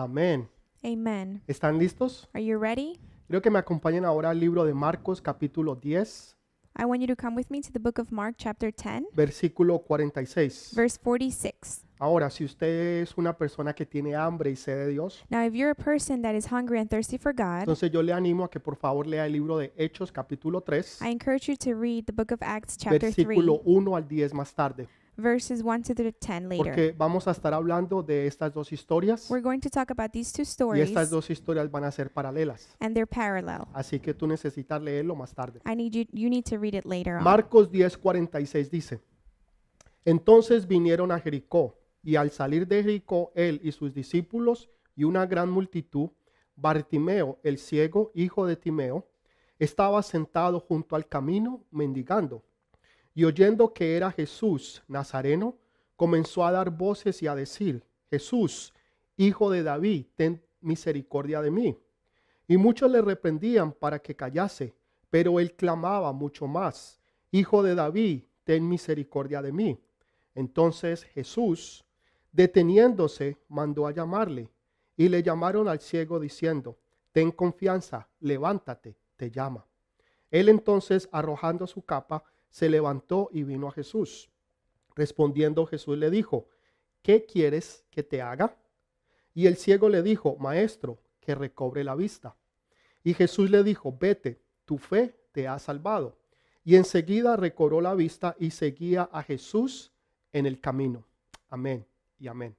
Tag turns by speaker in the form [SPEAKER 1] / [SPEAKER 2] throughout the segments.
[SPEAKER 1] Amén.
[SPEAKER 2] Amen.
[SPEAKER 1] ¿Están listos?
[SPEAKER 2] Are you ready?
[SPEAKER 1] Quiero que me acompañen ahora al libro de Marcos capítulo 10,
[SPEAKER 2] I want you to come with me to the book of Mark, chapter 10,
[SPEAKER 1] versículo 46.
[SPEAKER 2] verse 46.
[SPEAKER 1] Ahora, si usted es una persona que tiene hambre y sed de Dios,
[SPEAKER 2] Now, if you're a person that is hungry and thirsty for God,
[SPEAKER 1] entonces yo le animo a que por favor lea el libro de Hechos capítulo 3,
[SPEAKER 2] I encourage you to read the book of Acts, chapter 3,
[SPEAKER 1] versículo 1 al 10 más tarde,
[SPEAKER 2] verses 1 to the 10 later.
[SPEAKER 1] porque vamos a estar hablando de estas dos historias
[SPEAKER 2] We're going to talk about these two
[SPEAKER 1] y
[SPEAKER 2] stories,
[SPEAKER 1] estas dos historias van a ser paralelas,
[SPEAKER 2] and they're parallel.
[SPEAKER 1] así que tú necesitas leerlo más tarde.
[SPEAKER 2] I need you, you need to read it later on.
[SPEAKER 1] Marcos 10:46 dice, entonces vinieron a Jericó y al salir de Jericó él y sus discípulos y una gran multitud, Bartimeo el ciego, hijo de Timeo, estaba sentado junto al camino mendigando y oyendo que era Jesús Nazareno, comenzó a dar voces y a decir, Jesús, hijo de David, ten misericordia de mí. Y muchos le reprendían para que callase, pero él clamaba mucho más, Hijo de David, ten misericordia de mí. Entonces Jesús, deteniéndose, mandó a llamarle, y le llamaron al ciego diciendo, Ten confianza, levántate, te llama. Él entonces, arrojando su capa, se levantó y vino a Jesús. Respondiendo Jesús le dijo, ¿qué quieres que te haga? Y el ciego le dijo, Maestro, que recobre la vista. Y Jesús le dijo, vete, tu fe te ha salvado. Y enseguida recobró la vista y seguía a Jesús en el camino. Amén y amén.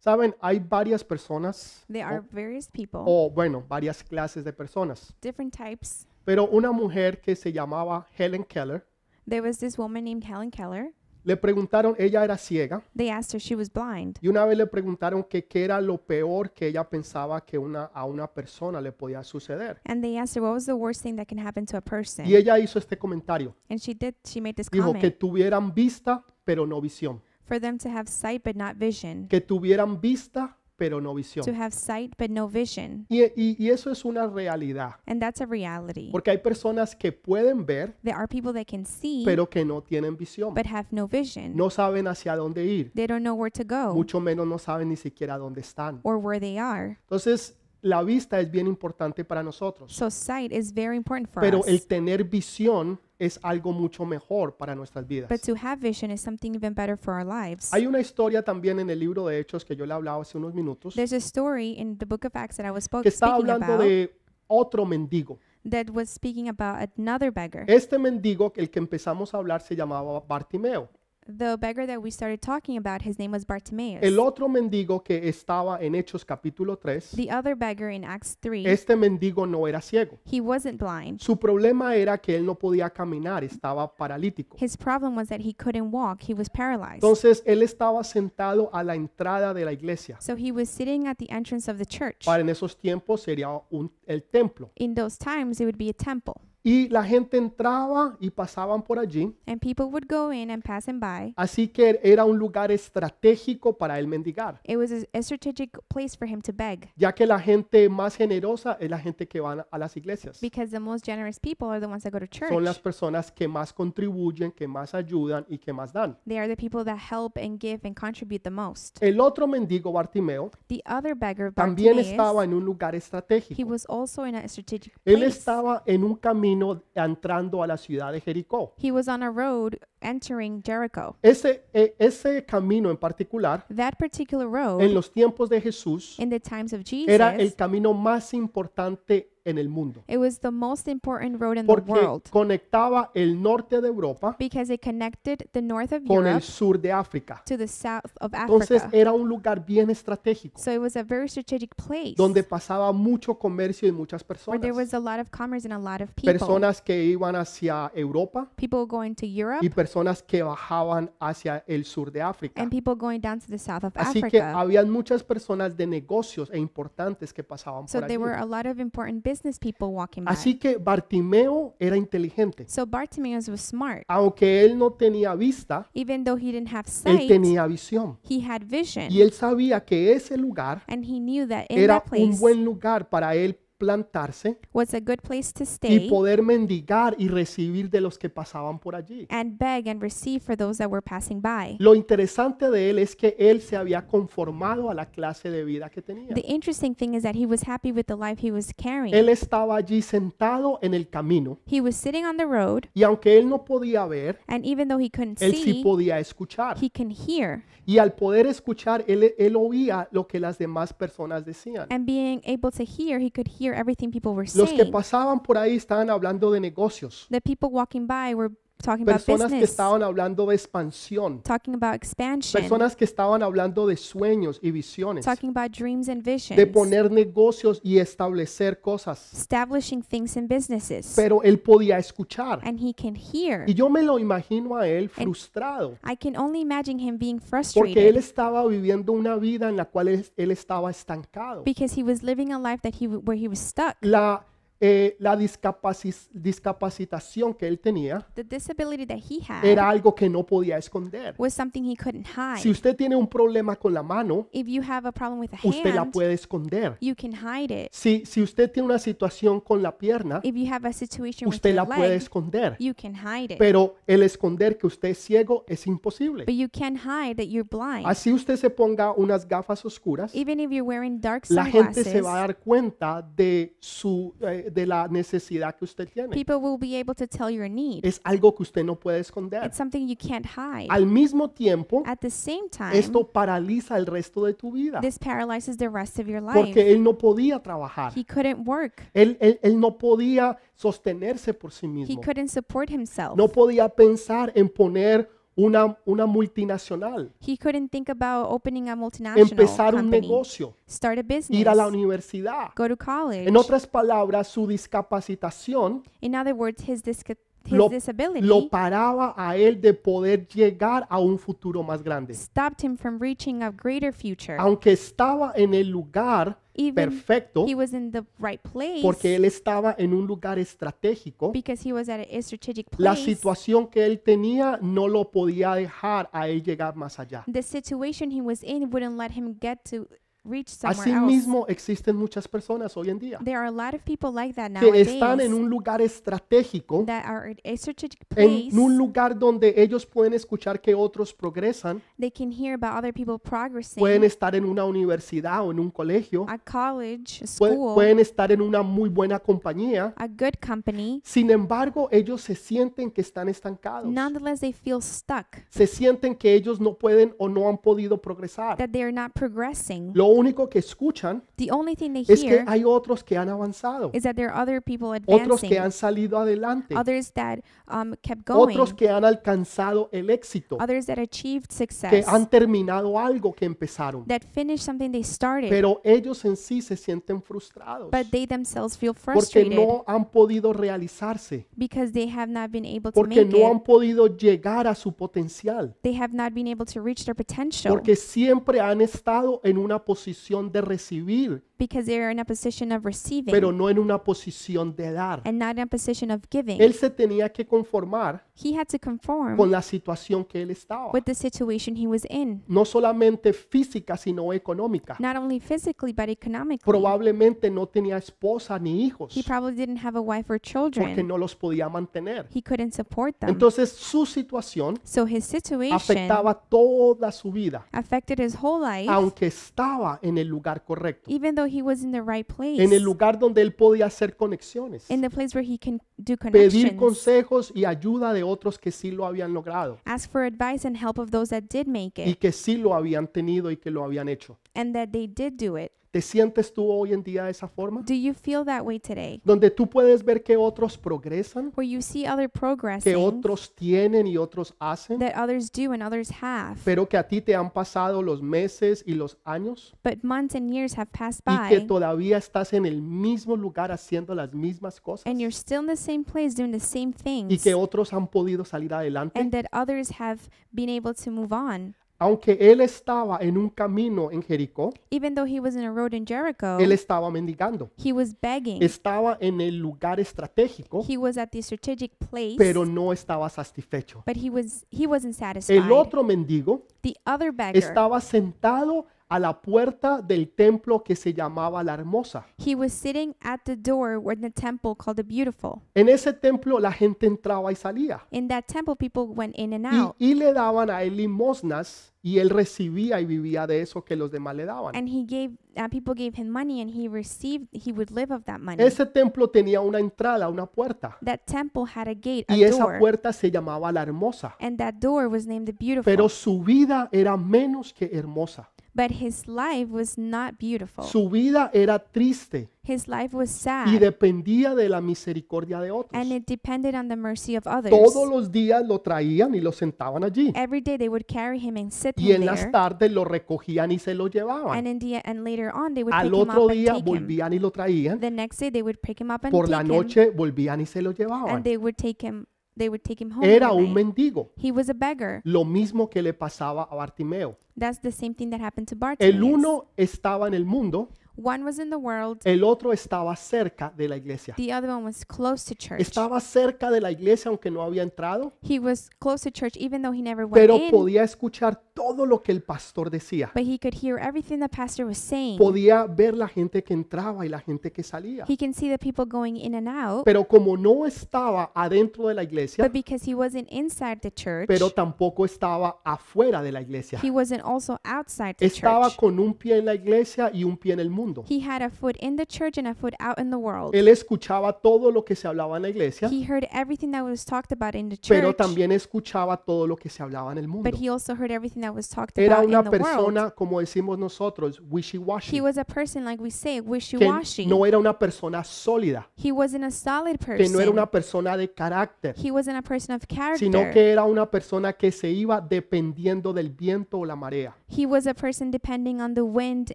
[SPEAKER 1] Saben, hay varias personas,
[SPEAKER 2] There are various people,
[SPEAKER 1] o bueno, varias clases de personas,
[SPEAKER 2] different types.
[SPEAKER 1] pero una mujer que se llamaba Helen Keller,
[SPEAKER 2] There was this woman named Helen Keller.
[SPEAKER 1] le preguntaron, ella era ciega,
[SPEAKER 2] They asked her she was blind.
[SPEAKER 1] y una vez le preguntaron que qué era lo peor que ella pensaba que una, a una persona le podía suceder.
[SPEAKER 2] And they asked her what was the worst thing that can happen to a
[SPEAKER 1] Y
[SPEAKER 2] person.
[SPEAKER 1] ella hizo este comentario.
[SPEAKER 2] And she did, she made this
[SPEAKER 1] Dijo que
[SPEAKER 2] comment
[SPEAKER 1] tuvieran vista, pero no visión.
[SPEAKER 2] for them to have sight but not vision,
[SPEAKER 1] Que tuvieran vista, pero no
[SPEAKER 2] to
[SPEAKER 1] visión.
[SPEAKER 2] have sight but no vision.
[SPEAKER 1] Y, y- y eso es una realidad.
[SPEAKER 2] And that's a reality.
[SPEAKER 1] Porque hay personas que pueden ver,
[SPEAKER 2] There are people that can see
[SPEAKER 1] pero que no tienen visión.
[SPEAKER 2] but have no vision.
[SPEAKER 1] No saben hacia dónde ir.
[SPEAKER 2] They don't know where to go
[SPEAKER 1] Mucho menos no saben ni siquiera dónde están.
[SPEAKER 2] or where they are.
[SPEAKER 1] Entonces, la vista es bien importante para nosotros.
[SPEAKER 2] So sight is very important for
[SPEAKER 1] Pero el
[SPEAKER 2] us.
[SPEAKER 1] tener visión es algo mucho mejor para nuestras vidas.
[SPEAKER 2] But to have vision is something even better for our lives.
[SPEAKER 1] Hay una historia también en el libro de Hechos que yo le hablaba hace unos minutos, que
[SPEAKER 2] There's a story in the book of Acts that I was spoke,
[SPEAKER 1] está
[SPEAKER 2] speaking
[SPEAKER 1] hablando
[SPEAKER 2] about
[SPEAKER 1] de otro mendigo.
[SPEAKER 2] that was speaking about another beggar.
[SPEAKER 1] Este mendigo, el que empezamos a hablar, se llamaba Bartimeo.
[SPEAKER 2] The beggar that we started talking about, his name was Bartimaeus.
[SPEAKER 1] El otro mendigo que estaba en Hechos capítulo 3,
[SPEAKER 2] The other beggar in Acts 3,
[SPEAKER 1] este mendigo no era ciego.
[SPEAKER 2] he wasn't blind.
[SPEAKER 1] Su problema era que él no podía caminar, estaba paralítico.
[SPEAKER 2] His problem was that he couldn't walk, he was paralyzed.
[SPEAKER 1] Entonces él estaba sentado a la entrada de la iglesia.
[SPEAKER 2] So he was sitting at the entrance of the church.
[SPEAKER 1] Para en esos tiempos sería un- el templo.
[SPEAKER 2] In those times, it would be a temple,
[SPEAKER 1] Y la gente entraba y pasaban por allí.
[SPEAKER 2] and people would go in and pass him by.
[SPEAKER 1] Así que era un lugar estratégico para él mendigar,
[SPEAKER 2] It was a, a strategic place for him to beg,
[SPEAKER 1] ya que la gente más generosa es la gente que van a las iglesias.
[SPEAKER 2] because the most generous people are the ones that go to
[SPEAKER 1] Son las
[SPEAKER 2] church.
[SPEAKER 1] personas que más contribuyen, que más ayudan y que más dan.
[SPEAKER 2] They are the people that help and give and contribute the most.
[SPEAKER 1] El otro mendigo Bartimeo
[SPEAKER 2] The other beggar,
[SPEAKER 1] también
[SPEAKER 2] Bartimaeus,
[SPEAKER 1] estaba en un lugar
[SPEAKER 2] he
[SPEAKER 1] estratégico.
[SPEAKER 2] was also in a strategic
[SPEAKER 1] Él
[SPEAKER 2] place.
[SPEAKER 1] estaba en un camino entrando a la ciudad de Jericó.
[SPEAKER 2] He was on a road entering Jericho.
[SPEAKER 1] Ese, e- ese camino en particular,
[SPEAKER 2] That particular
[SPEAKER 1] en
[SPEAKER 2] road,
[SPEAKER 1] los tiempos de Jesús,
[SPEAKER 2] in the times of
[SPEAKER 1] era el
[SPEAKER 2] Jesus,
[SPEAKER 1] camino más importante en el mundo,
[SPEAKER 2] it was the most important road in the
[SPEAKER 1] porque
[SPEAKER 2] world
[SPEAKER 1] conectaba el norte de Europa
[SPEAKER 2] because it connected the north of
[SPEAKER 1] con el
[SPEAKER 2] Europe
[SPEAKER 1] sur de África.
[SPEAKER 2] to the south of
[SPEAKER 1] Entonces
[SPEAKER 2] Africa.
[SPEAKER 1] era un lugar bien estratégico,
[SPEAKER 2] So it was a very strategic place
[SPEAKER 1] donde pasaba mucho comercio y muchas
[SPEAKER 2] where there was
[SPEAKER 1] personas.
[SPEAKER 2] a lot of commerce and a lot of people.
[SPEAKER 1] Personas que iban hacia Europa
[SPEAKER 2] people going to Europe
[SPEAKER 1] y personas que bajaban hacia el sur de África.
[SPEAKER 2] and people going down to the south of
[SPEAKER 1] Así que
[SPEAKER 2] Africa.
[SPEAKER 1] habían muchas personas de negocios e importantes que pasaban
[SPEAKER 2] So
[SPEAKER 1] por allí.
[SPEAKER 2] there were a lot of important business people walking by.
[SPEAKER 1] Así que Bartimeo era inteligente.
[SPEAKER 2] so Bartimaeus was smart.
[SPEAKER 1] Aunque él no tenía vista,
[SPEAKER 2] Even though he didn't have
[SPEAKER 1] Ah. él
[SPEAKER 2] sight,
[SPEAKER 1] tenía visión.
[SPEAKER 2] he had vision.
[SPEAKER 1] Y él sabía que ese lugar
[SPEAKER 2] and he knew that in
[SPEAKER 1] era
[SPEAKER 2] that
[SPEAKER 1] un
[SPEAKER 2] place
[SPEAKER 1] buen lugar para él plantarse
[SPEAKER 2] was a good place to stay
[SPEAKER 1] y poder mendigar y recibir de los que pasaban por allí.
[SPEAKER 2] and beg and receive for those that were passing by.
[SPEAKER 1] Lo interesante de él es que él se había conformado a la clase de vida que tenía.
[SPEAKER 2] The interesting thing is that he was happy with the life he was carrying.
[SPEAKER 1] Él estaba allí sentado en el camino
[SPEAKER 2] He was sitting on the road,
[SPEAKER 1] y aunque él no podía ver,
[SPEAKER 2] and even though he couldn't
[SPEAKER 1] él sí
[SPEAKER 2] see,
[SPEAKER 1] podía escuchar.
[SPEAKER 2] he can hear.
[SPEAKER 1] Y al poder escuchar, él, él oía lo que las demás personas decían.
[SPEAKER 2] And being able to hear, he could hear everything people were
[SPEAKER 1] Los que
[SPEAKER 2] saying.
[SPEAKER 1] pasaban por ahí estaban hablando de negocios,
[SPEAKER 2] The people walking by were talking about
[SPEAKER 1] personas que
[SPEAKER 2] business,
[SPEAKER 1] estaban hablando de expansión,
[SPEAKER 2] talking about expansion,
[SPEAKER 1] personas que estaban hablando de sueños y visiones,
[SPEAKER 2] talking about dreams and
[SPEAKER 1] de
[SPEAKER 2] visions,
[SPEAKER 1] poner negocios y establecer cosas.
[SPEAKER 2] establishing things in businesses.
[SPEAKER 1] Pero él podía escuchar.
[SPEAKER 2] And he can hear.
[SPEAKER 1] Y yo me lo imagino a él frustrado,
[SPEAKER 2] I can only imagine him being
[SPEAKER 1] porque él
[SPEAKER 2] frustrated
[SPEAKER 1] estaba viviendo una vida en la cual él, él estaba estancado.
[SPEAKER 2] because he was living a life that he w- where he was stuck.
[SPEAKER 1] La, eh, la discapaci- discapacitación que él tenía
[SPEAKER 2] The disability that he had
[SPEAKER 1] era algo que no podía esconder.
[SPEAKER 2] was something he couldn't
[SPEAKER 1] Si
[SPEAKER 2] hide.
[SPEAKER 1] usted tiene un problema con la mano,
[SPEAKER 2] If you have a problem with a
[SPEAKER 1] usted la
[SPEAKER 2] hand,
[SPEAKER 1] puede esconder.
[SPEAKER 2] you can hide it.
[SPEAKER 1] Si, si usted tiene una situación con la pierna,
[SPEAKER 2] If you have a situation with
[SPEAKER 1] usted
[SPEAKER 2] your
[SPEAKER 1] la puede
[SPEAKER 2] leg,
[SPEAKER 1] esconder.
[SPEAKER 2] you can hide it.
[SPEAKER 1] Pero el esconder que usted es ciego es imposible.
[SPEAKER 2] But you can hide that you're blind.
[SPEAKER 1] Así usted se ponga unas gafas oscuras,
[SPEAKER 2] Even if you're wearing dark
[SPEAKER 1] la gente se
[SPEAKER 2] sunglasses,
[SPEAKER 1] va a dar cuenta de, su, eh, de la necesidad que usted tiene.
[SPEAKER 2] people will be able to tell your need.
[SPEAKER 1] Es algo que usted no puede esconder.
[SPEAKER 2] It's something you can't hide.
[SPEAKER 1] Al mismo tiempo,
[SPEAKER 2] At the same time,
[SPEAKER 1] esto paraliza el resto de tu vida,
[SPEAKER 2] this paralyzes the rest of your life.
[SPEAKER 1] porque él no podía trabajar.
[SPEAKER 2] He couldn't work.
[SPEAKER 1] Él, él- él no podía sostenerse por sí
[SPEAKER 2] He
[SPEAKER 1] mismo.
[SPEAKER 2] couldn't support himself.
[SPEAKER 1] No podía pensar en poner una, una multinacional,
[SPEAKER 2] He couldn't think about opening a multinational
[SPEAKER 1] empezar un
[SPEAKER 2] company,
[SPEAKER 1] negocio,
[SPEAKER 2] start a business,
[SPEAKER 1] ir a la universidad.
[SPEAKER 2] go to college.
[SPEAKER 1] En otras palabras, su discapacitación
[SPEAKER 2] In other words, his, disca- his
[SPEAKER 1] lo, lo
[SPEAKER 2] disability
[SPEAKER 1] paraba a él de poder llegar a un futuro más grande.
[SPEAKER 2] stopped him from reaching a greater future.
[SPEAKER 1] Aunque estaba en el lugar
[SPEAKER 2] Even
[SPEAKER 1] perfecto,
[SPEAKER 2] he was in the right place
[SPEAKER 1] porque él estaba en un lugar estratégico,
[SPEAKER 2] because he was at a strategic
[SPEAKER 1] la
[SPEAKER 2] place.
[SPEAKER 1] situación que él tenía no lo podía dejar a él llegar más allá.
[SPEAKER 2] The situation he was in wouldn't let him get to reach somewhere else.
[SPEAKER 1] Asimismo, existen muchas personas hoy en día
[SPEAKER 2] There are a lot of people like that
[SPEAKER 1] que
[SPEAKER 2] nowadays
[SPEAKER 1] están en un lugar estratégico,
[SPEAKER 2] that are at a strategic place.
[SPEAKER 1] en un lugar donde ellos pueden escuchar que otros progresan,
[SPEAKER 2] They can hear about other people progressing
[SPEAKER 1] pueden estar en una universidad o en un colegio,
[SPEAKER 2] at college, a
[SPEAKER 1] pue-
[SPEAKER 2] school,
[SPEAKER 1] pueden estar en una muy buena compañía.
[SPEAKER 2] a good company.
[SPEAKER 1] Sin embargo, ellos se sienten que están estancados,
[SPEAKER 2] Nonetheless, they feel stuck,
[SPEAKER 1] se sienten que ellos no pueden o no han podido progresar.
[SPEAKER 2] that they are not progressing.
[SPEAKER 1] Lo único que escuchan
[SPEAKER 2] The only thing they
[SPEAKER 1] es que
[SPEAKER 2] hear
[SPEAKER 1] hay otros que han avanzado,
[SPEAKER 2] is that there are other people
[SPEAKER 1] otros que
[SPEAKER 2] advancing,
[SPEAKER 1] han salido adelante,
[SPEAKER 2] others that um, kept going,
[SPEAKER 1] otros que han alcanzado el éxito,
[SPEAKER 2] others that achieved
[SPEAKER 1] que
[SPEAKER 2] success,
[SPEAKER 1] han terminado algo que empezaron,
[SPEAKER 2] that finished something they started,
[SPEAKER 1] pero ellos en sí se sienten frustrados
[SPEAKER 2] but they themselves feel
[SPEAKER 1] porque
[SPEAKER 2] frustrated
[SPEAKER 1] no han podido realizarse,
[SPEAKER 2] because they have not been able to
[SPEAKER 1] porque
[SPEAKER 2] make
[SPEAKER 1] no han
[SPEAKER 2] it.
[SPEAKER 1] podido llegar a su potencial,
[SPEAKER 2] They have not been able to reach their potential
[SPEAKER 1] porque siempre han estado en una posición de recibir,
[SPEAKER 2] because they are in a position of
[SPEAKER 1] pero
[SPEAKER 2] receiving
[SPEAKER 1] no en una posición de dar.
[SPEAKER 2] and not in a position of
[SPEAKER 1] Él
[SPEAKER 2] giving.
[SPEAKER 1] se tenía que conformar
[SPEAKER 2] He had to conform
[SPEAKER 1] con la situación que él estaba,
[SPEAKER 2] Mm. with the situation he was in,
[SPEAKER 1] no solamente física, sino económica.
[SPEAKER 2] not only physically but economically.
[SPEAKER 1] Probablemente no tenía esposa ni hijos
[SPEAKER 2] He probably didn't have a wife or
[SPEAKER 1] porque
[SPEAKER 2] children.
[SPEAKER 1] no los podía mantener.
[SPEAKER 2] He couldn't support them.
[SPEAKER 1] Entonces su situación
[SPEAKER 2] So his situation
[SPEAKER 1] afectaba toda su vida,
[SPEAKER 2] affected his whole life,
[SPEAKER 1] aunque estaba en el lugar correcto,
[SPEAKER 2] even though he was in the right place,
[SPEAKER 1] en el lugar donde él podía hacer conexiones,
[SPEAKER 2] in the place where he can do
[SPEAKER 1] pedir
[SPEAKER 2] connections,
[SPEAKER 1] consejos y ayuda de otros que sí lo habían logrado
[SPEAKER 2] ask for advice and help of those that did make
[SPEAKER 1] y
[SPEAKER 2] it
[SPEAKER 1] que sí lo habían tenido y que lo habían hecho.
[SPEAKER 2] and that they did do it.
[SPEAKER 1] ¿Te sientes tú hoy en día de esa forma?
[SPEAKER 2] Do you feel that way today?
[SPEAKER 1] Donde tú puedes ver que otros progresan,
[SPEAKER 2] Where you see other
[SPEAKER 1] que
[SPEAKER 2] progressing
[SPEAKER 1] otros tienen y otros hacen,
[SPEAKER 2] that others do and others have,
[SPEAKER 1] pero que a ti te han pasado los meses y los años
[SPEAKER 2] but months and years have passed
[SPEAKER 1] y que
[SPEAKER 2] by
[SPEAKER 1] todavía estás en el mismo lugar haciendo las mismas cosas
[SPEAKER 2] and you're still in the same place doing the same
[SPEAKER 1] y
[SPEAKER 2] things
[SPEAKER 1] que otros han podido salir adelante,
[SPEAKER 2] and that others have been able to move on.
[SPEAKER 1] aunque él estaba en un camino en Jericó,
[SPEAKER 2] Even though he was in a road in Jericho,
[SPEAKER 1] él estaba mendigando,
[SPEAKER 2] he was begging.
[SPEAKER 1] estaba en el lugar estratégico,
[SPEAKER 2] he was at the strategic place,
[SPEAKER 1] pero no estaba satisfecho.
[SPEAKER 2] but he was he wasn't satisfied.
[SPEAKER 1] El otro mendigo
[SPEAKER 2] the other beggar
[SPEAKER 1] estaba sentado a la puerta del templo que se llamaba la hermosa.
[SPEAKER 2] He was sitting at the door where the temple called the beautiful.
[SPEAKER 1] En ese templo la gente entraba y salía.
[SPEAKER 2] In that temple, people went in and
[SPEAKER 1] Y,
[SPEAKER 2] out,
[SPEAKER 1] y le daban a él limosnas y él recibía y vivía de eso que los demás le daban.
[SPEAKER 2] and he gave uh, people gave him money, and he received. He would live of that money.
[SPEAKER 1] Ese templo tenía una entrada, una puerta.
[SPEAKER 2] That temple had a gate,
[SPEAKER 1] Y
[SPEAKER 2] a
[SPEAKER 1] esa
[SPEAKER 2] door,
[SPEAKER 1] puerta se llamaba la hermosa.
[SPEAKER 2] and that door was named the
[SPEAKER 1] Pero
[SPEAKER 2] beautiful.
[SPEAKER 1] su vida era menos que hermosa.
[SPEAKER 2] But his life was not beautiful.
[SPEAKER 1] Su vida era triste
[SPEAKER 2] His life was
[SPEAKER 1] y
[SPEAKER 2] sad,
[SPEAKER 1] dependía de la misericordia de otros.
[SPEAKER 2] Ah. and it depended on the mercy of others.
[SPEAKER 1] Todos los días lo traían y lo sentaban allí.
[SPEAKER 2] Every day they would carry him and sit
[SPEAKER 1] Y
[SPEAKER 2] him
[SPEAKER 1] en las
[SPEAKER 2] there,
[SPEAKER 1] tardes lo recogían y se lo llevaban.
[SPEAKER 2] and in the and later on they would pick
[SPEAKER 1] Al
[SPEAKER 2] him
[SPEAKER 1] otro
[SPEAKER 2] up and
[SPEAKER 1] día
[SPEAKER 2] take him.
[SPEAKER 1] volvían y lo traían.
[SPEAKER 2] The next day they would pick him up and
[SPEAKER 1] Por
[SPEAKER 2] take
[SPEAKER 1] la
[SPEAKER 2] him,
[SPEAKER 1] noche volvían y se lo
[SPEAKER 2] and
[SPEAKER 1] llevaban.
[SPEAKER 2] they would take him. They would take him home.
[SPEAKER 1] Era
[SPEAKER 2] every
[SPEAKER 1] un
[SPEAKER 2] night.
[SPEAKER 1] mendigo.
[SPEAKER 2] He was a beggar.
[SPEAKER 1] Lo mismo que le pasaba a Bartimeo.
[SPEAKER 2] That's the same thing that happened to Bartimaeus.
[SPEAKER 1] El uno estaba en el mundo,
[SPEAKER 2] one was in the world,
[SPEAKER 1] el otro estaba cerca de la iglesia.
[SPEAKER 2] the other one was close to church.
[SPEAKER 1] Estaba cerca de la iglesia aunque no había entrado,
[SPEAKER 2] He was close to church even though he never went
[SPEAKER 1] pero
[SPEAKER 2] in,
[SPEAKER 1] podía escuchar todo lo que el pastor decía.
[SPEAKER 2] but he could hear everything the pastor was saying.
[SPEAKER 1] Podía ver la gente que entraba y la gente que salía.
[SPEAKER 2] He can see the people going in and out,
[SPEAKER 1] Pero como no estaba adentro de la iglesia,
[SPEAKER 2] but because he wasn't inside the church,
[SPEAKER 1] pero tampoco estaba afuera de la iglesia.
[SPEAKER 2] he wasn't also outside the
[SPEAKER 1] Estaba
[SPEAKER 2] church.
[SPEAKER 1] con un pie en la iglesia y un pie en el mundo.
[SPEAKER 2] He had a foot in the church and a foot out in the world.
[SPEAKER 1] Él escuchaba todo lo que se hablaba en la iglesia,
[SPEAKER 2] He heard everything that was talked about in the church,
[SPEAKER 1] pero también escuchaba todo lo que se hablaba en el mundo.
[SPEAKER 2] but he also heard everything that was talked
[SPEAKER 1] Era
[SPEAKER 2] about in
[SPEAKER 1] una
[SPEAKER 2] the world.
[SPEAKER 1] persona, como decimos nosotros,
[SPEAKER 2] He
[SPEAKER 1] wishy-washy,
[SPEAKER 2] was a person, like we say,
[SPEAKER 1] que
[SPEAKER 2] wishy-washy.
[SPEAKER 1] no era una persona sólida,
[SPEAKER 2] he wasn't a solid person.
[SPEAKER 1] que no era una persona de carácter,
[SPEAKER 2] he wasn't a person of character.
[SPEAKER 1] sino que era una persona que se iba dependiendo del viento o la marea.
[SPEAKER 2] he was a person depending on the wind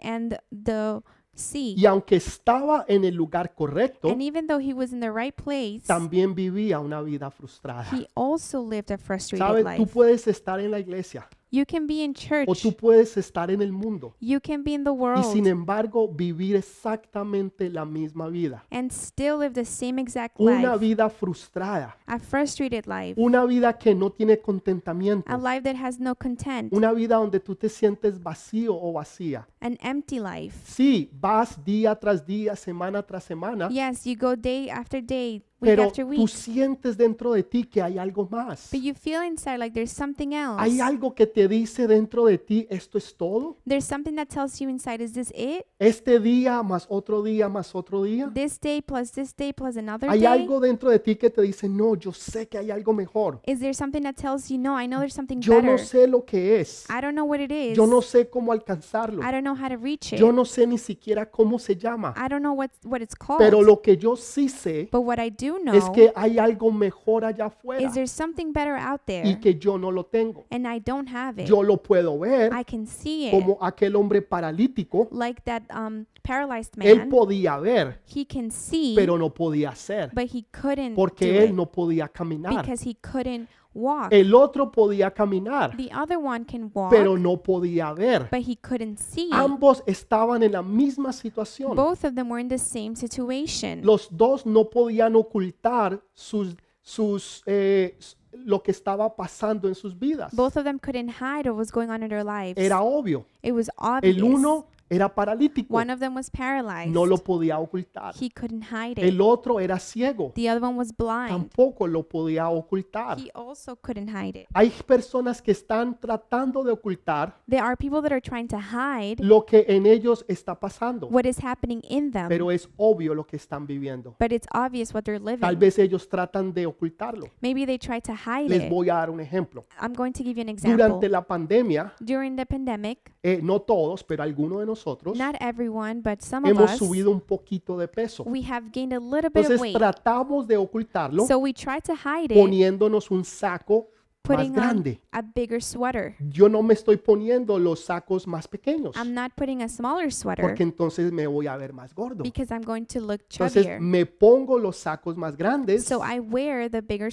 [SPEAKER 2] and the sea.
[SPEAKER 1] Y aunque estaba en el lugar correcto,
[SPEAKER 2] And even though he was in the right place,
[SPEAKER 1] también vivía una vida frustrada.
[SPEAKER 2] he also lived a frustrated
[SPEAKER 1] ¿Sabes? Tú
[SPEAKER 2] life.
[SPEAKER 1] puedes estar en la iglesia
[SPEAKER 2] You can be in church.
[SPEAKER 1] o tú puedes estar en el mundo
[SPEAKER 2] you can be in the
[SPEAKER 1] y
[SPEAKER 2] world
[SPEAKER 1] sin embargo vivir exactamente la misma vida.
[SPEAKER 2] and still live the same exact
[SPEAKER 1] Una
[SPEAKER 2] life.
[SPEAKER 1] vida frustrada,
[SPEAKER 2] A frustrated life.
[SPEAKER 1] una vida que no tiene contentamiento,
[SPEAKER 2] a life that has no content.
[SPEAKER 1] una vida donde tú te sientes vacío o vacía.
[SPEAKER 2] an empty life.
[SPEAKER 1] Sí, vas día tras día, semana tras semana,
[SPEAKER 2] Yes, you go day after day, week
[SPEAKER 1] pero
[SPEAKER 2] after
[SPEAKER 1] tú
[SPEAKER 2] week,
[SPEAKER 1] sientes dentro de ti que hay algo más.
[SPEAKER 2] but you feel inside like there's something else.
[SPEAKER 1] Hay algo que te dice dentro de ti, esto es todo.
[SPEAKER 2] There's something that tells you inside, is this it?
[SPEAKER 1] Este día más otro día más otro día.
[SPEAKER 2] This day plus this day plus another
[SPEAKER 1] Hay
[SPEAKER 2] day?
[SPEAKER 1] algo dentro de ti que te dice, no, yo sé que hay algo mejor.
[SPEAKER 2] Is there something that tells you, no, I know there's something
[SPEAKER 1] Yo
[SPEAKER 2] better.
[SPEAKER 1] no sé lo que es.
[SPEAKER 2] I don't know what it is.
[SPEAKER 1] Yo no sé cómo alcanzarlo.
[SPEAKER 2] I don't know how to reach it.
[SPEAKER 1] Yo no sé ni siquiera cómo se llama.
[SPEAKER 2] I don't know what, what it's called.
[SPEAKER 1] Pero lo que yo sí sé
[SPEAKER 2] but what I do know
[SPEAKER 1] es que hay algo mejor allá afuera
[SPEAKER 2] is there's something better out there,
[SPEAKER 1] y que yo no lo tengo.
[SPEAKER 2] and I don't have it.
[SPEAKER 1] Yo lo puedo ver
[SPEAKER 2] I can see it.
[SPEAKER 1] como aquel hombre paralítico.
[SPEAKER 2] like that um, paralyzed
[SPEAKER 1] Él
[SPEAKER 2] man,
[SPEAKER 1] podía ver,
[SPEAKER 2] he can see,
[SPEAKER 1] pero no podía hacer
[SPEAKER 2] but he couldn't do
[SPEAKER 1] porque él
[SPEAKER 2] it
[SPEAKER 1] no podía caminar.
[SPEAKER 2] because he couldn't walk.
[SPEAKER 1] El otro podía caminar,
[SPEAKER 2] the other one can walk,
[SPEAKER 1] pero no podía ver.
[SPEAKER 2] but he couldn't see.
[SPEAKER 1] Ambos estaban en la misma situación.
[SPEAKER 2] Both of them were in the same situation.
[SPEAKER 1] Los dos no podían ocultar sus, sus, eh, s- lo que estaba pasando en sus vidas.
[SPEAKER 2] Both of them couldn't hide what was going on in their lives.
[SPEAKER 1] Era obvio.
[SPEAKER 2] it was obvious.
[SPEAKER 1] El uno era paralítico,
[SPEAKER 2] One of them was paralyzed.
[SPEAKER 1] no lo podía ocultar.
[SPEAKER 2] he couldn't hide it.
[SPEAKER 1] El otro era ciego,
[SPEAKER 2] the other one was blind.
[SPEAKER 1] tampoco lo podía ocultar.
[SPEAKER 2] He also couldn't hide it.
[SPEAKER 1] Hay personas que están tratando de ocultar
[SPEAKER 2] There are people that are trying to hide
[SPEAKER 1] lo que en ellos está pasando,
[SPEAKER 2] what is happening in them,
[SPEAKER 1] pero es obvio lo que están viviendo.
[SPEAKER 2] but it's obvious what they're living.
[SPEAKER 1] Tal vez ellos tratan de ocultarlo.
[SPEAKER 2] Maybe they try to hide
[SPEAKER 1] Les
[SPEAKER 2] it.
[SPEAKER 1] voy a dar un ejemplo.
[SPEAKER 2] I'm going to give you an example.
[SPEAKER 1] Durante la pandemia,
[SPEAKER 2] During the pandemic,
[SPEAKER 1] eh, no todos, pero algunos de nosotros
[SPEAKER 2] not everyone, but some of
[SPEAKER 1] hemos
[SPEAKER 2] us,
[SPEAKER 1] subido un poquito de peso.
[SPEAKER 2] we have gained a little bit of
[SPEAKER 1] Entonces
[SPEAKER 2] weight.
[SPEAKER 1] tratamos de ocultarlo
[SPEAKER 2] So we try to hide it,
[SPEAKER 1] poniéndonos un saco más
[SPEAKER 2] putting on
[SPEAKER 1] grande.
[SPEAKER 2] a bigger sweater.
[SPEAKER 1] Yo no me estoy poniendo los sacos más pequeños
[SPEAKER 2] I'm not putting a smaller sweater
[SPEAKER 1] porque entonces me voy a ver más gordo.
[SPEAKER 2] because I'm going to look
[SPEAKER 1] Entonces
[SPEAKER 2] chubbier.
[SPEAKER 1] me pongo los sacos más grandes
[SPEAKER 2] So I wear the bigger
[SPEAKER 1] para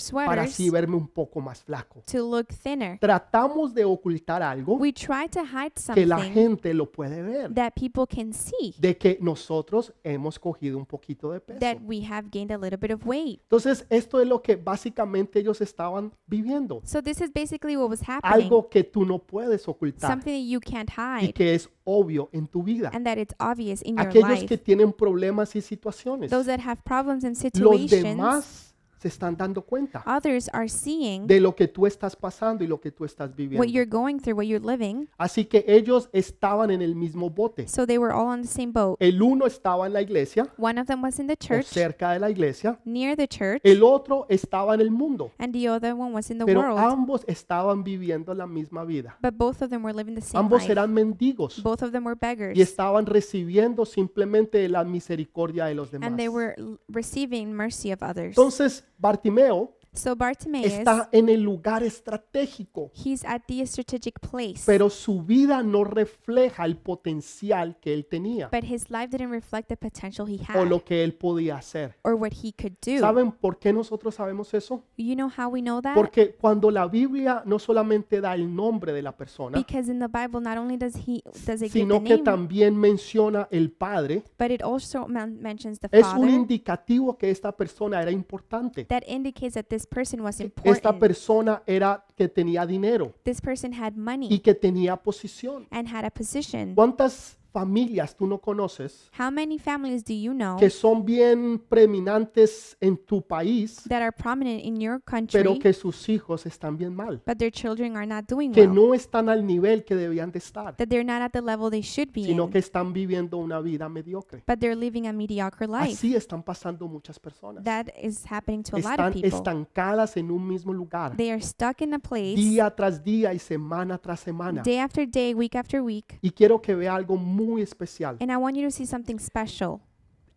[SPEAKER 2] sweaters
[SPEAKER 1] así verme un poco más flaco.
[SPEAKER 2] to look thinner.
[SPEAKER 1] Tratamos de ocultar algo
[SPEAKER 2] We try to hide
[SPEAKER 1] que la
[SPEAKER 2] something
[SPEAKER 1] gente lo puede ver,
[SPEAKER 2] that people can see
[SPEAKER 1] de que nosotros hemos cogido un poquito de peso.
[SPEAKER 2] that we have gained a little bit of weight.
[SPEAKER 1] Entonces, esto es lo que básicamente ellos estaban viviendo.
[SPEAKER 2] So this is basically what was happening.
[SPEAKER 1] Algo que tú no puedes ocultar
[SPEAKER 2] Something that you can't
[SPEAKER 1] y
[SPEAKER 2] hide
[SPEAKER 1] que es obvio en tu vida.
[SPEAKER 2] and that it's obvious in your
[SPEAKER 1] Aquellos
[SPEAKER 2] life.
[SPEAKER 1] que tienen problemas y situaciones,
[SPEAKER 2] Those that have problems and
[SPEAKER 1] los
[SPEAKER 2] situations,
[SPEAKER 1] demás se están dando cuenta
[SPEAKER 2] others are seeing
[SPEAKER 1] de lo que tú estás pasando y lo que tú estás
[SPEAKER 2] what
[SPEAKER 1] viviendo.
[SPEAKER 2] you're going through, what you're living.
[SPEAKER 1] Así que ellos estaban en el mismo bote.
[SPEAKER 2] So they were all on the same boat.
[SPEAKER 1] El uno estaba en la iglesia
[SPEAKER 2] One of them was in the
[SPEAKER 1] Eh, o
[SPEAKER 2] church,
[SPEAKER 1] cerca de la iglesia,
[SPEAKER 2] near the church,
[SPEAKER 1] el otro estaba en el mundo,
[SPEAKER 2] and the other one was in the
[SPEAKER 1] pero
[SPEAKER 2] world.
[SPEAKER 1] ambos estaban viviendo la misma vida.
[SPEAKER 2] But both of them were living the same
[SPEAKER 1] Ambos
[SPEAKER 2] life.
[SPEAKER 1] eran mendigos
[SPEAKER 2] Both of them were
[SPEAKER 1] y
[SPEAKER 2] beggars,
[SPEAKER 1] estaban recibiendo simplemente de la misericordia de los demás.
[SPEAKER 2] and they were l- receiving mercy of others.
[SPEAKER 1] Entonces, Bartimeo
[SPEAKER 2] So Bartimaeus,
[SPEAKER 1] está en el lugar estratégico,
[SPEAKER 2] he's at the strategic place,
[SPEAKER 1] pero su vida no refleja el potencial que él tenía
[SPEAKER 2] but his life didn't reflect the potential he
[SPEAKER 1] o
[SPEAKER 2] had
[SPEAKER 1] lo que él podía hacer.
[SPEAKER 2] or what he could do. Ah.
[SPEAKER 1] ¿Saben por qué nosotros sabemos eso?
[SPEAKER 2] You know how we know that?
[SPEAKER 1] Porque cuando la Biblia no solamente da el nombre de la persona,
[SPEAKER 2] Because in the Bible, not only does he does it give the
[SPEAKER 1] sino que
[SPEAKER 2] name,
[SPEAKER 1] también menciona el Padre,
[SPEAKER 2] but it also men- mentions the
[SPEAKER 1] es un
[SPEAKER 2] Father.
[SPEAKER 1] indicativo que esta persona era importante.
[SPEAKER 2] That indicates that this person was
[SPEAKER 1] Esta
[SPEAKER 2] important.
[SPEAKER 1] persona era que tenía dinero
[SPEAKER 2] This person had
[SPEAKER 1] y
[SPEAKER 2] money
[SPEAKER 1] que tenía posición.
[SPEAKER 2] and had a position.
[SPEAKER 1] ¿Cuántas familias tú no conoces
[SPEAKER 2] How many families do you know
[SPEAKER 1] que son bien preeminentes en tu país,
[SPEAKER 2] that are prominent in your
[SPEAKER 1] pero
[SPEAKER 2] country,
[SPEAKER 1] que sus hijos están bien mal?
[SPEAKER 2] but their children are not doing
[SPEAKER 1] Que
[SPEAKER 2] well?
[SPEAKER 1] no están al nivel que debían de estar,
[SPEAKER 2] That they're not at the level they should be
[SPEAKER 1] sino
[SPEAKER 2] in,
[SPEAKER 1] que están viviendo una vida mediocre.
[SPEAKER 2] but they're living a mediocre life.
[SPEAKER 1] Así están pasando muchas personas.
[SPEAKER 2] That is happening to a lot
[SPEAKER 1] Están
[SPEAKER 2] of people.
[SPEAKER 1] estancadas en un mismo lugar.
[SPEAKER 2] They are stuck in a place
[SPEAKER 1] día tras día y semana tras semana.
[SPEAKER 2] day after day, week after week.
[SPEAKER 1] Y quiero que vea algo muy especial.
[SPEAKER 2] And I want you to see something special.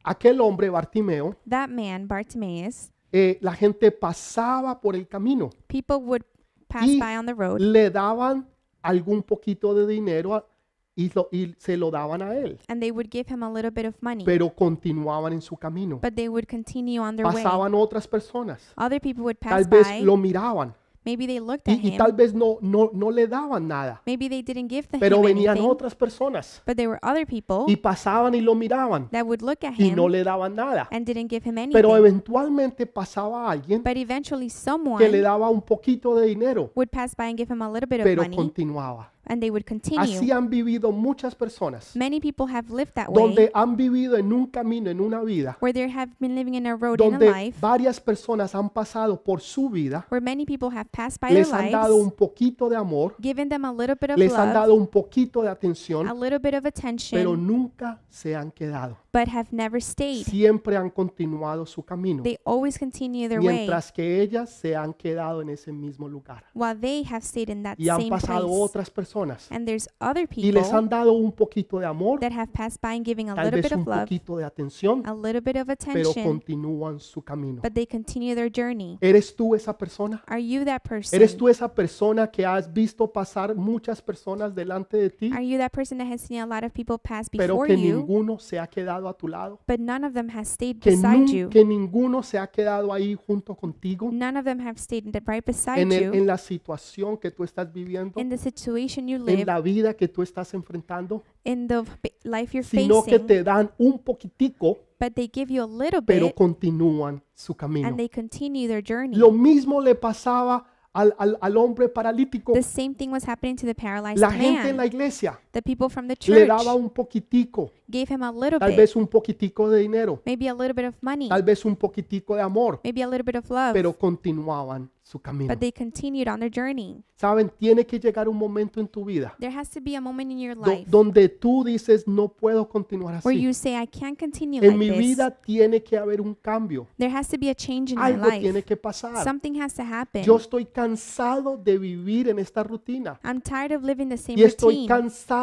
[SPEAKER 1] Aquel hombre, Bartimeo,
[SPEAKER 2] That man, Bartimaeus,
[SPEAKER 1] eh, la gente pasaba por el camino,
[SPEAKER 2] people would pass
[SPEAKER 1] Y-
[SPEAKER 2] by on the road
[SPEAKER 1] le daban algún poquito de dinero a- y, lo- y se lo daban a él,
[SPEAKER 2] and they would give him a little bit of money,
[SPEAKER 1] pero continuaban en su camino.
[SPEAKER 2] but they would continue on their way.
[SPEAKER 1] Pasaban otras personas,
[SPEAKER 2] Other people would pass
[SPEAKER 1] tal vez
[SPEAKER 2] by.
[SPEAKER 1] lo miraban
[SPEAKER 2] Maybe they looked at
[SPEAKER 1] y, y
[SPEAKER 2] him.
[SPEAKER 1] tal vez no, no, no le daban nada,
[SPEAKER 2] Maybe they didn't give the
[SPEAKER 1] pero
[SPEAKER 2] him
[SPEAKER 1] venían
[SPEAKER 2] anything,
[SPEAKER 1] otras personas
[SPEAKER 2] but there were other people
[SPEAKER 1] y pasaban y lo miraban
[SPEAKER 2] that would look at
[SPEAKER 1] y
[SPEAKER 2] him
[SPEAKER 1] no le daban nada,
[SPEAKER 2] and didn't give him anything.
[SPEAKER 1] pero eventualmente pasaba alguien
[SPEAKER 2] but eventually,
[SPEAKER 1] que le
[SPEAKER 2] someone
[SPEAKER 1] daba un poquito de dinero,
[SPEAKER 2] would pass by and give him a little bit of
[SPEAKER 1] pero
[SPEAKER 2] money,
[SPEAKER 1] continuaba.
[SPEAKER 2] and they would continue.
[SPEAKER 1] Así han vivido muchas personas,
[SPEAKER 2] Many people have lived that way,
[SPEAKER 1] donde han vivido en un camino, en una vida,
[SPEAKER 2] where they have been living in a road in a
[SPEAKER 1] donde
[SPEAKER 2] life,
[SPEAKER 1] varias personas han pasado por su vida,
[SPEAKER 2] where many people have passed by their
[SPEAKER 1] les han dado
[SPEAKER 2] lives,
[SPEAKER 1] un poquito de amor,
[SPEAKER 2] given them a little bit of
[SPEAKER 1] les han
[SPEAKER 2] love,
[SPEAKER 1] dado un poquito de
[SPEAKER 2] a
[SPEAKER 1] atención,
[SPEAKER 2] little bit of
[SPEAKER 1] pero
[SPEAKER 2] attention,
[SPEAKER 1] nunca se han quedado.
[SPEAKER 2] but have never stayed.
[SPEAKER 1] Siempre han continuado su camino,
[SPEAKER 2] They always continue their way,
[SPEAKER 1] mientras que ellas se han quedado en ese mismo lugar.
[SPEAKER 2] while they have stayed in that
[SPEAKER 1] Y han
[SPEAKER 2] same
[SPEAKER 1] pasado
[SPEAKER 2] place.
[SPEAKER 1] otras personas
[SPEAKER 2] And there's other
[SPEAKER 1] y les
[SPEAKER 2] people
[SPEAKER 1] han dado un poquito de amor,
[SPEAKER 2] that have passed by and giving a
[SPEAKER 1] tal
[SPEAKER 2] little
[SPEAKER 1] vez
[SPEAKER 2] bit
[SPEAKER 1] un
[SPEAKER 2] of love,
[SPEAKER 1] poquito de atención,
[SPEAKER 2] a little bit of
[SPEAKER 1] pero
[SPEAKER 2] attention,
[SPEAKER 1] continúan su camino.
[SPEAKER 2] but they continue their journey.
[SPEAKER 1] ¿Eres tú esa persona?
[SPEAKER 2] Are you that
[SPEAKER 1] ¿Eres
[SPEAKER 2] person?
[SPEAKER 1] tú esa persona que has visto pasar muchas personas delante de ti,
[SPEAKER 2] Are you that person that has seen a lot of people pass
[SPEAKER 1] pero
[SPEAKER 2] before
[SPEAKER 1] que
[SPEAKER 2] you,
[SPEAKER 1] ninguno se ha quedado a tu lado?
[SPEAKER 2] but none of them has stayed
[SPEAKER 1] Que, nun-
[SPEAKER 2] beside you?
[SPEAKER 1] que ninguno se ha quedado ahí junto contigo
[SPEAKER 2] None of them have stayed in-
[SPEAKER 1] en,
[SPEAKER 2] right beside
[SPEAKER 1] el-
[SPEAKER 2] you
[SPEAKER 1] en la situación que tú estás viviendo,
[SPEAKER 2] in the situation you
[SPEAKER 1] en
[SPEAKER 2] live,
[SPEAKER 1] la vida que tú estás enfrentando,
[SPEAKER 2] in the b- life you're
[SPEAKER 1] sino que
[SPEAKER 2] facing,
[SPEAKER 1] te dan un poquitico,
[SPEAKER 2] but they give you a little
[SPEAKER 1] pero
[SPEAKER 2] bit
[SPEAKER 1] continúan su camino.
[SPEAKER 2] and they continue their journey.
[SPEAKER 1] Lo mismo le pasaba al, al- al hombre paralítico.
[SPEAKER 2] The same thing was happening to the paralyzed
[SPEAKER 1] La gente en la
[SPEAKER 2] man.
[SPEAKER 1] iglesia
[SPEAKER 2] The people from the
[SPEAKER 1] le
[SPEAKER 2] church
[SPEAKER 1] daba un poquitico,
[SPEAKER 2] gave him a little
[SPEAKER 1] tal
[SPEAKER 2] bit,
[SPEAKER 1] vez un poquitico de dinero,
[SPEAKER 2] maybe a little bit of money,
[SPEAKER 1] tal vez un poquitico de amor,
[SPEAKER 2] maybe a little bit of love,
[SPEAKER 1] pero continuaban su camino.
[SPEAKER 2] but they continued on their journey.
[SPEAKER 1] Saben, tiene que llegar un momento en tu vida
[SPEAKER 2] There has to be a moment in your
[SPEAKER 1] do-
[SPEAKER 2] life
[SPEAKER 1] donde tú dices, no puedo continuar
[SPEAKER 2] where
[SPEAKER 1] así.
[SPEAKER 2] you say, I can't continue
[SPEAKER 1] En
[SPEAKER 2] like
[SPEAKER 1] mi
[SPEAKER 2] this.
[SPEAKER 1] vida tiene que haber un cambio,
[SPEAKER 2] There has to be a change in my
[SPEAKER 1] algo tiene
[SPEAKER 2] life.
[SPEAKER 1] que pasar.
[SPEAKER 2] Something has to happen.
[SPEAKER 1] Yo estoy cansado de vivir en esta rutina.
[SPEAKER 2] I'm tired of living the same
[SPEAKER 1] Y estoy
[SPEAKER 2] routine.
[SPEAKER 1] cansado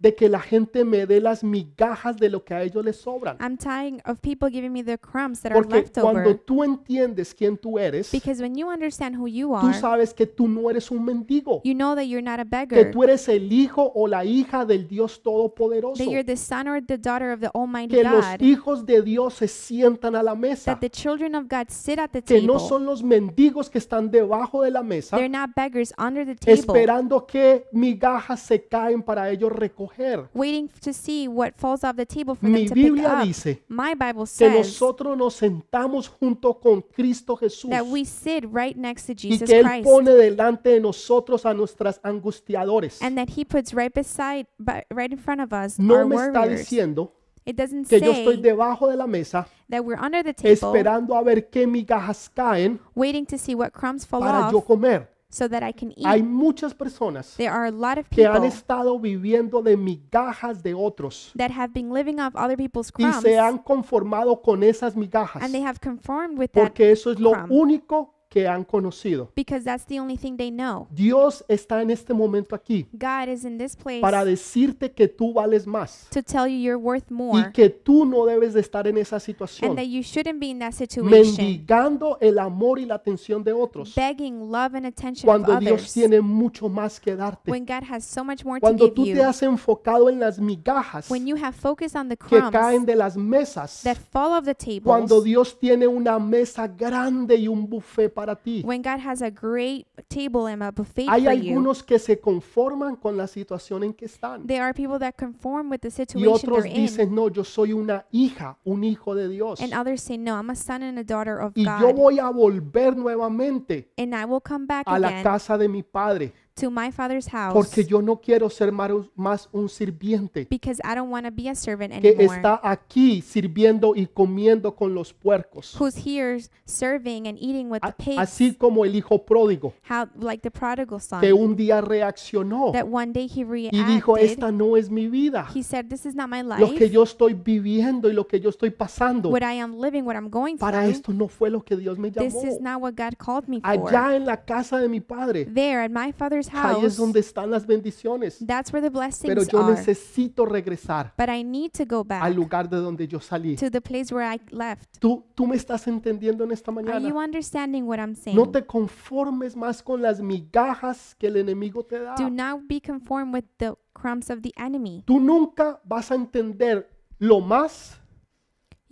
[SPEAKER 1] de que la gente me dé las migajas de lo que a ellos les sobran.
[SPEAKER 2] I'm tired of people giving me the crumbs that are
[SPEAKER 1] Porque
[SPEAKER 2] left
[SPEAKER 1] cuando
[SPEAKER 2] over.
[SPEAKER 1] tú entiendes quién tú eres,
[SPEAKER 2] Because when you understand who you
[SPEAKER 1] tú
[SPEAKER 2] are,
[SPEAKER 1] sabes que tú no eres un mendigo,
[SPEAKER 2] you know that you're not a
[SPEAKER 1] que
[SPEAKER 2] beggar,
[SPEAKER 1] tú eres el hijo o la hija del Dios Todopoderoso,
[SPEAKER 2] that you're the son or the daughter of the Almighty
[SPEAKER 1] que los
[SPEAKER 2] God,
[SPEAKER 1] hijos de Dios se sientan a la mesa,
[SPEAKER 2] that the children of God sit at the
[SPEAKER 1] que no
[SPEAKER 2] table.
[SPEAKER 1] son los mendigos que están debajo de la mesa
[SPEAKER 2] They're not beggars under the table,
[SPEAKER 1] esperando que migajas se caen para ellos recoger.
[SPEAKER 2] waiting to see what falls off the table for
[SPEAKER 1] Mi
[SPEAKER 2] them to pick
[SPEAKER 1] Biblia
[SPEAKER 2] up.
[SPEAKER 1] dice
[SPEAKER 2] My Bible
[SPEAKER 1] que
[SPEAKER 2] says
[SPEAKER 1] nosotros nos sentamos junto con Cristo Jesús
[SPEAKER 2] that we sit right next to
[SPEAKER 1] y
[SPEAKER 2] Jesus
[SPEAKER 1] que Él
[SPEAKER 2] Christ
[SPEAKER 1] pone delante de nosotros a nuestras angustiadores.
[SPEAKER 2] and that he puts right beside bi- right in front of us our
[SPEAKER 1] No me está
[SPEAKER 2] warriors.
[SPEAKER 1] diciendo
[SPEAKER 2] It doesn't
[SPEAKER 1] que yo estoy
[SPEAKER 2] say
[SPEAKER 1] debajo de la mesa
[SPEAKER 2] that we're under the table
[SPEAKER 1] esperando a ver qué migajas caen
[SPEAKER 2] waiting to see what crumbs fall
[SPEAKER 1] para yo
[SPEAKER 2] off
[SPEAKER 1] comer.
[SPEAKER 2] so that I can
[SPEAKER 1] Hay
[SPEAKER 2] eat.
[SPEAKER 1] muchas personas
[SPEAKER 2] There are a lot of
[SPEAKER 1] que han
[SPEAKER 2] people
[SPEAKER 1] estado viviendo de migajas de otros
[SPEAKER 2] that have been living off other people's
[SPEAKER 1] y
[SPEAKER 2] crumbs
[SPEAKER 1] se han conformado con esas migajas
[SPEAKER 2] and they have conformed with that
[SPEAKER 1] porque eso es lo
[SPEAKER 2] crumb.
[SPEAKER 1] único que han conocido.
[SPEAKER 2] because that's the only thing they know.
[SPEAKER 1] Dios está en este momento aquí
[SPEAKER 2] God is in this place
[SPEAKER 1] para decirte que tú vales más
[SPEAKER 2] to tell you you're worth
[SPEAKER 1] y
[SPEAKER 2] more
[SPEAKER 1] que tú no debes de estar en esa situación
[SPEAKER 2] and that you shouldn't be in that situation
[SPEAKER 1] mendigando el amor y la atención de otros
[SPEAKER 2] begging love and attention of
[SPEAKER 1] cuando Dios
[SPEAKER 2] others
[SPEAKER 1] tiene mucho más que darte.
[SPEAKER 2] when God has so much more to
[SPEAKER 1] Cuando
[SPEAKER 2] give
[SPEAKER 1] tú te
[SPEAKER 2] you.
[SPEAKER 1] has enfocado en las migajas
[SPEAKER 2] When you have focused on the
[SPEAKER 1] que
[SPEAKER 2] crumbs
[SPEAKER 1] caen de las mesas
[SPEAKER 2] that fall off the tables
[SPEAKER 1] cuando Dios tiene una mesa grande y un buffet para ti.
[SPEAKER 2] when God has a great table and a buffet
[SPEAKER 1] Hay
[SPEAKER 2] for you,
[SPEAKER 1] algunos que se conforman con la situación en que están
[SPEAKER 2] there are people that conform with the
[SPEAKER 1] y
[SPEAKER 2] situation
[SPEAKER 1] otros
[SPEAKER 2] they're in,
[SPEAKER 1] dicen, no, yo soy una hija, un hijo de Dios
[SPEAKER 2] and others say, "No, I'm a son and a daughter of
[SPEAKER 1] y yo
[SPEAKER 2] God,
[SPEAKER 1] voy a volver nuevamente
[SPEAKER 2] and I will come back
[SPEAKER 1] a la
[SPEAKER 2] again
[SPEAKER 1] casa de mi padre
[SPEAKER 2] to my Father's house
[SPEAKER 1] porque yo no quiero ser mar- más un sirviente
[SPEAKER 2] because I don't want to be a servant
[SPEAKER 1] que
[SPEAKER 2] anymore."
[SPEAKER 1] está aquí sirviendo y comiendo con los puercos,
[SPEAKER 2] Who's here serving and eating with the
[SPEAKER 1] A-
[SPEAKER 2] pigs?
[SPEAKER 1] así como el hijo pródigo
[SPEAKER 2] How like the prodigal son
[SPEAKER 1] que un día reaccionó
[SPEAKER 2] that one day he reacted.
[SPEAKER 1] y dijo, esta no es mi vida.
[SPEAKER 2] he said, "This is not my
[SPEAKER 1] lo que
[SPEAKER 2] life.
[SPEAKER 1] yo estoy viviendo y lo que yo estoy pasando.
[SPEAKER 2] What I am living, what I'm going
[SPEAKER 1] Para
[SPEAKER 2] through,
[SPEAKER 1] esto no fue lo que Dios me
[SPEAKER 2] this
[SPEAKER 1] llamó.
[SPEAKER 2] is not what God called me for."
[SPEAKER 1] Allá en la casa de mi padre,
[SPEAKER 2] There at my Father's
[SPEAKER 1] ahí es
[SPEAKER 2] house,
[SPEAKER 1] donde están las bendiciones.
[SPEAKER 2] That's where the
[SPEAKER 1] Pero
[SPEAKER 2] blessings
[SPEAKER 1] yo
[SPEAKER 2] are.
[SPEAKER 1] necesito regresar
[SPEAKER 2] But I need to go
[SPEAKER 1] al
[SPEAKER 2] back
[SPEAKER 1] lugar de donde yo salí.
[SPEAKER 2] to the place where I left.
[SPEAKER 1] Tú, tú me estás entendiendo en esta
[SPEAKER 2] Are you
[SPEAKER 1] mañana.
[SPEAKER 2] understanding what I'm saying?
[SPEAKER 1] No te conformes más con las migajas que el enemigo te da.
[SPEAKER 2] Do not be conformed with the crumbs of the enemy.
[SPEAKER 1] Tú nunca vas a entender lo más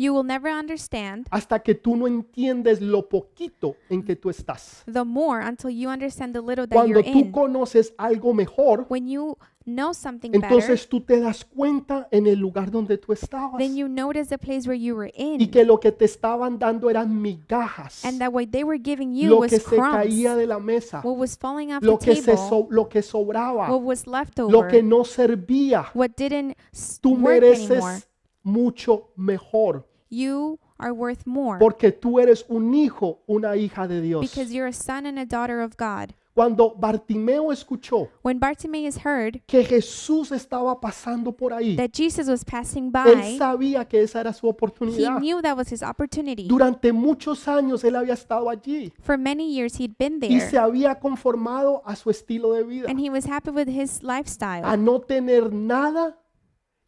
[SPEAKER 2] You will never understand
[SPEAKER 1] hasta que tú no entiendes lo poquito en que tú estás.
[SPEAKER 2] the more until you understand the little that
[SPEAKER 1] Cuando
[SPEAKER 2] you're
[SPEAKER 1] tú
[SPEAKER 2] in.
[SPEAKER 1] conoces algo mejor,
[SPEAKER 2] When you know something better,
[SPEAKER 1] Entonces tú te das cuenta en el lugar donde tú estabas
[SPEAKER 2] then you notice the place where you were
[SPEAKER 1] y
[SPEAKER 2] in
[SPEAKER 1] que lo que te estaban dando eran migajas,
[SPEAKER 2] and that what they were giving you
[SPEAKER 1] lo
[SPEAKER 2] was
[SPEAKER 1] que se
[SPEAKER 2] crumbs,
[SPEAKER 1] caía de la mesa,
[SPEAKER 2] what was falling off the
[SPEAKER 1] lo que, se
[SPEAKER 2] table,
[SPEAKER 1] so- lo que sobraba,
[SPEAKER 2] what was left
[SPEAKER 1] lo
[SPEAKER 2] over,
[SPEAKER 1] que no servía.
[SPEAKER 2] what didn't s-
[SPEAKER 1] Tú
[SPEAKER 2] work anymore.
[SPEAKER 1] mereces mucho mejor
[SPEAKER 2] You are worth more.
[SPEAKER 1] porque tú eres un hijo, una hija de Dios.
[SPEAKER 2] because you're a son and a daughter of God.
[SPEAKER 1] Cuando Bartimeo escuchó
[SPEAKER 2] When Bartimaeus heard
[SPEAKER 1] que Jesús estaba pasando por ahí,
[SPEAKER 2] that Jesus was passing
[SPEAKER 1] él
[SPEAKER 2] by,
[SPEAKER 1] sabía que esa era su
[SPEAKER 2] he
[SPEAKER 1] oportunidad.
[SPEAKER 2] knew that was his opportunity.
[SPEAKER 1] Durante muchos años él había estado allí.
[SPEAKER 2] For many years he'd been
[SPEAKER 1] y
[SPEAKER 2] there
[SPEAKER 1] se había conformado a su estilo de vida,
[SPEAKER 2] and he was happy with his
[SPEAKER 1] a
[SPEAKER 2] lifestyle
[SPEAKER 1] no tener nada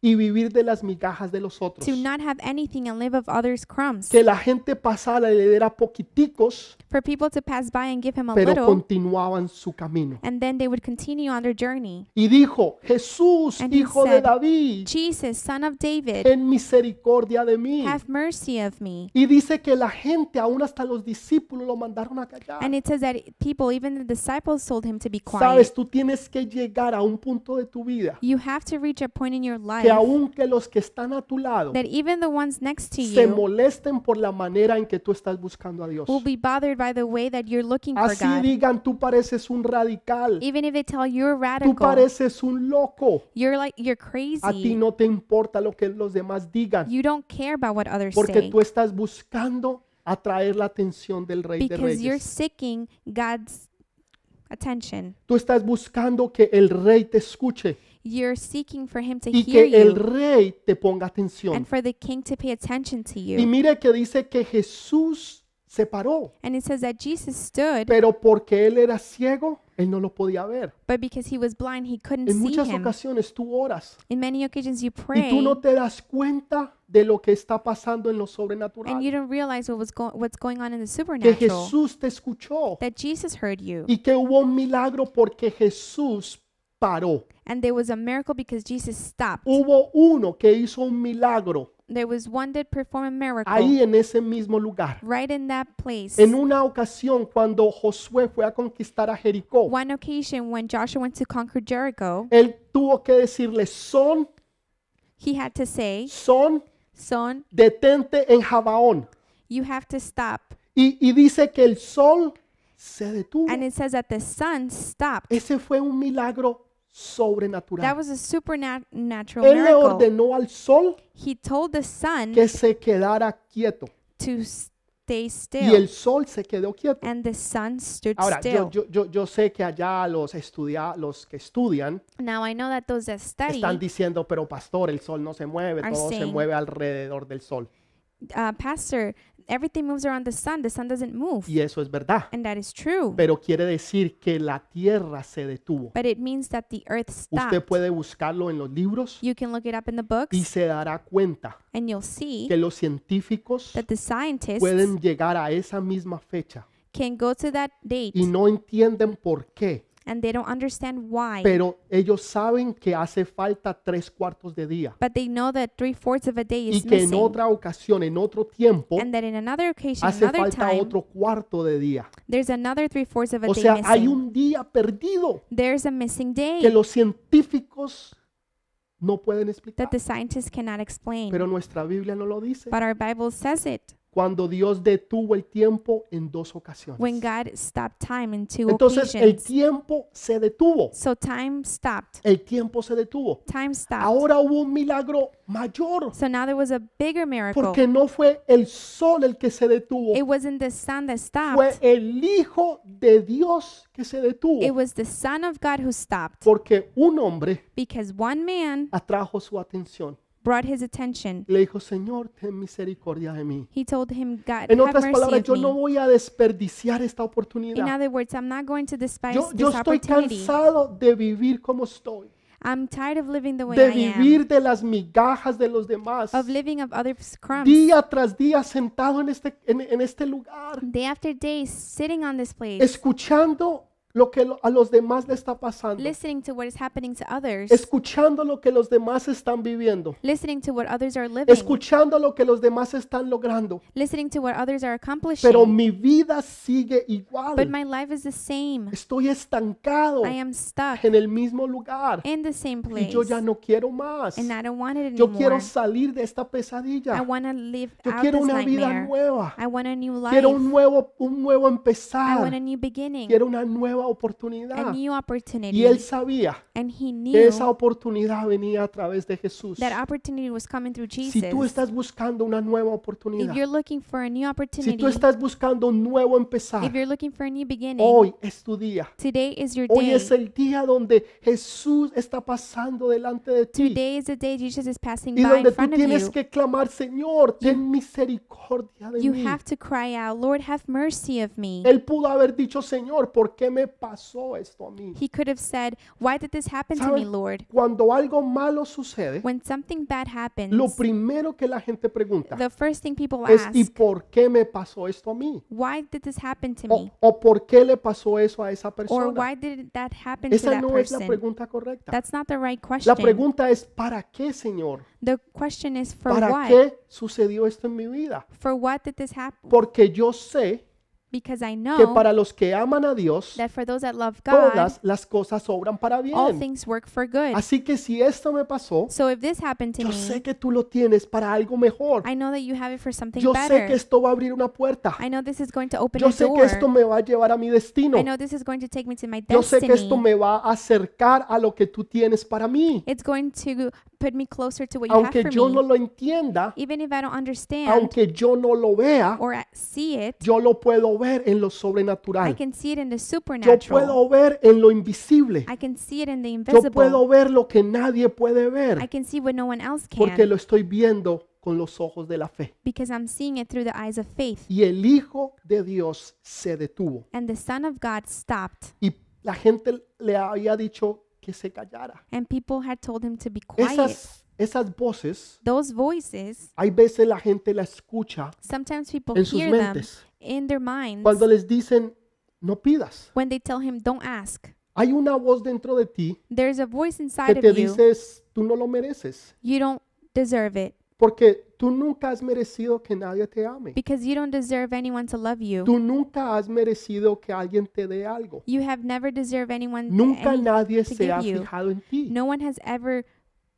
[SPEAKER 1] y vivir de las migajas de los otros.
[SPEAKER 2] to not have anything and live of others' crumbs.
[SPEAKER 1] Que la gente pasara y le diera poquiticos,
[SPEAKER 2] For people to pass by and give him a
[SPEAKER 1] pero
[SPEAKER 2] little
[SPEAKER 1] continuaban su camino.
[SPEAKER 2] and then they would continue on their journey.
[SPEAKER 1] Y dijo, Jesús,
[SPEAKER 2] And he
[SPEAKER 1] hijo de
[SPEAKER 2] said,
[SPEAKER 1] David,
[SPEAKER 2] Jesus, son of David,
[SPEAKER 1] en misericordia de mí.
[SPEAKER 2] have mercy of me.
[SPEAKER 1] Y dice que la gente, aún hasta los discípulos, lo mandaron a callar.
[SPEAKER 2] And it says that people, even the disciples, told him to be quiet.
[SPEAKER 1] Sabes, tú tienes que llegar a un punto de tu vida
[SPEAKER 2] You have to reach a point in your life
[SPEAKER 1] que um aunque los que están a tu lado
[SPEAKER 2] that even the ones next to
[SPEAKER 1] se
[SPEAKER 2] you
[SPEAKER 1] molesten por la manera en que tú estás buscando a Dios.
[SPEAKER 2] will be bothered by the way that you're looking for
[SPEAKER 1] Así
[SPEAKER 2] God.
[SPEAKER 1] digan, tú pareces un radical,
[SPEAKER 2] Even if they tell you're
[SPEAKER 1] tú
[SPEAKER 2] radical,
[SPEAKER 1] pareces un loco.
[SPEAKER 2] you're like you're
[SPEAKER 1] A ti
[SPEAKER 2] crazy.
[SPEAKER 1] no te importa lo que los demás digan,
[SPEAKER 2] You don't care about what others
[SPEAKER 1] porque
[SPEAKER 2] say
[SPEAKER 1] tú estás buscando atraer la atención del Rey de
[SPEAKER 2] because you're
[SPEAKER 1] Reyes.
[SPEAKER 2] seeking God's attention.
[SPEAKER 1] Tú estás buscando que el Rey te escuche
[SPEAKER 2] You're seeking for him to
[SPEAKER 1] y
[SPEAKER 2] hear
[SPEAKER 1] que el
[SPEAKER 2] you
[SPEAKER 1] Rey te ponga
[SPEAKER 2] and
[SPEAKER 1] atención.
[SPEAKER 2] for the king to pay attention to
[SPEAKER 1] Y
[SPEAKER 2] you.
[SPEAKER 1] mire que dice que Jesús se paró,
[SPEAKER 2] And it says that Jesus stood,
[SPEAKER 1] pero porque él era ciego, él no lo podía ver.
[SPEAKER 2] but because he was blind, he couldn't
[SPEAKER 1] En
[SPEAKER 2] see
[SPEAKER 1] muchas
[SPEAKER 2] him.
[SPEAKER 1] ocasiones tú oras
[SPEAKER 2] In many occasions, you
[SPEAKER 1] y tú
[SPEAKER 2] pray
[SPEAKER 1] no te das cuenta de lo que está pasando en lo
[SPEAKER 2] and
[SPEAKER 1] sobrenatural.
[SPEAKER 2] you don't realize what was go- what's going on in the
[SPEAKER 1] que
[SPEAKER 2] supernatural.
[SPEAKER 1] Jesús te escuchó
[SPEAKER 2] That Jesus heard you
[SPEAKER 1] y que hubo un milagro porque Jesús paró.
[SPEAKER 2] And there was a miracle because Jesus stopped.
[SPEAKER 1] Hubo uno que hizo un milagro
[SPEAKER 2] There was one that performed a miracle
[SPEAKER 1] ahí en ese mismo lugar.
[SPEAKER 2] right in that place.
[SPEAKER 1] En una ocasión cuando Josué fue a conquistar a Jericó,
[SPEAKER 2] one occasion when Joshua went to conquer Jericho,
[SPEAKER 1] él tuvo que decirle, son,
[SPEAKER 2] he had to say,
[SPEAKER 1] son,
[SPEAKER 2] Son,
[SPEAKER 1] detente en Jabaón.
[SPEAKER 2] you have to stop.
[SPEAKER 1] Y, y dice que el sol se detuvo.
[SPEAKER 2] And it says that the sun stopped.
[SPEAKER 1] Ese fue un milagro
[SPEAKER 2] That
[SPEAKER 1] sobrenatural.
[SPEAKER 2] was a supernatural
[SPEAKER 1] Él le
[SPEAKER 2] miracle.
[SPEAKER 1] ordenó al sol
[SPEAKER 2] He told the sun
[SPEAKER 1] que se quedara quieto.
[SPEAKER 2] to stay
[SPEAKER 1] Y
[SPEAKER 2] still.
[SPEAKER 1] el sol se quedó quieto.
[SPEAKER 2] And the sun stood
[SPEAKER 1] Ahora, yo,
[SPEAKER 2] still.
[SPEAKER 1] yo, yo, yo sé que allá los, estudia, los que estudian
[SPEAKER 2] Now I know that those that study,
[SPEAKER 1] están diciendo, pero pastor, el sol no se mueve,
[SPEAKER 2] Are
[SPEAKER 1] todo se
[SPEAKER 2] saying-
[SPEAKER 1] mueve alrededor del sol.
[SPEAKER 2] uh, Pastor, everything moves around the sun. The sun doesn't move.
[SPEAKER 1] Y eso es verdad.
[SPEAKER 2] And that is true.
[SPEAKER 1] Pero quiere decir que la tierra se detuvo.
[SPEAKER 2] But it means that the earth stopped.
[SPEAKER 1] Usted puede buscarlo en los libros
[SPEAKER 2] You can look it up in the
[SPEAKER 1] y
[SPEAKER 2] books
[SPEAKER 1] se dará cuenta
[SPEAKER 2] and you'll see
[SPEAKER 1] que los científicos
[SPEAKER 2] that the scientists
[SPEAKER 1] pueden llegar a esa misma fecha
[SPEAKER 2] can go to that date
[SPEAKER 1] y no entienden por qué,
[SPEAKER 2] and they don't understand why.
[SPEAKER 1] pero ellos saben que hace falta tres cuartos de día
[SPEAKER 2] But they know that three fourths of a day
[SPEAKER 1] y
[SPEAKER 2] is
[SPEAKER 1] que en
[SPEAKER 2] missing,
[SPEAKER 1] otra ocasión, en otro tiempo,
[SPEAKER 2] and that in another occasion,
[SPEAKER 1] hace
[SPEAKER 2] another
[SPEAKER 1] falta
[SPEAKER 2] time,
[SPEAKER 1] otro cuarto de día.
[SPEAKER 2] there's another three fourths of a
[SPEAKER 1] O
[SPEAKER 2] day
[SPEAKER 1] sea, hay
[SPEAKER 2] missing.
[SPEAKER 1] un día perdido
[SPEAKER 2] there's a missing day
[SPEAKER 1] que los científicos no pueden explicar,
[SPEAKER 2] that the scientists cannot explain.
[SPEAKER 1] pero nuestra Biblia no lo dice.
[SPEAKER 2] but our Bible says it
[SPEAKER 1] Cuando Dios detuvo el tiempo en dos
[SPEAKER 2] when
[SPEAKER 1] ocasiones.
[SPEAKER 2] God stopped time in two
[SPEAKER 1] Entonces el
[SPEAKER 2] occasions.
[SPEAKER 1] tiempo se detuvo.
[SPEAKER 2] so time stopped.
[SPEAKER 1] El tiempo se detuvo.
[SPEAKER 2] Time stopped.
[SPEAKER 1] Ahora hubo un milagro mayor.
[SPEAKER 2] so now there was a bigger miracle.
[SPEAKER 1] Porque no fue el sol el que se detuvo,
[SPEAKER 2] it wasn't the sun that stopped.
[SPEAKER 1] fue el Hijo de Dios que se
[SPEAKER 2] it
[SPEAKER 1] detuvo.
[SPEAKER 2] was the Son of God who stopped
[SPEAKER 1] Porque un hombre
[SPEAKER 2] because one man
[SPEAKER 1] atrajo su atención.
[SPEAKER 2] brought his attention.
[SPEAKER 1] Le dijo, Señor, ten misericordia de mí.
[SPEAKER 2] He told him, God,
[SPEAKER 1] En
[SPEAKER 2] have
[SPEAKER 1] otras
[SPEAKER 2] mercy
[SPEAKER 1] palabras,
[SPEAKER 2] of
[SPEAKER 1] yo
[SPEAKER 2] me.
[SPEAKER 1] no voy a desperdiciar esta
[SPEAKER 2] In
[SPEAKER 1] oportunidad.
[SPEAKER 2] other words, I'm not going to despise
[SPEAKER 1] Yo, yo
[SPEAKER 2] this
[SPEAKER 1] estoy
[SPEAKER 2] opportunity.
[SPEAKER 1] cansado de vivir como estoy,
[SPEAKER 2] I'm tired of living the way
[SPEAKER 1] de
[SPEAKER 2] I am,
[SPEAKER 1] vivir de las migajas de los demás,
[SPEAKER 2] of living of others' crumbs,
[SPEAKER 1] día tras día sentado en este, en, en este lugar,
[SPEAKER 2] day after day, sitting on this place,
[SPEAKER 1] escuchando lo que lo- a los demás le está pasando.
[SPEAKER 2] listening to what is happening to others,
[SPEAKER 1] escuchando lo que los demás están viviendo,
[SPEAKER 2] listening to what others are living,
[SPEAKER 1] escuchando lo que los demás están logrando,
[SPEAKER 2] listening to what others are accomplishing.
[SPEAKER 1] pero mi vida sigue
[SPEAKER 2] but
[SPEAKER 1] igual.
[SPEAKER 2] my life is the same.
[SPEAKER 1] Estoy estancado
[SPEAKER 2] I am stuck
[SPEAKER 1] en el mismo lugar
[SPEAKER 2] in the same
[SPEAKER 1] y
[SPEAKER 2] place,
[SPEAKER 1] yo ya no quiero más.
[SPEAKER 2] and I don't want it
[SPEAKER 1] Yo quiero
[SPEAKER 2] anymore.
[SPEAKER 1] salir de esta
[SPEAKER 2] I
[SPEAKER 1] pesadilla.
[SPEAKER 2] want to live
[SPEAKER 1] Yo
[SPEAKER 2] out
[SPEAKER 1] quiero
[SPEAKER 2] this
[SPEAKER 1] una vida
[SPEAKER 2] nightmare.
[SPEAKER 1] nueva.
[SPEAKER 2] I want a new life.
[SPEAKER 1] Quiero un nuevo un nuevo
[SPEAKER 2] I want a
[SPEAKER 1] empezar.
[SPEAKER 2] new beginning,
[SPEAKER 1] Quiero una nueva
[SPEAKER 2] a
[SPEAKER 1] oportunidad.
[SPEAKER 2] new opportunity.
[SPEAKER 1] Y él sabía
[SPEAKER 2] and he
[SPEAKER 1] que
[SPEAKER 2] knew
[SPEAKER 1] esa oportunidad venía a través de Jesús.
[SPEAKER 2] that opportunity was coming through Jesus.
[SPEAKER 1] Si tú estás buscando una nueva oportunidad,
[SPEAKER 2] if you're looking for a new
[SPEAKER 1] Si
[SPEAKER 2] opportunity,
[SPEAKER 1] tú estás buscando un nuevo
[SPEAKER 2] if
[SPEAKER 1] empezar,
[SPEAKER 2] you're looking for a new beginning,
[SPEAKER 1] hoy es tu día.
[SPEAKER 2] today is your
[SPEAKER 1] Hoy
[SPEAKER 2] day.
[SPEAKER 1] es el día donde Jesús está pasando delante de ti
[SPEAKER 2] today is the day Jesus is passing
[SPEAKER 1] y
[SPEAKER 2] by in
[SPEAKER 1] donde tú
[SPEAKER 2] front of
[SPEAKER 1] tienes
[SPEAKER 2] you.
[SPEAKER 1] que clamar, Señor, ten misericordia de
[SPEAKER 2] You
[SPEAKER 1] mí.
[SPEAKER 2] have to cry out, Lord, have mercy of me.
[SPEAKER 1] Él pudo haber dicho, Señor, ¿por qué me pasó esto a mí?
[SPEAKER 2] He could have said, Why did this happen to me,
[SPEAKER 1] ¿Saben?
[SPEAKER 2] Lord?
[SPEAKER 1] Cuando algo malo sucede,
[SPEAKER 2] When something bad happens,
[SPEAKER 1] lo primero que la gente pregunta
[SPEAKER 2] the first thing people
[SPEAKER 1] es, ¿y
[SPEAKER 2] ask,
[SPEAKER 1] por qué me pasó esto a mí?
[SPEAKER 2] Why did this happen to
[SPEAKER 1] O,
[SPEAKER 2] me?
[SPEAKER 1] o por qué le pasó eso a esa
[SPEAKER 2] Or
[SPEAKER 1] persona?
[SPEAKER 2] why did that happen to
[SPEAKER 1] Esa
[SPEAKER 2] that
[SPEAKER 1] no es la
[SPEAKER 2] person?
[SPEAKER 1] pregunta correcta.
[SPEAKER 2] That's not the right
[SPEAKER 1] La
[SPEAKER 2] question.
[SPEAKER 1] pregunta es, ¿para qué, Señor?
[SPEAKER 2] The question is, For
[SPEAKER 1] ¿Para
[SPEAKER 2] what?
[SPEAKER 1] qué sucedió esto en mi vida?
[SPEAKER 2] For what did this happen?
[SPEAKER 1] Porque yo sé
[SPEAKER 2] Because I
[SPEAKER 1] que
[SPEAKER 2] know
[SPEAKER 1] para los que aman a Dios,
[SPEAKER 2] that for those that love God,
[SPEAKER 1] todas las cosas obran para
[SPEAKER 2] all
[SPEAKER 1] bien.
[SPEAKER 2] things work for good.
[SPEAKER 1] Así que si esto me pasó,
[SPEAKER 2] So if this happened to
[SPEAKER 1] yo sé
[SPEAKER 2] me,
[SPEAKER 1] que tú lo tienes para algo mejor.
[SPEAKER 2] I know that you have it for something
[SPEAKER 1] Yo sé que
[SPEAKER 2] better.
[SPEAKER 1] esto va a abrir una puerta.
[SPEAKER 2] I know this is going to open
[SPEAKER 1] Yo
[SPEAKER 2] a
[SPEAKER 1] sé que esto
[SPEAKER 2] door.
[SPEAKER 1] me va a llevar a mi destino.
[SPEAKER 2] I know this is going to take me to my
[SPEAKER 1] Yo sé que esto
[SPEAKER 2] destiny.
[SPEAKER 1] me va a acercar a lo que tú tienes para mí.
[SPEAKER 2] It's going to put me closer to what you have
[SPEAKER 1] Aunque yo
[SPEAKER 2] for
[SPEAKER 1] no
[SPEAKER 2] me.
[SPEAKER 1] lo entienda,
[SPEAKER 2] Even if I don't understand
[SPEAKER 1] aunque yo no lo vea,
[SPEAKER 2] or I- see it,
[SPEAKER 1] yo lo puedo ver en lo
[SPEAKER 2] I
[SPEAKER 1] sobrenatural.
[SPEAKER 2] can see it in the
[SPEAKER 1] Yo
[SPEAKER 2] supernatural.
[SPEAKER 1] puedo ver en lo invisible.
[SPEAKER 2] I can see it in the
[SPEAKER 1] Yo
[SPEAKER 2] invisible.
[SPEAKER 1] puedo ver lo que nadie puede
[SPEAKER 2] I
[SPEAKER 1] ver
[SPEAKER 2] can see what no one else
[SPEAKER 1] porque
[SPEAKER 2] can
[SPEAKER 1] lo estoy viendo con los ojos de la fe.
[SPEAKER 2] because I'm seeing it through the eyes of faith.
[SPEAKER 1] Y el Hijo de Dios se detuvo.
[SPEAKER 2] And the Son of God stopped,
[SPEAKER 1] Y la gente le había dicho que se callara.
[SPEAKER 2] and people had told him to be quiet.
[SPEAKER 1] Esas, esas voces,
[SPEAKER 2] Those voices,
[SPEAKER 1] hay veces la gente la escucha
[SPEAKER 2] sometimes people
[SPEAKER 1] en sus
[SPEAKER 2] hear them
[SPEAKER 1] mentes
[SPEAKER 2] in their minds
[SPEAKER 1] cuando les dicen, no pidas,
[SPEAKER 2] when they tell him, Don't ask,
[SPEAKER 1] Hay una voz dentro de ti
[SPEAKER 2] There's a voice
[SPEAKER 1] que
[SPEAKER 2] inside
[SPEAKER 1] te
[SPEAKER 2] of you.
[SPEAKER 1] dice, tú no lo mereces,
[SPEAKER 2] You don't deserve it
[SPEAKER 1] porque tú nunca has merecido que nadie te ame.
[SPEAKER 2] because you don't deserve anyone to love you.
[SPEAKER 1] Tú nunca has merecido que alguien te dé algo.
[SPEAKER 2] You have never deserved anyone.
[SPEAKER 1] Nunca
[SPEAKER 2] any-
[SPEAKER 1] nadie
[SPEAKER 2] to
[SPEAKER 1] se
[SPEAKER 2] give
[SPEAKER 1] ha
[SPEAKER 2] you.
[SPEAKER 1] fijado en ti.
[SPEAKER 2] no one has ever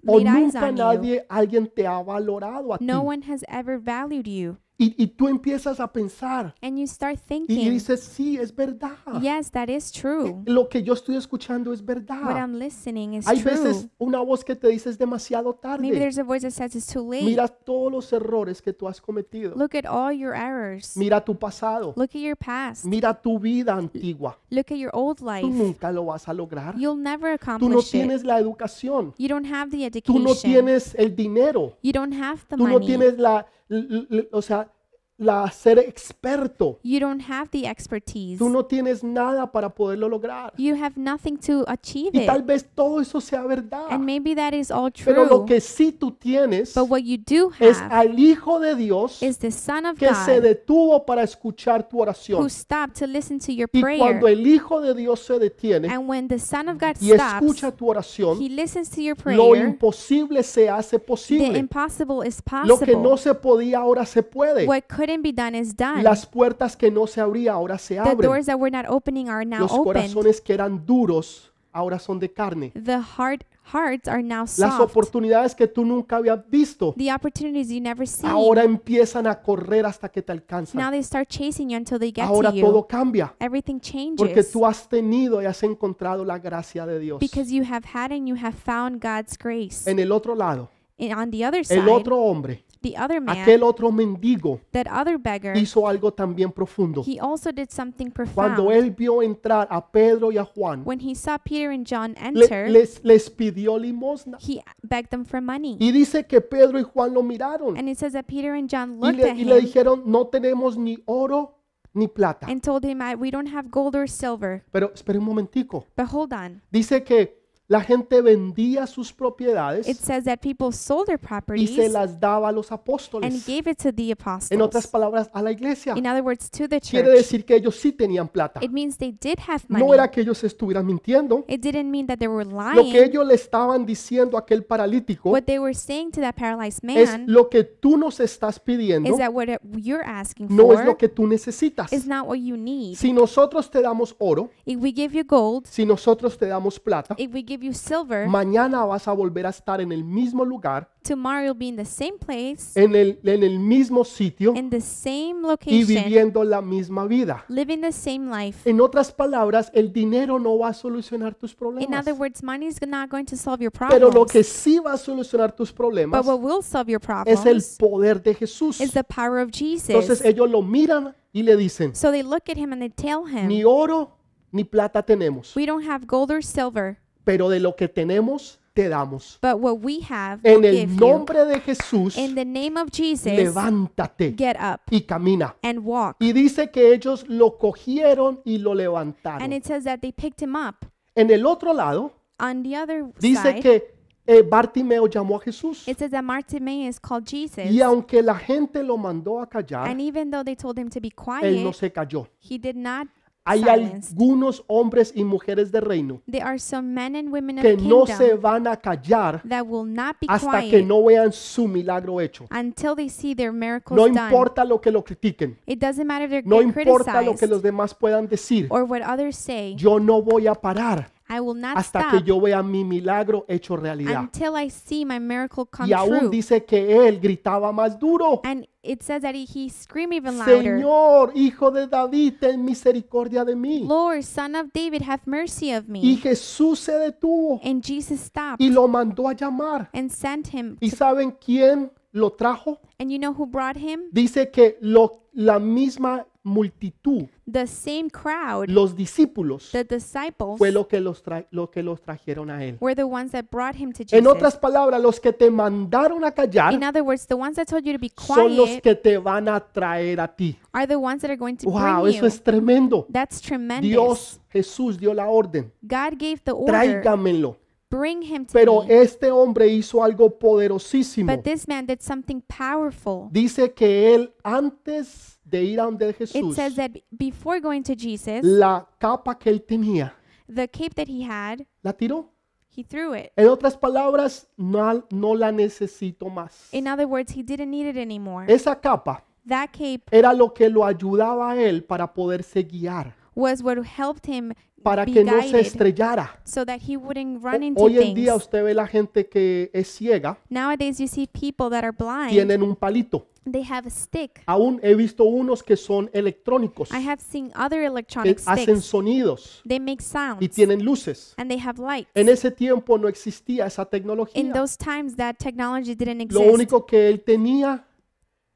[SPEAKER 1] O
[SPEAKER 2] laid eyes
[SPEAKER 1] nunca
[SPEAKER 2] on you.
[SPEAKER 1] nadie, alguien te ha valorado a ti.
[SPEAKER 2] No one has ever valued you.
[SPEAKER 1] Y, y tú empiezas a pensar
[SPEAKER 2] And you start
[SPEAKER 1] y "Ah,
[SPEAKER 2] thinking,
[SPEAKER 1] dices, sí, es verdad.
[SPEAKER 2] yes, that is true.
[SPEAKER 1] Lo que yo estoy escuchando es
[SPEAKER 2] What
[SPEAKER 1] verdad.
[SPEAKER 2] I'm listening is
[SPEAKER 1] Hay veces
[SPEAKER 2] true.
[SPEAKER 1] una voz que te dice es demasiado
[SPEAKER 2] Maybe
[SPEAKER 1] tarde.
[SPEAKER 2] there's a voice that says it's too late.
[SPEAKER 1] Mira todos los errores que tú has cometido.
[SPEAKER 2] Look at all your errors.
[SPEAKER 1] Mira tu pasado.
[SPEAKER 2] Look at your past.
[SPEAKER 1] Mira tu vida antigua.
[SPEAKER 2] Look at your old
[SPEAKER 1] Tú
[SPEAKER 2] life.
[SPEAKER 1] nunca lo vas a lograr.
[SPEAKER 2] You'll never
[SPEAKER 1] Tú no
[SPEAKER 2] accomplish it.
[SPEAKER 1] tienes la educación.
[SPEAKER 2] You don't have the
[SPEAKER 1] Tú no
[SPEAKER 2] education.
[SPEAKER 1] tienes el dinero.
[SPEAKER 2] You don't have the
[SPEAKER 1] Tú no
[SPEAKER 2] money.
[SPEAKER 1] tienes la, l- l- o sea, la ser experto.
[SPEAKER 2] You don't have the expertise.
[SPEAKER 1] Tú no tienes nada para poderlo lograr.
[SPEAKER 2] You have nothing to achieve
[SPEAKER 1] Y tal
[SPEAKER 2] it.
[SPEAKER 1] vez todo eso sea verdad.
[SPEAKER 2] And maybe that is all
[SPEAKER 1] Pero lo
[SPEAKER 2] true.
[SPEAKER 1] que sí tú tienes
[SPEAKER 2] But what you do
[SPEAKER 1] es
[SPEAKER 2] have
[SPEAKER 1] al Hijo de Dios
[SPEAKER 2] is the Son of
[SPEAKER 1] que se
[SPEAKER 2] God
[SPEAKER 1] detuvo para escuchar tu
[SPEAKER 2] who
[SPEAKER 1] oración.
[SPEAKER 2] stopped to listen to your
[SPEAKER 1] Y
[SPEAKER 2] prayer.
[SPEAKER 1] cuando el Hijo de Dios se detiene
[SPEAKER 2] And when the Son of God
[SPEAKER 1] y escucha
[SPEAKER 2] stops,
[SPEAKER 1] tu oración,
[SPEAKER 2] He listens to your
[SPEAKER 1] lo
[SPEAKER 2] prayer.
[SPEAKER 1] imposible se hace
[SPEAKER 2] The
[SPEAKER 1] posible.
[SPEAKER 2] impossible is
[SPEAKER 1] Lo que no
[SPEAKER 2] possible.
[SPEAKER 1] se podía ahora se puede.
[SPEAKER 2] What couldn't be done is done.
[SPEAKER 1] Las puertas que no se abrían ahora se
[SPEAKER 2] The
[SPEAKER 1] abren.
[SPEAKER 2] doors that were not opening are now
[SPEAKER 1] Los
[SPEAKER 2] opened.
[SPEAKER 1] corazones que eran duros ahora son de carne.
[SPEAKER 2] The hard hearts are now
[SPEAKER 1] Las
[SPEAKER 2] soft.
[SPEAKER 1] oportunidades que tú nunca habías visto
[SPEAKER 2] The opportunities you never see.
[SPEAKER 1] ahora empiezan a correr hasta que te
[SPEAKER 2] Now
[SPEAKER 1] alcanzan.
[SPEAKER 2] they start chasing you until they get
[SPEAKER 1] Ahora
[SPEAKER 2] to you.
[SPEAKER 1] todo cambia
[SPEAKER 2] Everything
[SPEAKER 1] porque
[SPEAKER 2] changes
[SPEAKER 1] tú has tenido y has encontrado la gracia de Dios.
[SPEAKER 2] because you have had and you have found God's grace.
[SPEAKER 1] En el otro lado,
[SPEAKER 2] And on the other
[SPEAKER 1] el
[SPEAKER 2] side,
[SPEAKER 1] otro hombre,
[SPEAKER 2] the other man,
[SPEAKER 1] aquel otro mendigo,
[SPEAKER 2] that other beggar,
[SPEAKER 1] hizo algo también profundo.
[SPEAKER 2] he also did something
[SPEAKER 1] Cuando
[SPEAKER 2] profound.
[SPEAKER 1] él vio entrar a Pedro y a Juan,
[SPEAKER 2] When he saw Peter and John
[SPEAKER 1] le-
[SPEAKER 2] enter,
[SPEAKER 1] les, les pidió limosna.
[SPEAKER 2] he begged them for money.
[SPEAKER 1] Y dice que Pedro y Juan lo miraron
[SPEAKER 2] And it says that Peter and John
[SPEAKER 1] y
[SPEAKER 2] looked
[SPEAKER 1] le,
[SPEAKER 2] at
[SPEAKER 1] y le
[SPEAKER 2] him
[SPEAKER 1] dijeron, no tenemos ni oro ni plata.
[SPEAKER 2] and told him, "I- We don't have gold or silver,
[SPEAKER 1] Pero espere un momentico.
[SPEAKER 2] but hold on.
[SPEAKER 1] Dice que la gente vendía sus
[SPEAKER 2] It
[SPEAKER 1] propiedades
[SPEAKER 2] says that people sold their
[SPEAKER 1] y se
[SPEAKER 2] properties
[SPEAKER 1] las daba a los
[SPEAKER 2] and
[SPEAKER 1] apóstoles.
[SPEAKER 2] gave it to the
[SPEAKER 1] En otras
[SPEAKER 2] apostles.
[SPEAKER 1] palabras, a la iglesia.
[SPEAKER 2] In other words, to the
[SPEAKER 1] Quiere
[SPEAKER 2] church.
[SPEAKER 1] decir que ellos sí tenían plata.
[SPEAKER 2] It means they did have
[SPEAKER 1] No era
[SPEAKER 2] money.
[SPEAKER 1] que ellos estuvieran mintiendo.
[SPEAKER 2] It didn't mean that they were
[SPEAKER 1] Lo que
[SPEAKER 2] lying.
[SPEAKER 1] ellos le estaban diciendo a aquel paralítico
[SPEAKER 2] What they were saying to that paralyzed
[SPEAKER 1] es
[SPEAKER 2] man
[SPEAKER 1] lo que tú nos estás pidiendo,
[SPEAKER 2] is that what it- you're asking
[SPEAKER 1] no es lo
[SPEAKER 2] for
[SPEAKER 1] que tú necesitas.
[SPEAKER 2] is not what you need.
[SPEAKER 1] Si nosotros te damos oro,
[SPEAKER 2] If we give you gold,
[SPEAKER 1] si nosotros te damos plata,
[SPEAKER 2] if we give you silver,
[SPEAKER 1] mañana vas a volver a estar en el mismo lugar,
[SPEAKER 2] tomorrow you'll be in the same place,
[SPEAKER 1] en el, en el mismo sitio
[SPEAKER 2] in the same
[SPEAKER 1] y
[SPEAKER 2] location,
[SPEAKER 1] viviendo la misma vida.
[SPEAKER 2] living the same life.
[SPEAKER 1] En otras palabras, el dinero no va a solucionar tus
[SPEAKER 2] In
[SPEAKER 1] problemas.
[SPEAKER 2] other words, money is not going to solve your
[SPEAKER 1] Pero lo que
[SPEAKER 2] problems.
[SPEAKER 1] sí va a solucionar tus problemas
[SPEAKER 2] But what will solve your
[SPEAKER 1] es el
[SPEAKER 2] problems
[SPEAKER 1] poder de Jesús.
[SPEAKER 2] is the power of
[SPEAKER 1] Entonces
[SPEAKER 2] Jesus.
[SPEAKER 1] ellos lo miran y le dicen,
[SPEAKER 2] So they look at him and they tell
[SPEAKER 1] ni
[SPEAKER 2] him,
[SPEAKER 1] oro ni plata tenemos,
[SPEAKER 2] We don't have gold or silver,
[SPEAKER 1] pero de lo que tenemos te damos.
[SPEAKER 2] but what we have, we'll
[SPEAKER 1] En el
[SPEAKER 2] give you.
[SPEAKER 1] nombre de Jesús,
[SPEAKER 2] In the name of Jesus,
[SPEAKER 1] levántate
[SPEAKER 2] get up
[SPEAKER 1] y camina.
[SPEAKER 2] and walk.
[SPEAKER 1] Y dice que ellos lo cogieron y lo
[SPEAKER 2] And
[SPEAKER 1] levantaron.
[SPEAKER 2] it says that they picked him up.
[SPEAKER 1] En el otro lado,
[SPEAKER 2] On the other
[SPEAKER 1] dice
[SPEAKER 2] side,
[SPEAKER 1] que eh, Bartimeo llamó a Jesús.
[SPEAKER 2] it says that Bartimaeus called Jesus.
[SPEAKER 1] Y aunque la gente lo mandó a callar,
[SPEAKER 2] And even though they told him to be
[SPEAKER 1] él no
[SPEAKER 2] quiet,
[SPEAKER 1] se cayó.
[SPEAKER 2] he did not
[SPEAKER 1] Hay
[SPEAKER 2] silence.
[SPEAKER 1] algunos hombres y mujeres de reino
[SPEAKER 2] There are some men and women of
[SPEAKER 1] que no se
[SPEAKER 2] kingdom
[SPEAKER 1] van a callar
[SPEAKER 2] that will not be
[SPEAKER 1] hasta que
[SPEAKER 2] quiet
[SPEAKER 1] no vean su milagro hecho.
[SPEAKER 2] until they see their miracles
[SPEAKER 1] No
[SPEAKER 2] done.
[SPEAKER 1] importa lo que lo critiquen.
[SPEAKER 2] It doesn't matter if they're
[SPEAKER 1] No
[SPEAKER 2] get
[SPEAKER 1] importa lo que
[SPEAKER 2] criticized
[SPEAKER 1] los demás puedan decir.
[SPEAKER 2] or what others say.
[SPEAKER 1] Yo no voy a parar
[SPEAKER 2] I will not
[SPEAKER 1] hasta que
[SPEAKER 2] Ah, stop
[SPEAKER 1] yo vea mi milagro hecho realidad.
[SPEAKER 2] until I see my miracle come
[SPEAKER 1] Y aún
[SPEAKER 2] true.
[SPEAKER 1] dice que él gritaba más duro.
[SPEAKER 2] And it says that he, he screamed even louder.
[SPEAKER 1] Señor, hijo de David, ten misericordia de mí.
[SPEAKER 2] Lord, son of David, have mercy of
[SPEAKER 1] Y
[SPEAKER 2] me.
[SPEAKER 1] Jesús se detuvo
[SPEAKER 2] And Jesus stopped
[SPEAKER 1] y lo mandó a llamar.
[SPEAKER 2] and sent him.
[SPEAKER 1] ¿Y saben quién lo trajo?
[SPEAKER 2] And you know who brought him?
[SPEAKER 1] Dice que lo- la misma multitud,
[SPEAKER 2] The same crowd,
[SPEAKER 1] los discípulos,
[SPEAKER 2] the disciples,
[SPEAKER 1] fue lo que los, tra- lo que los trajeron a él.
[SPEAKER 2] were the ones that brought him to
[SPEAKER 1] En
[SPEAKER 2] Jesus.
[SPEAKER 1] otras palabras, los que te mandaron a
[SPEAKER 2] In
[SPEAKER 1] callar
[SPEAKER 2] other words, the ones that told you to be
[SPEAKER 1] son los
[SPEAKER 2] quiet
[SPEAKER 1] que te van a traer a ti.
[SPEAKER 2] are the ones that are going to
[SPEAKER 1] Wow,
[SPEAKER 2] bring
[SPEAKER 1] eso
[SPEAKER 2] you.
[SPEAKER 1] es tremendo.
[SPEAKER 2] That's tremendous.
[SPEAKER 1] Dios, Jesús dio la orden.
[SPEAKER 2] God gave the order.
[SPEAKER 1] Tráigamelo.
[SPEAKER 2] Bring him to
[SPEAKER 1] Pero
[SPEAKER 2] me.
[SPEAKER 1] este hombre hizo algo poderosísimo.
[SPEAKER 2] But this man did something powerful.
[SPEAKER 1] Dice que él antes de ir a donde
[SPEAKER 2] It
[SPEAKER 1] Jesús,
[SPEAKER 2] says that before going to Jesus,
[SPEAKER 1] la capa que él tenía
[SPEAKER 2] the cape that he had,
[SPEAKER 1] La tiró.
[SPEAKER 2] he threw it.
[SPEAKER 1] En otras palabras, no, no la necesito más.
[SPEAKER 2] In other words, he didn't need it anymore.
[SPEAKER 1] Esa capa
[SPEAKER 2] That cape
[SPEAKER 1] era lo que lo ayudaba a él para poderse guiar,
[SPEAKER 2] was what helped him
[SPEAKER 1] para
[SPEAKER 2] be
[SPEAKER 1] que no se
[SPEAKER 2] guided
[SPEAKER 1] estrellara.
[SPEAKER 2] so that he wouldn't run into
[SPEAKER 1] Hoy en día
[SPEAKER 2] things.
[SPEAKER 1] usted ve la gente que es ciega,
[SPEAKER 2] Nowadays, you see people that are blind,
[SPEAKER 1] tienen un palito.
[SPEAKER 2] they have a stick.
[SPEAKER 1] Aún he visto unos que son electrónicos,
[SPEAKER 2] I have seen other
[SPEAKER 1] que
[SPEAKER 2] electronic
[SPEAKER 1] hacen
[SPEAKER 2] sticks.
[SPEAKER 1] sonidos
[SPEAKER 2] They
[SPEAKER 1] y
[SPEAKER 2] make sounds
[SPEAKER 1] tienen luces.
[SPEAKER 2] and they have lights.
[SPEAKER 1] En ese tiempo no existía esa
[SPEAKER 2] In
[SPEAKER 1] tecnología.
[SPEAKER 2] those times, that technology didn't
[SPEAKER 1] Lo
[SPEAKER 2] exist.
[SPEAKER 1] único que él tenía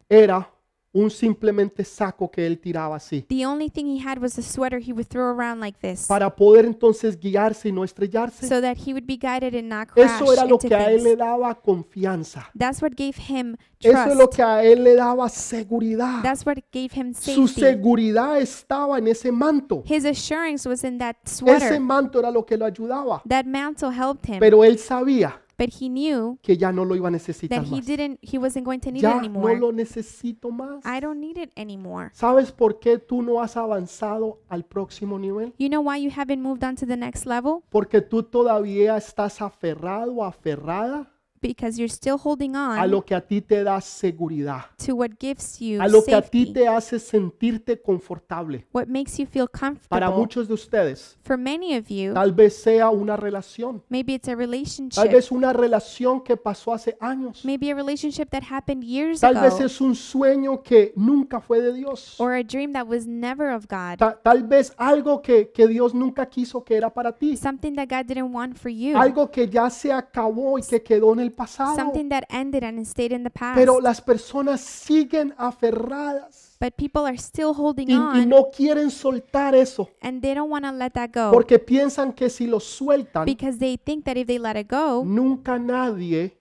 [SPEAKER 1] era un simplemente saco que él tiraba así.
[SPEAKER 2] The only thing he had was a sweater he would throw around like this
[SPEAKER 1] para poder entonces guiarse y no estrellarse.
[SPEAKER 2] so that he would be guided and not crash
[SPEAKER 1] Eso era lo
[SPEAKER 2] into
[SPEAKER 1] que a él le
[SPEAKER 2] things.
[SPEAKER 1] daba confianza.
[SPEAKER 2] That's what gave him
[SPEAKER 1] Eso es lo
[SPEAKER 2] trust.
[SPEAKER 1] que a él le daba seguridad.
[SPEAKER 2] That's what gave him
[SPEAKER 1] Su
[SPEAKER 2] safety.
[SPEAKER 1] seguridad estaba en ese manto.
[SPEAKER 2] His assurance was in that
[SPEAKER 1] Ese
[SPEAKER 2] sweater.
[SPEAKER 1] manto era lo que lo ayudaba.
[SPEAKER 2] That mantle helped him,
[SPEAKER 1] Pero él sabía
[SPEAKER 2] but he knew
[SPEAKER 1] que ya no lo iba a necesitar
[SPEAKER 2] that he
[SPEAKER 1] más.
[SPEAKER 2] didn't he wasn't going to need it
[SPEAKER 1] Ya no
[SPEAKER 2] anymore.
[SPEAKER 1] lo necesito más.
[SPEAKER 2] I don't need it anymore.
[SPEAKER 1] ¿Sabes por qué tú no has avanzado al próximo nivel?
[SPEAKER 2] You know why you haven't moved on to the next level?
[SPEAKER 1] Porque tú todavía estás aferrado, aferrada
[SPEAKER 2] Because you're still holding
[SPEAKER 1] a
[SPEAKER 2] on
[SPEAKER 1] lo que a ti te da seguridad.
[SPEAKER 2] to what gives you
[SPEAKER 1] a lo que a ti
[SPEAKER 2] safety,
[SPEAKER 1] te hace sentirte confortable.
[SPEAKER 2] what makes you feel
[SPEAKER 1] Para
[SPEAKER 2] comfortable.
[SPEAKER 1] muchos de ustedes,
[SPEAKER 2] For many of you,
[SPEAKER 1] tal vez sea una relación,
[SPEAKER 2] maybe it's a
[SPEAKER 1] tal
[SPEAKER 2] relationship,
[SPEAKER 1] vez una relación que pasó hace años,
[SPEAKER 2] maybe a relationship that happened years
[SPEAKER 1] tal vez
[SPEAKER 2] ago,
[SPEAKER 1] es un sueño que nunca fue de Dios,
[SPEAKER 2] or a dream that was never of God,
[SPEAKER 1] ta- tal vez algo que, que Dios nunca quiso que era para ti,
[SPEAKER 2] something that God didn't want for you,
[SPEAKER 1] algo que ya se acabó y que quedó en el pasado,
[SPEAKER 2] something that ended and it stayed in the past.
[SPEAKER 1] pero las personas siguen aferradas
[SPEAKER 2] But people are still holding
[SPEAKER 1] y, y
[SPEAKER 2] on
[SPEAKER 1] no quieren soltar eso
[SPEAKER 2] and they don't want to let that go
[SPEAKER 1] porque piensan que si lo sueltan,
[SPEAKER 2] because they think that if they let it go,
[SPEAKER 1] nunca nadie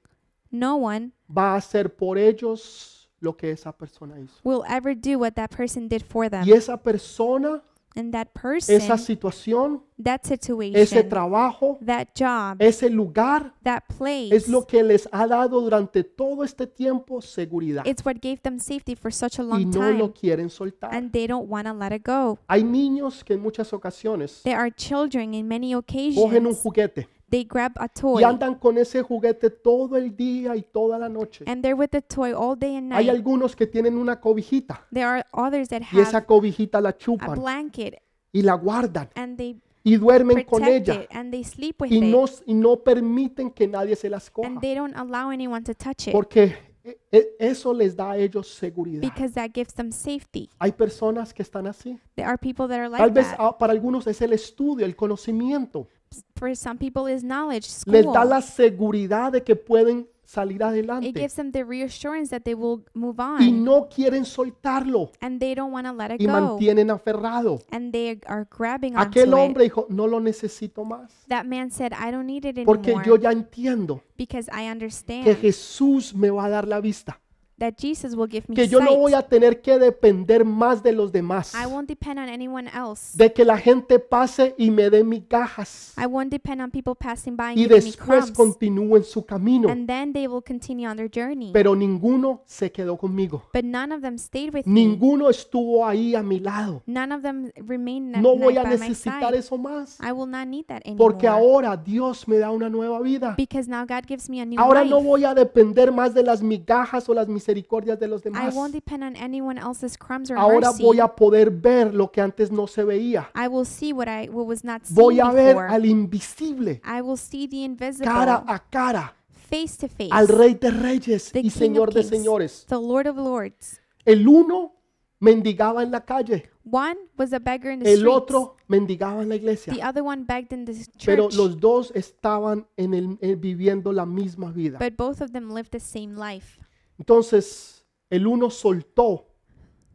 [SPEAKER 2] no one
[SPEAKER 1] va a hacer por ellos lo que esa persona hizo.
[SPEAKER 2] will ever do what that person did for them.
[SPEAKER 1] Y esa persona,
[SPEAKER 2] And that person,
[SPEAKER 1] esa situación,
[SPEAKER 2] that
[SPEAKER 1] ese
[SPEAKER 2] situation,
[SPEAKER 1] trabajo,
[SPEAKER 2] that job,
[SPEAKER 1] ese lugar,
[SPEAKER 2] that place,
[SPEAKER 1] es lo que les ha dado durante todo este tiempo seguridad.
[SPEAKER 2] it's what gave them safety for such a
[SPEAKER 1] Y
[SPEAKER 2] long
[SPEAKER 1] no lo
[SPEAKER 2] time.
[SPEAKER 1] quieren soltar.
[SPEAKER 2] And they don't want to let it go.
[SPEAKER 1] Hay niños que en muchas ocasiones
[SPEAKER 2] There are children in many
[SPEAKER 1] cogen un
[SPEAKER 2] occasions,
[SPEAKER 1] juguete
[SPEAKER 2] they grab a
[SPEAKER 1] y
[SPEAKER 2] toy
[SPEAKER 1] andan con ese juguete todo el día y toda la noche.
[SPEAKER 2] and they're with the toy all day and
[SPEAKER 1] Hay
[SPEAKER 2] night.
[SPEAKER 1] algunos que tienen una cobijita
[SPEAKER 2] There are others that
[SPEAKER 1] y esa
[SPEAKER 2] have
[SPEAKER 1] cobijita la
[SPEAKER 2] a
[SPEAKER 1] chupan
[SPEAKER 2] blanket
[SPEAKER 1] y la guardan
[SPEAKER 2] and they
[SPEAKER 1] y duermen con
[SPEAKER 2] protect
[SPEAKER 1] ella.
[SPEAKER 2] it and they sleep with
[SPEAKER 1] y no,
[SPEAKER 2] it
[SPEAKER 1] s- y no permiten que nadie se las coja
[SPEAKER 2] and they don't allow anyone to touch it
[SPEAKER 1] porque e- e- eso les da a ellos seguridad.
[SPEAKER 2] because that gives them safety.
[SPEAKER 1] Hay personas que están así.
[SPEAKER 2] There are people that are
[SPEAKER 1] Tal
[SPEAKER 2] like
[SPEAKER 1] vez
[SPEAKER 2] that.
[SPEAKER 1] ah, para algunos es el estudio, el conocimiento.
[SPEAKER 2] For some people, is knowledge,
[SPEAKER 1] Les da
[SPEAKER 2] school.
[SPEAKER 1] la seguridad de que pueden salir
[SPEAKER 2] It
[SPEAKER 1] adelante
[SPEAKER 2] gives them the reassurance that they will move
[SPEAKER 1] y
[SPEAKER 2] on
[SPEAKER 1] no quieren soltarlo
[SPEAKER 2] and they don't want to let it
[SPEAKER 1] y
[SPEAKER 2] go
[SPEAKER 1] mantienen aferrado.
[SPEAKER 2] and they are grabbing onto
[SPEAKER 1] Aquel
[SPEAKER 2] it.
[SPEAKER 1] hombre dijo, no lo necesito más
[SPEAKER 2] That man said, I don't need it
[SPEAKER 1] porque yo
[SPEAKER 2] anymore
[SPEAKER 1] ya entiendo
[SPEAKER 2] because I
[SPEAKER 1] que
[SPEAKER 2] understand
[SPEAKER 1] Jesús me va a dar la vista,
[SPEAKER 2] that Jesus will give me
[SPEAKER 1] que yo no voy
[SPEAKER 2] sight.
[SPEAKER 1] a tener que depender más de los demás.
[SPEAKER 2] I won't depend on anyone else.
[SPEAKER 1] de que la gente pase y me dé mis cajas
[SPEAKER 2] I won't depend on people passing by and
[SPEAKER 1] y
[SPEAKER 2] giving me
[SPEAKER 1] después
[SPEAKER 2] crumbs.
[SPEAKER 1] continúen su camino.
[SPEAKER 2] And then they will continue on their journey.
[SPEAKER 1] Pero ninguno se quedó conmigo.
[SPEAKER 2] But none of them stayed with me.
[SPEAKER 1] Ninguno estuvo ahí a mi lado.
[SPEAKER 2] None of them remained na-
[SPEAKER 1] No
[SPEAKER 2] na-
[SPEAKER 1] voy a
[SPEAKER 2] by my
[SPEAKER 1] necesitar
[SPEAKER 2] side.
[SPEAKER 1] eso más.
[SPEAKER 2] I will not need that
[SPEAKER 1] Porque
[SPEAKER 2] anymore.
[SPEAKER 1] ahora Dios me da una nueva vida.
[SPEAKER 2] Because now God gives me a new
[SPEAKER 1] Ahora no
[SPEAKER 2] life.
[SPEAKER 1] voy a depender más de las migajas o las misericordias de los
[SPEAKER 2] I
[SPEAKER 1] demás.
[SPEAKER 2] won't depend on anyone else's crumbs or
[SPEAKER 1] Ahora
[SPEAKER 2] mercy.
[SPEAKER 1] voy a poder ver lo que antes no se veía.
[SPEAKER 2] I will see what I what was not seen
[SPEAKER 1] Voy a ver
[SPEAKER 2] before.
[SPEAKER 1] al invisible,
[SPEAKER 2] I will see the
[SPEAKER 1] cara
[SPEAKER 2] invisible
[SPEAKER 1] a cara,
[SPEAKER 2] face to face.
[SPEAKER 1] al Rey de Reyes
[SPEAKER 2] The
[SPEAKER 1] y
[SPEAKER 2] King
[SPEAKER 1] Señor
[SPEAKER 2] of
[SPEAKER 1] de
[SPEAKER 2] Kings,
[SPEAKER 1] Señores.
[SPEAKER 2] The Lord of Lords.
[SPEAKER 1] El uno mendigaba en la calle,
[SPEAKER 2] One was a beggar in the
[SPEAKER 1] el
[SPEAKER 2] streets.
[SPEAKER 1] otro mendigaba en la
[SPEAKER 2] The
[SPEAKER 1] iglesia,
[SPEAKER 2] other one begged in the s-
[SPEAKER 1] pero
[SPEAKER 2] church.
[SPEAKER 1] los dos estaban en el- eh, viviendo la misma vida.
[SPEAKER 2] But both of them lived the same life.
[SPEAKER 1] Entonces, el uno soltó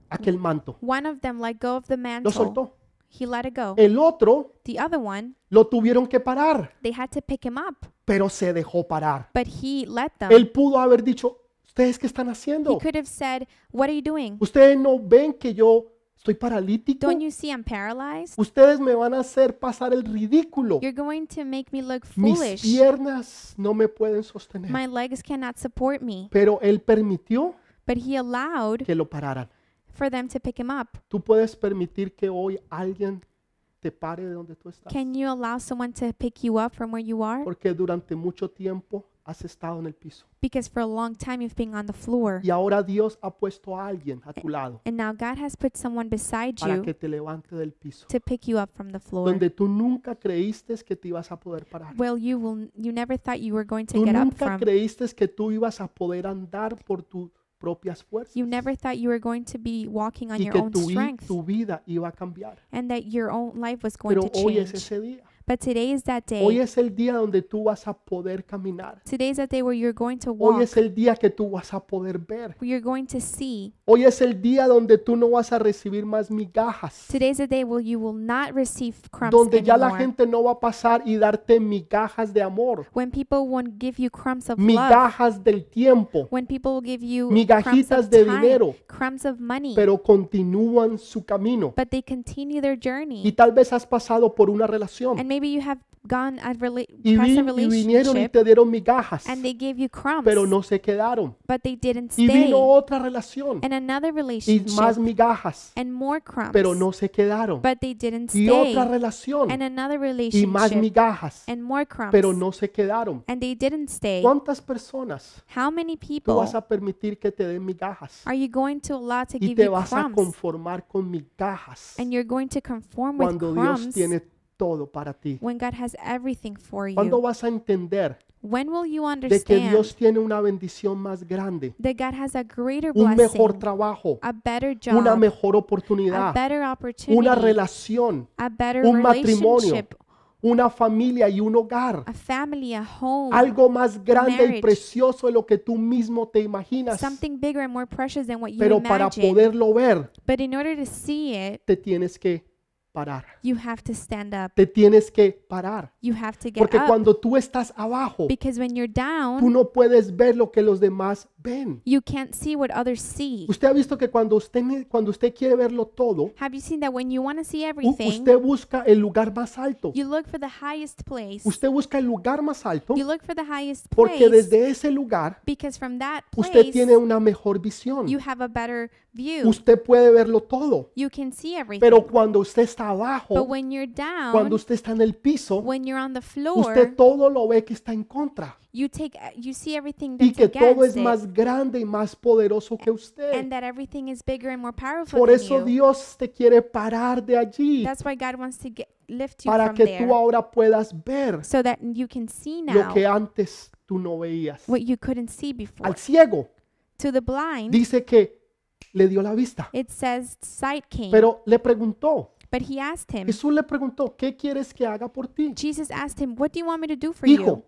[SPEAKER 1] aquel manto,
[SPEAKER 2] One of them let go of the
[SPEAKER 1] lo
[SPEAKER 2] mantle.
[SPEAKER 1] soltó.
[SPEAKER 2] He let it go.
[SPEAKER 1] El otro
[SPEAKER 2] The other one,
[SPEAKER 1] lo tuvieron que parar,
[SPEAKER 2] they had to pick him up,
[SPEAKER 1] pero se dejó parar.
[SPEAKER 2] but he let them.
[SPEAKER 1] Él pudo haber dicho, ¿ustedes qué están
[SPEAKER 2] Ah. He
[SPEAKER 1] haciendo?
[SPEAKER 2] could have said, "What are you doing?
[SPEAKER 1] ¿Ustedes no ven que yo estoy paralítico?
[SPEAKER 2] Don't you see I'm paralyzed?
[SPEAKER 1] Ustedes me van a hacer pasar el ridículo.
[SPEAKER 2] You're going to make me look
[SPEAKER 1] Mis
[SPEAKER 2] foolish.
[SPEAKER 1] piernas no me pueden sostener.
[SPEAKER 2] My legs cannot support me."
[SPEAKER 1] pero él permitió
[SPEAKER 2] But he allowed
[SPEAKER 1] que lo pararan.
[SPEAKER 2] for them to pick him up.
[SPEAKER 1] Tú puedes permitir que hoy alguien te pare de donde tú estás.
[SPEAKER 2] Can you allow someone to pick you up from where you are?
[SPEAKER 1] Porque durante mucho tiempo has estado en el piso.
[SPEAKER 2] Because for a long time you've been on the floor.
[SPEAKER 1] Y ahora Dios ha puesto a alguien a tu lado
[SPEAKER 2] And now God has put someone beside
[SPEAKER 1] para
[SPEAKER 2] you
[SPEAKER 1] que te levante del piso.
[SPEAKER 2] to pick you up from the floor.
[SPEAKER 1] Donde tú nunca creíste que te ibas a poder parar.
[SPEAKER 2] Well, you will you never thought you were going to
[SPEAKER 1] Tú
[SPEAKER 2] get up
[SPEAKER 1] nunca
[SPEAKER 2] from.
[SPEAKER 1] creíste que tú ibas a poder andar por tus propias fuerzas.
[SPEAKER 2] You never thought you were going to be walking on
[SPEAKER 1] Y
[SPEAKER 2] your
[SPEAKER 1] que
[SPEAKER 2] own
[SPEAKER 1] tu, vi-
[SPEAKER 2] strength
[SPEAKER 1] tu vida iba a cambiar.
[SPEAKER 2] and that your own life was going
[SPEAKER 1] Pero
[SPEAKER 2] to
[SPEAKER 1] hoy es
[SPEAKER 2] change.
[SPEAKER 1] ese día.
[SPEAKER 2] But today is that
[SPEAKER 1] Hoy
[SPEAKER 2] day.
[SPEAKER 1] es el día donde tú vas a poder caminar.
[SPEAKER 2] Today is that day where you're going to
[SPEAKER 1] Hoy
[SPEAKER 2] walk,
[SPEAKER 1] es el día que tú vas a poder ver.
[SPEAKER 2] where you're going to see.
[SPEAKER 1] Hoy es el día donde tú no vas a recibir más migajas.
[SPEAKER 2] Today's the day where you will not receive crumbs
[SPEAKER 1] Donde ya la
[SPEAKER 2] anymore.
[SPEAKER 1] gente no va a pasar y darte migajas de amor,
[SPEAKER 2] when people won't give you crumbs of love,
[SPEAKER 1] migajas del tiempo,
[SPEAKER 2] when people will give you crumbs
[SPEAKER 1] migajitas
[SPEAKER 2] of
[SPEAKER 1] de
[SPEAKER 2] time,
[SPEAKER 1] dinero,
[SPEAKER 2] crumbs of money,
[SPEAKER 1] pero continúan su camino.
[SPEAKER 2] but they continue their journey.
[SPEAKER 1] Y tal vez has pasado por una relación
[SPEAKER 2] and maybe you have gone at rela-
[SPEAKER 1] y,
[SPEAKER 2] past
[SPEAKER 1] vi-
[SPEAKER 2] a
[SPEAKER 1] y vinieron y
[SPEAKER 2] relationship
[SPEAKER 1] te dieron migajas,
[SPEAKER 2] and they gave you crumbs,
[SPEAKER 1] pero no se quedaron.
[SPEAKER 2] but they didn't
[SPEAKER 1] Y
[SPEAKER 2] stay.
[SPEAKER 1] vino otra relación
[SPEAKER 2] And another
[SPEAKER 1] y
[SPEAKER 2] relationship
[SPEAKER 1] más migajas,
[SPEAKER 2] and more crumbs,
[SPEAKER 1] pero no se quedaron.
[SPEAKER 2] but they didn't
[SPEAKER 1] Y
[SPEAKER 2] stay.
[SPEAKER 1] otra relación
[SPEAKER 2] And another
[SPEAKER 1] y más
[SPEAKER 2] relationship
[SPEAKER 1] migajas,
[SPEAKER 2] and more crumbs,
[SPEAKER 1] pero no se quedaron.
[SPEAKER 2] and they didn't stay.
[SPEAKER 1] ¿Cuántas personas
[SPEAKER 2] How many
[SPEAKER 1] tú
[SPEAKER 2] people
[SPEAKER 1] vas a permitir que te den migajas
[SPEAKER 2] are you going to allow to
[SPEAKER 1] y
[SPEAKER 2] give
[SPEAKER 1] te
[SPEAKER 2] you
[SPEAKER 1] vas a
[SPEAKER 2] crumbs?
[SPEAKER 1] conformar con migajas
[SPEAKER 2] And you're going to conform with
[SPEAKER 1] cuando Dios
[SPEAKER 2] crumbs
[SPEAKER 1] tiene todo para ti?
[SPEAKER 2] when God has everything for
[SPEAKER 1] ¿Cuándo
[SPEAKER 2] you.
[SPEAKER 1] vas a entender
[SPEAKER 2] When will you
[SPEAKER 1] de que
[SPEAKER 2] understand
[SPEAKER 1] Dios tiene una bendición más grande,
[SPEAKER 2] that God has a greater
[SPEAKER 1] un mejor
[SPEAKER 2] blessing,
[SPEAKER 1] trabajo,
[SPEAKER 2] a better job,
[SPEAKER 1] una mejor
[SPEAKER 2] a
[SPEAKER 1] oportunidad,
[SPEAKER 2] better
[SPEAKER 1] una
[SPEAKER 2] opportunity,
[SPEAKER 1] relación,
[SPEAKER 2] a better
[SPEAKER 1] un matrimonio,
[SPEAKER 2] relationship,
[SPEAKER 1] una familia y un hogar?
[SPEAKER 2] a family, a home,
[SPEAKER 1] Algo más grande y
[SPEAKER 2] marriage.
[SPEAKER 1] precioso de lo que tú mismo te imaginas.
[SPEAKER 2] something bigger and more precious than what you
[SPEAKER 1] Pero para
[SPEAKER 2] imagine?
[SPEAKER 1] poderlo ver,
[SPEAKER 2] But in order to see it,
[SPEAKER 1] te tienes que parar.
[SPEAKER 2] you have to stand up.
[SPEAKER 1] Te tienes que parar.
[SPEAKER 2] You have to get
[SPEAKER 1] Porque
[SPEAKER 2] up.
[SPEAKER 1] cuando tú estás abajo,
[SPEAKER 2] Because when you're
[SPEAKER 1] tú
[SPEAKER 2] down,
[SPEAKER 1] no puedes ver lo que los demás ven.
[SPEAKER 2] you can't see what others see.
[SPEAKER 1] Usted ha visto que cuando usted, ne- cuando usted quiere verlo todo,
[SPEAKER 2] Have you seen that when you want to see
[SPEAKER 1] u-
[SPEAKER 2] everything,
[SPEAKER 1] usted busca el lugar más alto.
[SPEAKER 2] you look for the highest place?
[SPEAKER 1] Usted busca el lugar más alto
[SPEAKER 2] You look for the highest
[SPEAKER 1] porque
[SPEAKER 2] place
[SPEAKER 1] desde ese lugar
[SPEAKER 2] because from that
[SPEAKER 1] usted
[SPEAKER 2] place
[SPEAKER 1] tiene una mejor visión.
[SPEAKER 2] you have a better view.
[SPEAKER 1] Usted puede verlo todo.
[SPEAKER 2] You can see everything.
[SPEAKER 1] Pero cuando usted está
[SPEAKER 2] But
[SPEAKER 1] abajo,
[SPEAKER 2] when you're down,
[SPEAKER 1] cuando usted está en el piso,
[SPEAKER 2] when you're on the
[SPEAKER 1] usted
[SPEAKER 2] floor,
[SPEAKER 1] todo lo ve que está en contra
[SPEAKER 2] you take uh, you see everything
[SPEAKER 1] y
[SPEAKER 2] that's
[SPEAKER 1] que todo es
[SPEAKER 2] against it
[SPEAKER 1] más grande y más poderoso que usted.
[SPEAKER 2] and that everything is bigger and more powerful
[SPEAKER 1] Por eso
[SPEAKER 2] than you.
[SPEAKER 1] Dios te quiere parar de allí
[SPEAKER 2] That's why God wants to get, lift you
[SPEAKER 1] para
[SPEAKER 2] from
[SPEAKER 1] que tú
[SPEAKER 2] there
[SPEAKER 1] ahora puedas ver
[SPEAKER 2] so that you can see
[SPEAKER 1] lo
[SPEAKER 2] now
[SPEAKER 1] que antes tú no veías.
[SPEAKER 2] what you couldn't see before.
[SPEAKER 1] Al ciego
[SPEAKER 2] To the blind,
[SPEAKER 1] dice que le dio la vista,
[SPEAKER 2] it says sight came,
[SPEAKER 1] pero le preguntó,
[SPEAKER 2] but he asked him.
[SPEAKER 1] Jesús le preguntó, ¿qué quieres que haga por ti?
[SPEAKER 2] Jesus asked him, "What do you want me to do for you?"
[SPEAKER 1] Hijo,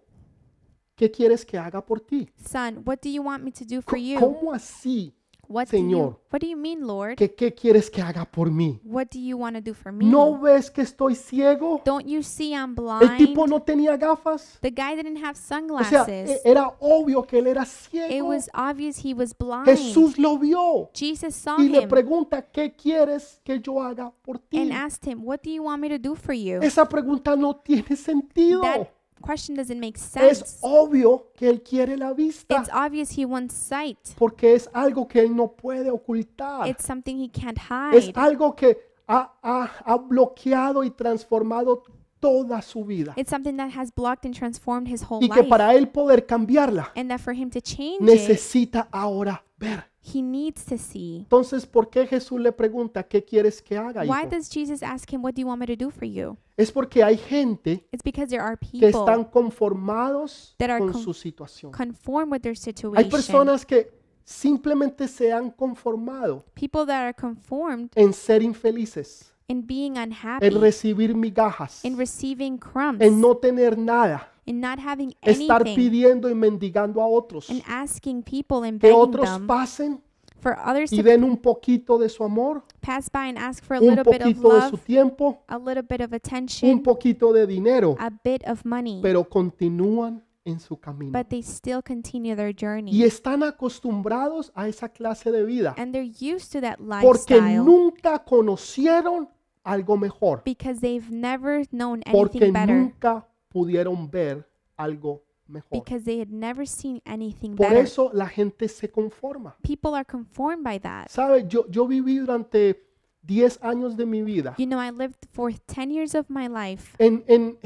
[SPEAKER 1] ¿qué quieres que haga por ti?
[SPEAKER 2] Son, what do you want me to do for
[SPEAKER 1] Co-
[SPEAKER 2] you?
[SPEAKER 1] ¿Cómo así?
[SPEAKER 2] What do
[SPEAKER 1] Señor.
[SPEAKER 2] you, what do you mean, Lord?
[SPEAKER 1] ¿Qué, qué quieres que haga por mí?
[SPEAKER 2] What do you want to do for me?
[SPEAKER 1] ¿No ves que estoy ciego?
[SPEAKER 2] Don't you see I'm
[SPEAKER 1] El
[SPEAKER 2] blind?
[SPEAKER 1] tipo no tenía gafas.
[SPEAKER 2] the guy didn't have
[SPEAKER 1] O sea, e-
[SPEAKER 2] sunglasses.
[SPEAKER 1] era obvio que él era
[SPEAKER 2] it
[SPEAKER 1] ciego.
[SPEAKER 2] was obvious he was blind.
[SPEAKER 1] Jesús lo vio
[SPEAKER 2] Jesus saw
[SPEAKER 1] y le
[SPEAKER 2] him
[SPEAKER 1] pregunta, ¿qué quieres que yo haga por ti?
[SPEAKER 2] and asked him, "What do you want me to do for you?"
[SPEAKER 1] Esa pregunta no tiene sentido.
[SPEAKER 2] That question doesn't make
[SPEAKER 1] Es
[SPEAKER 2] sense.
[SPEAKER 1] obvio que él quiere la vista
[SPEAKER 2] It's obvious he wants sight.
[SPEAKER 1] porque es algo que él no puede ocultar.
[SPEAKER 2] It's something he can't
[SPEAKER 1] Ah. Es
[SPEAKER 2] hide.
[SPEAKER 1] algo que ha, ha- ha bloqueado y transformado toda su vida.
[SPEAKER 2] It's something that has blocked and transformed his whole
[SPEAKER 1] Y que
[SPEAKER 2] life.
[SPEAKER 1] para él poder cambiarla,
[SPEAKER 2] and that for him to change it,
[SPEAKER 1] necesita ahora ver.
[SPEAKER 2] he needs to see.
[SPEAKER 1] Entonces, ¿por qué Jesús le pregunta, ¿qué quieres que haga?
[SPEAKER 2] Why
[SPEAKER 1] Hijo?
[SPEAKER 2] does Jesus ask him, What do you want me to do for you?
[SPEAKER 1] Es porque hay gente
[SPEAKER 2] It's because there are
[SPEAKER 1] que están
[SPEAKER 2] people
[SPEAKER 1] conformados
[SPEAKER 2] that are
[SPEAKER 1] con
[SPEAKER 2] con-
[SPEAKER 1] su situación.
[SPEAKER 2] conform with their
[SPEAKER 1] Hay
[SPEAKER 2] situation.
[SPEAKER 1] personas que simplemente se han conformado
[SPEAKER 2] People that are conformed
[SPEAKER 1] en ser infelices,
[SPEAKER 2] in being
[SPEAKER 1] en
[SPEAKER 2] unhappy,
[SPEAKER 1] recibir migajas,
[SPEAKER 2] in receiving crumbs,
[SPEAKER 1] en no tener nada,
[SPEAKER 2] in not having
[SPEAKER 1] estar
[SPEAKER 2] anything,
[SPEAKER 1] pidiendo y mendigando a otros,
[SPEAKER 2] and asking people and
[SPEAKER 1] que
[SPEAKER 2] begging
[SPEAKER 1] otros
[SPEAKER 2] them
[SPEAKER 1] pasen
[SPEAKER 2] for others
[SPEAKER 1] y
[SPEAKER 2] to
[SPEAKER 1] den un poquito de su amor,
[SPEAKER 2] pass by and ask for a
[SPEAKER 1] un
[SPEAKER 2] little bit of
[SPEAKER 1] poquito de su
[SPEAKER 2] love,
[SPEAKER 1] tiempo,
[SPEAKER 2] a little bit of
[SPEAKER 1] un
[SPEAKER 2] attention,
[SPEAKER 1] poquito de dinero,
[SPEAKER 2] a bit of money,
[SPEAKER 1] pero continúan en su camino.
[SPEAKER 2] but they still continue their
[SPEAKER 1] y
[SPEAKER 2] journey.
[SPEAKER 1] están acostumbrados a esa clase de vida
[SPEAKER 2] And they're used to that
[SPEAKER 1] porque
[SPEAKER 2] lifestyle.
[SPEAKER 1] nunca conocieron algo mejor,
[SPEAKER 2] because they've never known
[SPEAKER 1] porque
[SPEAKER 2] anything better
[SPEAKER 1] nunca pudieron ver algo mejor.
[SPEAKER 2] because they had never seen anything
[SPEAKER 1] Por
[SPEAKER 2] better.
[SPEAKER 1] eso la gente se conforma.
[SPEAKER 2] People are conformed by that.
[SPEAKER 1] ¿Sabe? Yo, yo viví durante 10 años de mi vida
[SPEAKER 2] You know, I lived for 10 years of my life
[SPEAKER 1] en, en,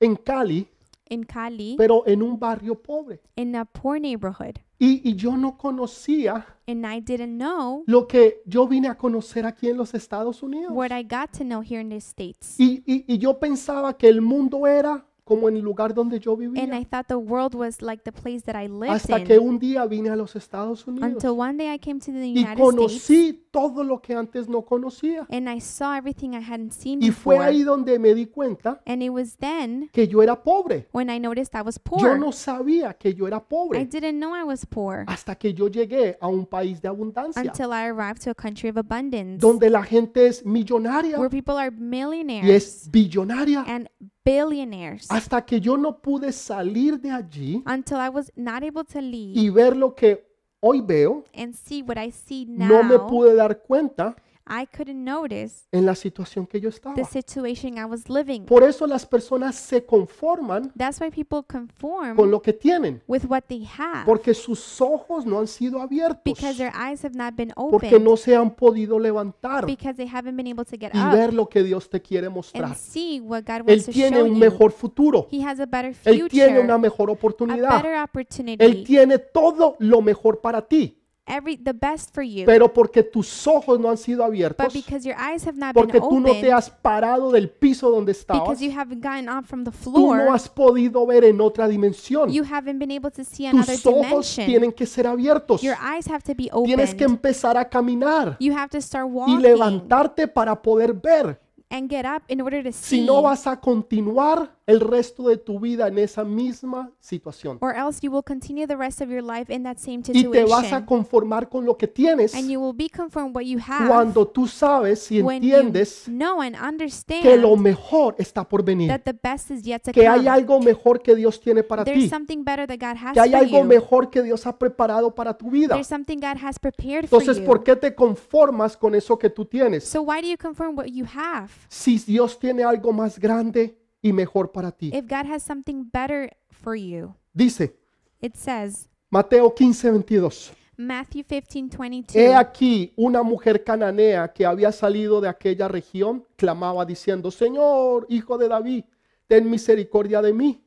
[SPEAKER 1] en Cali,
[SPEAKER 2] in Cali,
[SPEAKER 1] pero en un barrio pobre.
[SPEAKER 2] in a poor neighborhood,
[SPEAKER 1] Y, y yo no conocía
[SPEAKER 2] and I didn't know
[SPEAKER 1] lo que yo vine a conocer aquí en los Estados Unidos.
[SPEAKER 2] what I got to know here in the States.
[SPEAKER 1] Y, y- y yo pensaba que el mundo era como en el lugar donde yo
[SPEAKER 2] And
[SPEAKER 1] vivía.
[SPEAKER 2] I thought the world was like the place that I lived
[SPEAKER 1] Hasta que
[SPEAKER 2] in
[SPEAKER 1] un día vine a los Estados Unidos
[SPEAKER 2] until one day I came to the
[SPEAKER 1] y
[SPEAKER 2] United States
[SPEAKER 1] conocí todo lo que antes no conocía.
[SPEAKER 2] and I saw everything I hadn't seen
[SPEAKER 1] Y fue
[SPEAKER 2] before.
[SPEAKER 1] ahí donde me di cuenta
[SPEAKER 2] And it was then
[SPEAKER 1] que yo era pobre.
[SPEAKER 2] when I noticed I was
[SPEAKER 1] Yo
[SPEAKER 2] poor.
[SPEAKER 1] no sabía que yo era
[SPEAKER 2] I
[SPEAKER 1] pobre
[SPEAKER 2] didn't know I was poor
[SPEAKER 1] hasta que yo llegué a un país de abundancia,
[SPEAKER 2] until I arrived to a country of abundance
[SPEAKER 1] donde la gente es millonaria
[SPEAKER 2] where people are
[SPEAKER 1] y es
[SPEAKER 2] millionaires
[SPEAKER 1] billonaria.
[SPEAKER 2] and billionaires.
[SPEAKER 1] Hasta que yo no pude salir de allí
[SPEAKER 2] Until I was not able to leave
[SPEAKER 1] y ver lo que hoy veo,
[SPEAKER 2] and see what I see
[SPEAKER 1] no me
[SPEAKER 2] now,
[SPEAKER 1] pude dar cuenta
[SPEAKER 2] I couldn't notice
[SPEAKER 1] en la situación que yo estaba.
[SPEAKER 2] the situation I was living.
[SPEAKER 1] Ah. Por eso las personas se conforman
[SPEAKER 2] That's why people conform
[SPEAKER 1] con lo que tienen,
[SPEAKER 2] with what they have
[SPEAKER 1] porque sus ojos no han sido abiertos,
[SPEAKER 2] because their eyes have not been
[SPEAKER 1] porque
[SPEAKER 2] opened
[SPEAKER 1] no se han podido levantar
[SPEAKER 2] because they haven't been able to get
[SPEAKER 1] y
[SPEAKER 2] up
[SPEAKER 1] ver lo que Dios te quiere mostrar.
[SPEAKER 2] and see what God
[SPEAKER 1] Él
[SPEAKER 2] wants to
[SPEAKER 1] tiene
[SPEAKER 2] show
[SPEAKER 1] un
[SPEAKER 2] you.
[SPEAKER 1] mejor futuro,
[SPEAKER 2] He has a better
[SPEAKER 1] Él tiene
[SPEAKER 2] future,
[SPEAKER 1] una mejor
[SPEAKER 2] a
[SPEAKER 1] oportunidad,
[SPEAKER 2] better
[SPEAKER 1] Él
[SPEAKER 2] opportunity,
[SPEAKER 1] tiene todo lo mejor para ti,
[SPEAKER 2] every the best for you.
[SPEAKER 1] pero porque tus ojos no han sido abiertos,
[SPEAKER 2] But because your eyes have not been
[SPEAKER 1] porque tú no te
[SPEAKER 2] opened,
[SPEAKER 1] has parado del piso donde estabas,
[SPEAKER 2] because you haven't gotten up from the
[SPEAKER 1] tú no
[SPEAKER 2] floor,
[SPEAKER 1] has podido ver en otra dimensión.
[SPEAKER 2] you haven't been able to see another
[SPEAKER 1] Tus ojos
[SPEAKER 2] dimension.
[SPEAKER 1] tienen que ser abiertos.
[SPEAKER 2] Your eyes have to be
[SPEAKER 1] Tienes que
[SPEAKER 2] opened.
[SPEAKER 1] empezar a caminar
[SPEAKER 2] You have to start
[SPEAKER 1] y
[SPEAKER 2] walking
[SPEAKER 1] levantarte para poder ver.
[SPEAKER 2] and get up in order to
[SPEAKER 1] Si
[SPEAKER 2] see,
[SPEAKER 1] no vas a continuar el resto de tu vida en esa misma situación.
[SPEAKER 2] or else you will continue the rest of your life in that same
[SPEAKER 1] Y te vas a
[SPEAKER 2] situation.
[SPEAKER 1] conformar con lo que tienes
[SPEAKER 2] And you will be conformed what you have
[SPEAKER 1] cuando tú sabes y
[SPEAKER 2] when you
[SPEAKER 1] entiendes
[SPEAKER 2] know and
[SPEAKER 1] que lo
[SPEAKER 2] understand
[SPEAKER 1] mejor está por venir.
[SPEAKER 2] that the best is yet to
[SPEAKER 1] Que hay
[SPEAKER 2] come.
[SPEAKER 1] algo mejor que Dios tiene para
[SPEAKER 2] There's
[SPEAKER 1] ti.
[SPEAKER 2] something better that God has
[SPEAKER 1] Que hay
[SPEAKER 2] for
[SPEAKER 1] algo
[SPEAKER 2] you.
[SPEAKER 1] mejor que Dios ha preparado para tu vida.
[SPEAKER 2] There's something God has prepared for
[SPEAKER 1] Entonces, ¿por
[SPEAKER 2] you.
[SPEAKER 1] qué te conformas con eso que tú tienes?
[SPEAKER 2] So why do you conform what you have
[SPEAKER 1] si Dios tiene algo más grande y mejor para ti.
[SPEAKER 2] if God has something better for you?
[SPEAKER 1] Dice
[SPEAKER 2] It says,
[SPEAKER 1] Mateo 15, 22.
[SPEAKER 2] Matthew 15, 22.
[SPEAKER 1] He aquí una mujer cananea que había salido de aquella región, clamaba diciendo, Señor, hijo de David, ten misericordia de mí.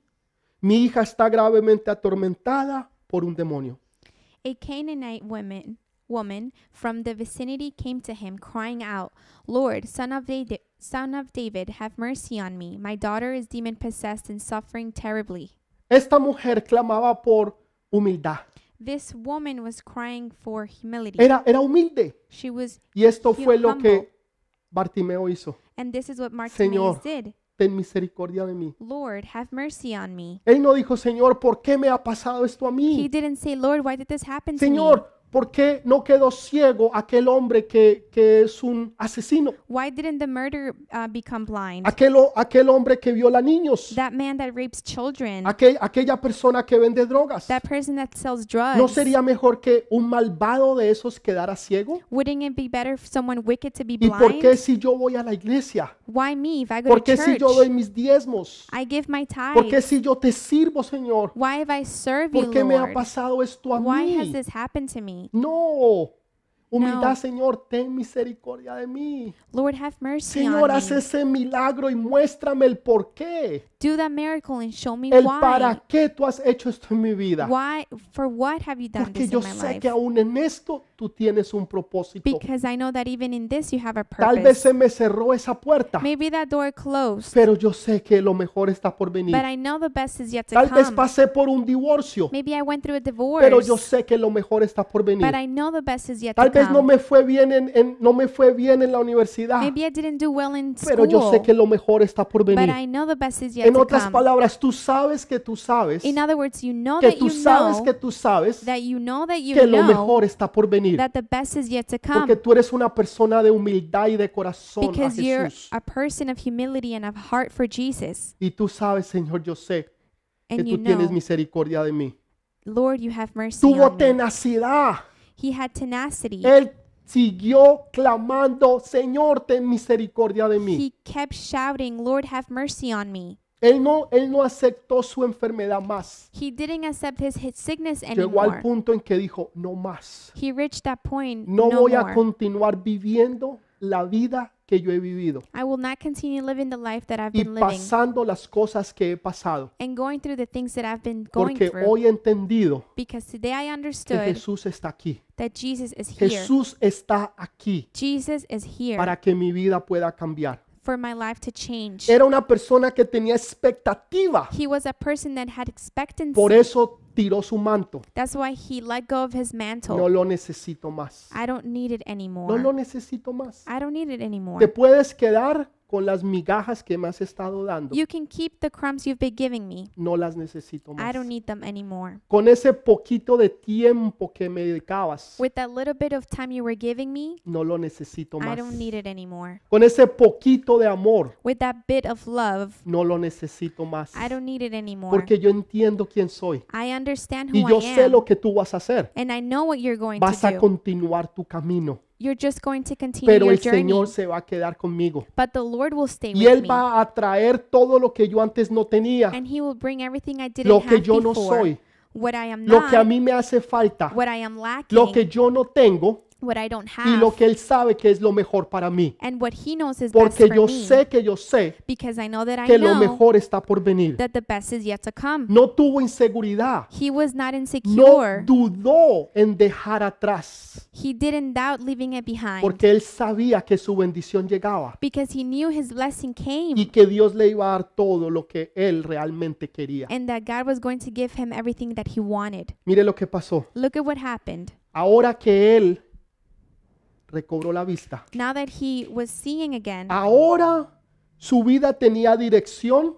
[SPEAKER 1] Mi hija está gravemente atormentada por un demonio.
[SPEAKER 2] A Canaanite woman, woman from the vicinity came to him, crying out, "Lord, son of David, son of David, have mercy on me. My daughter is demon possessed and suffering terribly."
[SPEAKER 1] Esta mujer clamaba por humildad.
[SPEAKER 2] This woman was crying for humility.
[SPEAKER 1] Era, era humilde.
[SPEAKER 2] She was,
[SPEAKER 1] Y esto fue lo que Bartimeo hizo.
[SPEAKER 2] and this is what Martinez
[SPEAKER 1] Señor.
[SPEAKER 2] did.
[SPEAKER 1] Ten misericordia de mí.
[SPEAKER 2] Lord, have mercy on me.
[SPEAKER 1] Él no dijo, Señor, ¿por qué me ha pasado esto a mí?
[SPEAKER 2] He didn't say, Lord, why did this happen to me?
[SPEAKER 1] Mm. Señor, ¿por qué no quedó ciego aquel hombre que, que es un asesino?
[SPEAKER 2] Why didn't the murderer uh, become blind?
[SPEAKER 1] Aquel, ho- aquel hombre que viola niños,
[SPEAKER 2] That man that rapes children,
[SPEAKER 1] aquel- aquella persona que vende drogas.
[SPEAKER 2] that person that sells
[SPEAKER 1] ¿No
[SPEAKER 2] drugs.
[SPEAKER 1] sería mejor que un malvado de esos quedara ciego?
[SPEAKER 2] Wouldn't it be better for someone wicked to be
[SPEAKER 1] ¿Y por qué
[SPEAKER 2] blind?
[SPEAKER 1] si yo voy a la iglesia?
[SPEAKER 2] Why me if I go
[SPEAKER 1] ¿Por
[SPEAKER 2] to
[SPEAKER 1] qué si yo
[SPEAKER 2] church?
[SPEAKER 1] doy mis diezmos?
[SPEAKER 2] I give my
[SPEAKER 1] ¿Por qué
[SPEAKER 2] tithes.
[SPEAKER 1] si yo te sirvo, Señor?
[SPEAKER 2] Why have I serve you,
[SPEAKER 1] ¿Por qué me ha
[SPEAKER 2] Lord?
[SPEAKER 1] pasado esto a
[SPEAKER 2] Why has
[SPEAKER 1] mí?
[SPEAKER 2] this happened to me?
[SPEAKER 1] No. Humildad,
[SPEAKER 2] No.
[SPEAKER 1] Señor, ten misericordia de mí.
[SPEAKER 2] Lord, have mercy
[SPEAKER 1] Señor,
[SPEAKER 2] on
[SPEAKER 1] haz
[SPEAKER 2] me.
[SPEAKER 1] ese milagro y muéstrame el por qué.
[SPEAKER 2] Do that miracle and show me
[SPEAKER 1] el
[SPEAKER 2] why.
[SPEAKER 1] para qué tú has hecho esto en mi vida.
[SPEAKER 2] Why? For what have you done
[SPEAKER 1] Porque
[SPEAKER 2] this
[SPEAKER 1] yo
[SPEAKER 2] in my
[SPEAKER 1] sé
[SPEAKER 2] life?
[SPEAKER 1] que aún en esto tú tienes un propósito.
[SPEAKER 2] Because I know that even in this you have a
[SPEAKER 1] Tal vez
[SPEAKER 2] purpose.
[SPEAKER 1] se me cerró esa puerta,
[SPEAKER 2] Maybe that door closed,
[SPEAKER 1] pero yo sé que lo mejor está por venir.
[SPEAKER 2] but I know the best is yet to
[SPEAKER 1] Tal vez
[SPEAKER 2] come.
[SPEAKER 1] pasé por un divorcio,
[SPEAKER 2] Maybe I went through a
[SPEAKER 1] pero yo
[SPEAKER 2] divorce,
[SPEAKER 1] sé que lo mejor está por venir.
[SPEAKER 2] but I know the best is yet
[SPEAKER 1] Tal
[SPEAKER 2] to
[SPEAKER 1] vez no
[SPEAKER 2] come.
[SPEAKER 1] me fue bien en, en- no me fue bien en la universidad,
[SPEAKER 2] Maybe I didn't do well in
[SPEAKER 1] pero yo sé
[SPEAKER 2] school,
[SPEAKER 1] que lo mejor está por
[SPEAKER 2] But
[SPEAKER 1] venir.
[SPEAKER 2] I know the best is yet
[SPEAKER 1] En
[SPEAKER 2] to
[SPEAKER 1] otras
[SPEAKER 2] come.
[SPEAKER 1] palabras, tú sabes que tú sabes
[SPEAKER 2] In other words, you know
[SPEAKER 1] que
[SPEAKER 2] that
[SPEAKER 1] tú
[SPEAKER 2] you
[SPEAKER 1] sabes
[SPEAKER 2] know
[SPEAKER 1] que tú sabes
[SPEAKER 2] that you know that you
[SPEAKER 1] que lo
[SPEAKER 2] know
[SPEAKER 1] mejor está por venir.
[SPEAKER 2] that the best is yet to
[SPEAKER 1] Porque
[SPEAKER 2] come
[SPEAKER 1] tú eres una persona de humildad y de corazón a
[SPEAKER 2] because you're
[SPEAKER 1] Jesús.
[SPEAKER 2] a person of humility and of heart for Jesus.
[SPEAKER 1] Y tú sabes, Señor, yo sé que
[SPEAKER 2] And you
[SPEAKER 1] tú tienes
[SPEAKER 2] know,
[SPEAKER 1] misericordia de mí.
[SPEAKER 2] Lord, you have mercy
[SPEAKER 1] Tuvo
[SPEAKER 2] on me.
[SPEAKER 1] tenacidad.
[SPEAKER 2] He had tenacity.
[SPEAKER 1] Él siguió clamando, Señor, ten misericordia de mí.
[SPEAKER 2] He kept shouting, Lord, have mercy on me.
[SPEAKER 1] Él no, él no aceptó su enfermedad más.
[SPEAKER 2] He didn't accept his, his sickness
[SPEAKER 1] Llegó al
[SPEAKER 2] anymore.
[SPEAKER 1] punto en que dijo, no más.
[SPEAKER 2] He reached that point.
[SPEAKER 1] No
[SPEAKER 2] No,
[SPEAKER 1] voy a
[SPEAKER 2] more.
[SPEAKER 1] continuar viviendo la vida que yo he vivido
[SPEAKER 2] I will not continue living the life that I've
[SPEAKER 1] y
[SPEAKER 2] been living
[SPEAKER 1] pasando las cosas que he pasado.
[SPEAKER 2] and going through the things that I've been going
[SPEAKER 1] Porque
[SPEAKER 2] through.
[SPEAKER 1] hoy he entendido
[SPEAKER 2] Because today I
[SPEAKER 1] que
[SPEAKER 2] understood
[SPEAKER 1] Jesús está aquí.
[SPEAKER 2] that Jesus is here.
[SPEAKER 1] Jesús está aquí
[SPEAKER 2] Jesus is here
[SPEAKER 1] para que mi vida pueda cambiar.
[SPEAKER 2] for my life to change.
[SPEAKER 1] Era una persona que tenía expectativa.
[SPEAKER 2] He was a person that had expectancy.
[SPEAKER 1] Por eso tiró su manto.
[SPEAKER 2] That's why he let go of his
[SPEAKER 1] No
[SPEAKER 2] mantle.
[SPEAKER 1] lo necesito más.
[SPEAKER 2] Oh. I don't need it
[SPEAKER 1] No lo
[SPEAKER 2] anymore.
[SPEAKER 1] necesito más.
[SPEAKER 2] I don't need it anymore.
[SPEAKER 1] Te puedes quedar con las migajas que me has estado dando.
[SPEAKER 2] You can keep the crumbs you've been giving me.
[SPEAKER 1] No las necesito
[SPEAKER 2] I
[SPEAKER 1] más.
[SPEAKER 2] don't need them anymore.
[SPEAKER 1] Con ese poquito de tiempo que me dedicabas,
[SPEAKER 2] With that little bit of time you were giving me,
[SPEAKER 1] no lo necesito
[SPEAKER 2] I
[SPEAKER 1] más.
[SPEAKER 2] don't need it anymore.
[SPEAKER 1] Con ese poquito de amor,
[SPEAKER 2] With that bit of love,
[SPEAKER 1] no lo necesito más.
[SPEAKER 2] I don't need it anymore.
[SPEAKER 1] Porque yo entiendo quién soy.
[SPEAKER 2] I understand
[SPEAKER 1] Y
[SPEAKER 2] who
[SPEAKER 1] yo
[SPEAKER 2] I
[SPEAKER 1] sé
[SPEAKER 2] am.
[SPEAKER 1] lo que tú vas a hacer.
[SPEAKER 2] And I know what you're going
[SPEAKER 1] Vas a
[SPEAKER 2] to do.
[SPEAKER 1] continuar tu camino.
[SPEAKER 2] You're just going to continue
[SPEAKER 1] Pero
[SPEAKER 2] your
[SPEAKER 1] el Señor
[SPEAKER 2] journey.
[SPEAKER 1] se va a quedar conmigo.
[SPEAKER 2] But the Lord will stay
[SPEAKER 1] Y
[SPEAKER 2] with
[SPEAKER 1] Él
[SPEAKER 2] me.
[SPEAKER 1] va a traer todo lo que yo antes no tenía.
[SPEAKER 2] And He will bring everything I
[SPEAKER 1] Ah. Lo
[SPEAKER 2] didn't
[SPEAKER 1] que
[SPEAKER 2] have
[SPEAKER 1] yo no
[SPEAKER 2] before.
[SPEAKER 1] soy.
[SPEAKER 2] What I am
[SPEAKER 1] Lo que a
[SPEAKER 2] not,
[SPEAKER 1] mí me hace falta.
[SPEAKER 2] what I am
[SPEAKER 1] Lo
[SPEAKER 2] lacking,
[SPEAKER 1] que yo no tengo.
[SPEAKER 2] what I don't
[SPEAKER 1] Y lo
[SPEAKER 2] have,
[SPEAKER 1] que Él sabe que es lo mejor para mí.
[SPEAKER 2] and what He knows is best
[SPEAKER 1] Porque
[SPEAKER 2] for
[SPEAKER 1] yo
[SPEAKER 2] me.
[SPEAKER 1] sé que yo sé
[SPEAKER 2] Because I know that I
[SPEAKER 1] que lo
[SPEAKER 2] know
[SPEAKER 1] mejor está por venir.
[SPEAKER 2] that the best is yet to come.
[SPEAKER 1] No tuvo inseguridad.
[SPEAKER 2] He was not
[SPEAKER 1] No
[SPEAKER 2] insecure.
[SPEAKER 1] dudó en dejar atrás.
[SPEAKER 2] He didn't doubt leaving it behind
[SPEAKER 1] Porque Él sabía que su bendición llegaba.
[SPEAKER 2] because he knew his blessing
[SPEAKER 1] y
[SPEAKER 2] came
[SPEAKER 1] que Dios le iba a dar todo lo que él realmente quería.
[SPEAKER 2] and that God was going to give him everything that he wanted.
[SPEAKER 1] Mire lo que pasó.
[SPEAKER 2] Look at what happened.
[SPEAKER 1] Ahora que él recobró la vista,
[SPEAKER 2] Now that he was seeing again,
[SPEAKER 1] Ah. ahora su vida tenía dirección,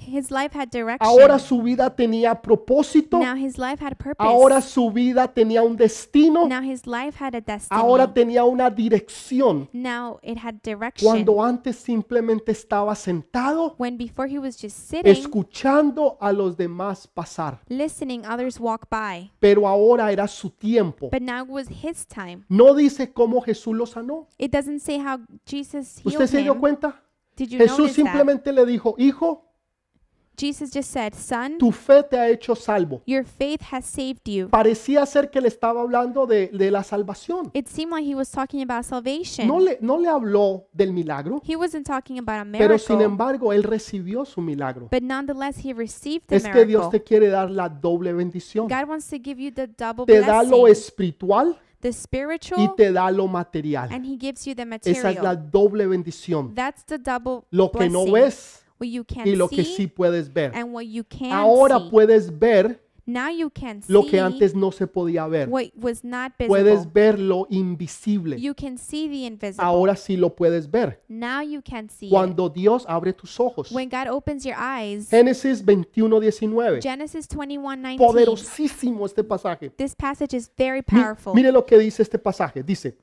[SPEAKER 2] his life had
[SPEAKER 1] ahora
[SPEAKER 2] direction.
[SPEAKER 1] su vida tenía propósito,
[SPEAKER 2] Now his life had
[SPEAKER 1] ahora
[SPEAKER 2] purpose.
[SPEAKER 1] su vida tenía un destino,
[SPEAKER 2] Now his life had a destiny.
[SPEAKER 1] ahora tenía una dirección.
[SPEAKER 2] Now it had direction.
[SPEAKER 1] Cuando antes simplemente estaba sentado
[SPEAKER 2] When before he was just sitting,
[SPEAKER 1] escuchando a los demás pasar,
[SPEAKER 2] listening others walk by.
[SPEAKER 1] pero ahora era su tiempo.
[SPEAKER 2] But now it was his time.
[SPEAKER 1] No dice cómo Jesús lo sanó.
[SPEAKER 2] It doesn't say how Jesus
[SPEAKER 1] ¿Usted
[SPEAKER 2] healed
[SPEAKER 1] se dio
[SPEAKER 2] him.
[SPEAKER 1] cuenta?
[SPEAKER 2] Did you
[SPEAKER 1] Jesús
[SPEAKER 2] notice that?
[SPEAKER 1] simplemente le dijo, hijo,
[SPEAKER 2] Jesus just said, Son,
[SPEAKER 1] tu fe te ha hecho salvo.
[SPEAKER 2] your faith has saved you.
[SPEAKER 1] Parecía ser que le estaba hablando de, de la salvación.
[SPEAKER 2] It seemed like he was talking about salvation.
[SPEAKER 1] No le, no le habló del milagro,
[SPEAKER 2] he wasn't talking about a
[SPEAKER 1] pero sin
[SPEAKER 2] miracle.
[SPEAKER 1] embargo él recibió su milagro.
[SPEAKER 2] But nonetheless, he received the
[SPEAKER 1] Es que Dios
[SPEAKER 2] miracle.
[SPEAKER 1] te quiere dar la doble bendición.
[SPEAKER 2] God wants to give you the double
[SPEAKER 1] Te da lo
[SPEAKER 2] blessing,
[SPEAKER 1] espiritual
[SPEAKER 2] the
[SPEAKER 1] y
[SPEAKER 2] spiritual,
[SPEAKER 1] te da lo material.
[SPEAKER 2] and he gives you the
[SPEAKER 1] Esa es la
[SPEAKER 2] material.
[SPEAKER 1] doble bendición.
[SPEAKER 2] That's the double
[SPEAKER 1] Lo que no
[SPEAKER 2] blessing.
[SPEAKER 1] ves
[SPEAKER 2] what you can
[SPEAKER 1] y lo que
[SPEAKER 2] see
[SPEAKER 1] sí puedes ver.
[SPEAKER 2] and what you can
[SPEAKER 1] Ahora
[SPEAKER 2] see.
[SPEAKER 1] puedes ver
[SPEAKER 2] now you can
[SPEAKER 1] lo
[SPEAKER 2] see
[SPEAKER 1] que antes no se podía ver.
[SPEAKER 2] what was not visible.
[SPEAKER 1] Puedes ver lo invisible.
[SPEAKER 2] You can see the invisible.
[SPEAKER 1] Ahora sí lo puedes ver.
[SPEAKER 2] now you can see it.
[SPEAKER 1] Cuando Dios abre tus ojos.
[SPEAKER 2] When God opens your eyes,
[SPEAKER 1] Génesis 21, 19.
[SPEAKER 2] Genesis 21 19.
[SPEAKER 1] Poderosísimo este pasaje.
[SPEAKER 2] This passage is very
[SPEAKER 1] Mi-
[SPEAKER 2] powerful.
[SPEAKER 1] mire lo que dice este pasaje. Dice,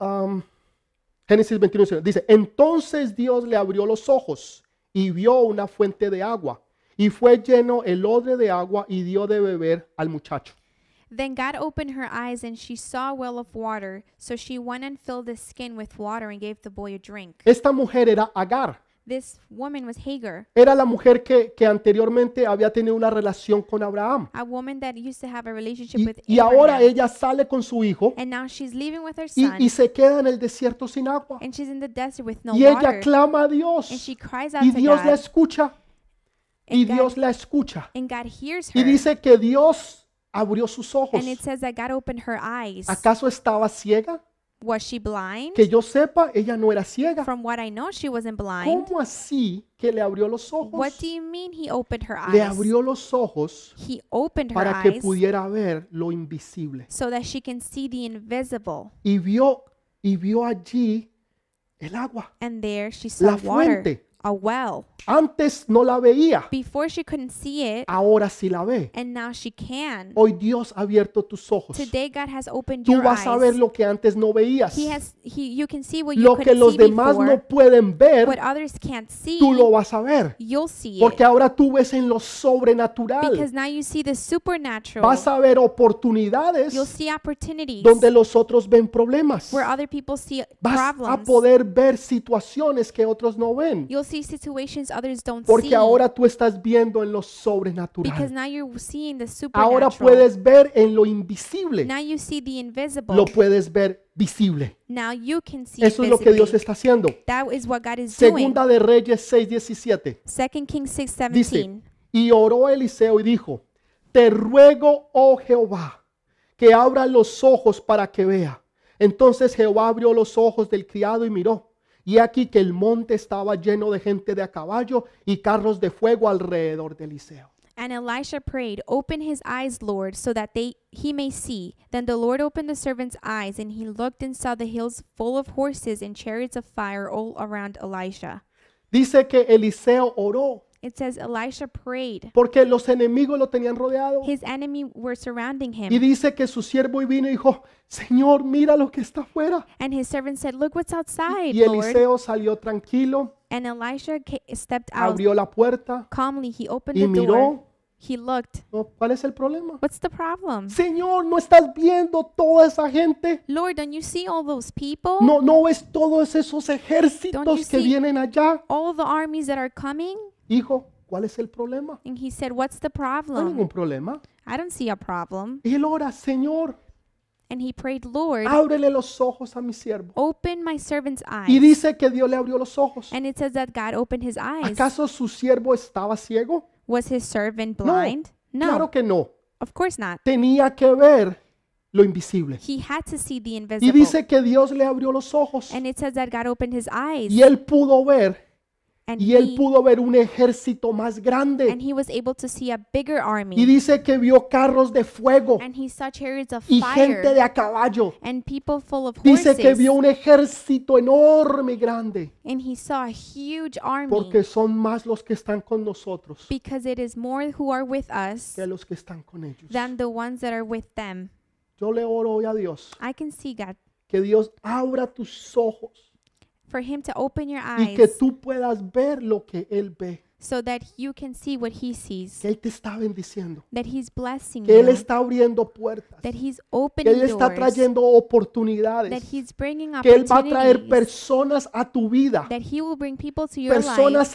[SPEAKER 1] am, Génesis 21, 19. Dice, entonces Dios le abrió los ojos y vio una fuente de agua. Y fue lleno el odre de agua y dio de beber al muchacho.
[SPEAKER 2] Then God opened her eyes, and she saw a well of water. So she went and filled his skin with water and gave the boy a drink.
[SPEAKER 1] Esta mujer era Agar.
[SPEAKER 2] This woman was Hagar,
[SPEAKER 1] Era la mujer que, que anteriormente había tenido una relación con Abraham.
[SPEAKER 2] a woman that used to have a relationship
[SPEAKER 1] Y,
[SPEAKER 2] with
[SPEAKER 1] y ahora
[SPEAKER 2] pues, Abraham.
[SPEAKER 1] ella sale con su hijo
[SPEAKER 2] and now she's leaving with her
[SPEAKER 1] y,
[SPEAKER 2] son,
[SPEAKER 1] y se queda en el desierto sin agua.
[SPEAKER 2] and she's in the desert with no
[SPEAKER 1] Y ella
[SPEAKER 2] water.
[SPEAKER 1] clama a
[SPEAKER 2] And
[SPEAKER 1] Dios
[SPEAKER 2] she cries out
[SPEAKER 1] y
[SPEAKER 2] to
[SPEAKER 1] Dios la
[SPEAKER 2] God,
[SPEAKER 1] escucha y
[SPEAKER 2] and God,
[SPEAKER 1] Dios la escucha.
[SPEAKER 2] and God hears her.
[SPEAKER 1] Y dice que Dios abrió sus ojos.
[SPEAKER 2] and it says that God opened her eyes.
[SPEAKER 1] ¿Acaso estaba ciega?
[SPEAKER 2] Was she blind?
[SPEAKER 1] Que yo sepa, ella no era ciega.
[SPEAKER 2] From what I know, she wasn't blind.
[SPEAKER 1] ¿Cómo así que le abrió los
[SPEAKER 2] What
[SPEAKER 1] ojos?
[SPEAKER 2] do you mean he opened her
[SPEAKER 1] Le
[SPEAKER 2] eyes?
[SPEAKER 1] abrió los ojos
[SPEAKER 2] He opened her
[SPEAKER 1] para que
[SPEAKER 2] eyes
[SPEAKER 1] pudiera ver lo invisible.
[SPEAKER 2] so that she can see the invisible.
[SPEAKER 1] Y vio y vio allí el agua.
[SPEAKER 2] And there she saw
[SPEAKER 1] La
[SPEAKER 2] water,
[SPEAKER 1] fuente.
[SPEAKER 2] a well.
[SPEAKER 1] Antes no la veía,
[SPEAKER 2] Before she couldn't see it,
[SPEAKER 1] ahora sí la ve.
[SPEAKER 2] and now she can.
[SPEAKER 1] Hoy Dios ha abierto tus ojos.
[SPEAKER 2] Today God has opened
[SPEAKER 1] Oh, Tú
[SPEAKER 2] your
[SPEAKER 1] vas a ver
[SPEAKER 2] eyes.
[SPEAKER 1] lo que antes no veías.
[SPEAKER 2] He has he you can see what you
[SPEAKER 1] Lo que
[SPEAKER 2] couldn't
[SPEAKER 1] los
[SPEAKER 2] see
[SPEAKER 1] demás
[SPEAKER 2] before.
[SPEAKER 1] no pueden
[SPEAKER 2] What
[SPEAKER 1] ver,
[SPEAKER 2] others can't see,
[SPEAKER 1] tú lo vas a ver.
[SPEAKER 2] you'll see
[SPEAKER 1] Porque
[SPEAKER 2] it.
[SPEAKER 1] ahora tú ves en lo sobrenatural.
[SPEAKER 2] Because now you see the supernatural.
[SPEAKER 1] Vas a ver
[SPEAKER 2] You'll
[SPEAKER 1] oportunidades
[SPEAKER 2] see opportunities
[SPEAKER 1] donde los otros ven problemas.
[SPEAKER 2] where other people see
[SPEAKER 1] Vas a
[SPEAKER 2] problems.
[SPEAKER 1] poder ver situaciones que otros no ven.
[SPEAKER 2] You'll see situations others don't see
[SPEAKER 1] Porque ahora tú estás viendo en lo
[SPEAKER 2] because
[SPEAKER 1] sobrenatural.
[SPEAKER 2] now you're seeing the supernatural.
[SPEAKER 1] Ahora puedes ver en lo invisible.
[SPEAKER 2] now you see the invisible.
[SPEAKER 1] Lo puedes ver visible.
[SPEAKER 2] now you can see
[SPEAKER 1] Eso es lo que
[SPEAKER 2] visibly.
[SPEAKER 1] Dios está haciendo.
[SPEAKER 2] That is what God is doing.
[SPEAKER 1] Segunda de Reyes 6:17.
[SPEAKER 2] 2 Kings 6
[SPEAKER 1] Dice,
[SPEAKER 2] 17.
[SPEAKER 1] y oró Eliseo y dijo, te ruego, oh Jehová, que abra los ojos para que vea. Entonces Jehová abrió los ojos del criado y miró. Y he aquí que el monte estaba lleno de gente de a caballo y carros de fuego alrededor de Eliseo.
[SPEAKER 2] And Elisha prayed, Open his eyes, Lord, so that they he may see. Then the Lord opened the servant's eyes, and he looked and saw the hills full of horses and chariots of fire all around Elisha.
[SPEAKER 1] Dice que Eliseo oró
[SPEAKER 2] It says Elisha prayed.
[SPEAKER 1] porque los enemigos lo tenían rodeado.
[SPEAKER 2] His enemy were surrounding him.
[SPEAKER 1] Y dice que su siervo vino y dijo, Señor, mira lo que está afuera.
[SPEAKER 2] and his servant said, Look what's outside,
[SPEAKER 1] Y
[SPEAKER 2] Lord.
[SPEAKER 1] Eliseo salió tranquilo,
[SPEAKER 2] And Elisha ca- stepped out
[SPEAKER 1] abrió la puerta.
[SPEAKER 2] calmly. He opened
[SPEAKER 1] y
[SPEAKER 2] the
[SPEAKER 1] miró.
[SPEAKER 2] door. He looked.
[SPEAKER 1] No, ¿Cuál es el problema?
[SPEAKER 2] What's the problem?
[SPEAKER 1] Señor, ¿no estás viendo toda esa gente?
[SPEAKER 2] Lord, don't you see all those people?
[SPEAKER 1] ¿No, no ves todos esos
[SPEAKER 2] Don't you
[SPEAKER 1] ejércitos que
[SPEAKER 2] see-
[SPEAKER 1] vienen allá?
[SPEAKER 2] All the armies that are coming?
[SPEAKER 1] Hijo, ¿cuál es el problema?
[SPEAKER 2] And he said, What's the
[SPEAKER 1] No hay
[SPEAKER 2] problem?
[SPEAKER 1] ningún problema.
[SPEAKER 2] I don't see a problem.
[SPEAKER 1] Él ora, Señor,
[SPEAKER 2] And he prayed, Lord,
[SPEAKER 1] ábrele los ojos a mi siervo.
[SPEAKER 2] open my servant's
[SPEAKER 1] Y
[SPEAKER 2] eyes.
[SPEAKER 1] dice que Dios le abrió los ojos.
[SPEAKER 2] And it says that God opened his eyes.
[SPEAKER 1] ¿Acaso su siervo estaba ciego?
[SPEAKER 2] Was his servant blind? No,
[SPEAKER 1] Claro que no.
[SPEAKER 2] of course not.
[SPEAKER 1] Tenía que ver lo invisible.
[SPEAKER 2] He had to see the
[SPEAKER 1] Y
[SPEAKER 2] invisible.
[SPEAKER 1] dice que Dios le abrió los ojos.
[SPEAKER 2] And it says that God opened his eyes.
[SPEAKER 1] Y él pudo ver,
[SPEAKER 2] And
[SPEAKER 1] y él
[SPEAKER 2] he,
[SPEAKER 1] pudo ver un ejército más grande.
[SPEAKER 2] and he was able to see a bigger
[SPEAKER 1] Y
[SPEAKER 2] army.
[SPEAKER 1] dice que vio carros de fuego
[SPEAKER 2] And he saw chariots of
[SPEAKER 1] y gente de
[SPEAKER 2] fire
[SPEAKER 1] a caballo.
[SPEAKER 2] and people full of
[SPEAKER 1] Dice que vio
[SPEAKER 2] horses.
[SPEAKER 1] un ejército enorme y grande.
[SPEAKER 2] And he saw a huge army
[SPEAKER 1] Porque son más los que están con nosotros
[SPEAKER 2] because it is more who are with us
[SPEAKER 1] que los que están con ellos.
[SPEAKER 2] than the ones that are with them.
[SPEAKER 1] Yo le oro hoy a Dios
[SPEAKER 2] I can see God
[SPEAKER 1] que Dios abra tus ojos
[SPEAKER 2] for him to open your
[SPEAKER 1] y que
[SPEAKER 2] eyes.
[SPEAKER 1] tú puedas ver lo que Él ve,
[SPEAKER 2] so that you can see what he sees,
[SPEAKER 1] que Él te está bendiciendo,
[SPEAKER 2] that he's blessing
[SPEAKER 1] que Él
[SPEAKER 2] you,
[SPEAKER 1] está abriendo puertas,
[SPEAKER 2] that he's
[SPEAKER 1] que Él
[SPEAKER 2] opening
[SPEAKER 1] está
[SPEAKER 2] doors,
[SPEAKER 1] trayendo
[SPEAKER 2] that
[SPEAKER 1] oportunidades,
[SPEAKER 2] he's bringing
[SPEAKER 1] que Él va a traer
[SPEAKER 2] opportunities,
[SPEAKER 1] personas a tu vida,
[SPEAKER 2] that he will bring people to your life,
[SPEAKER 1] personas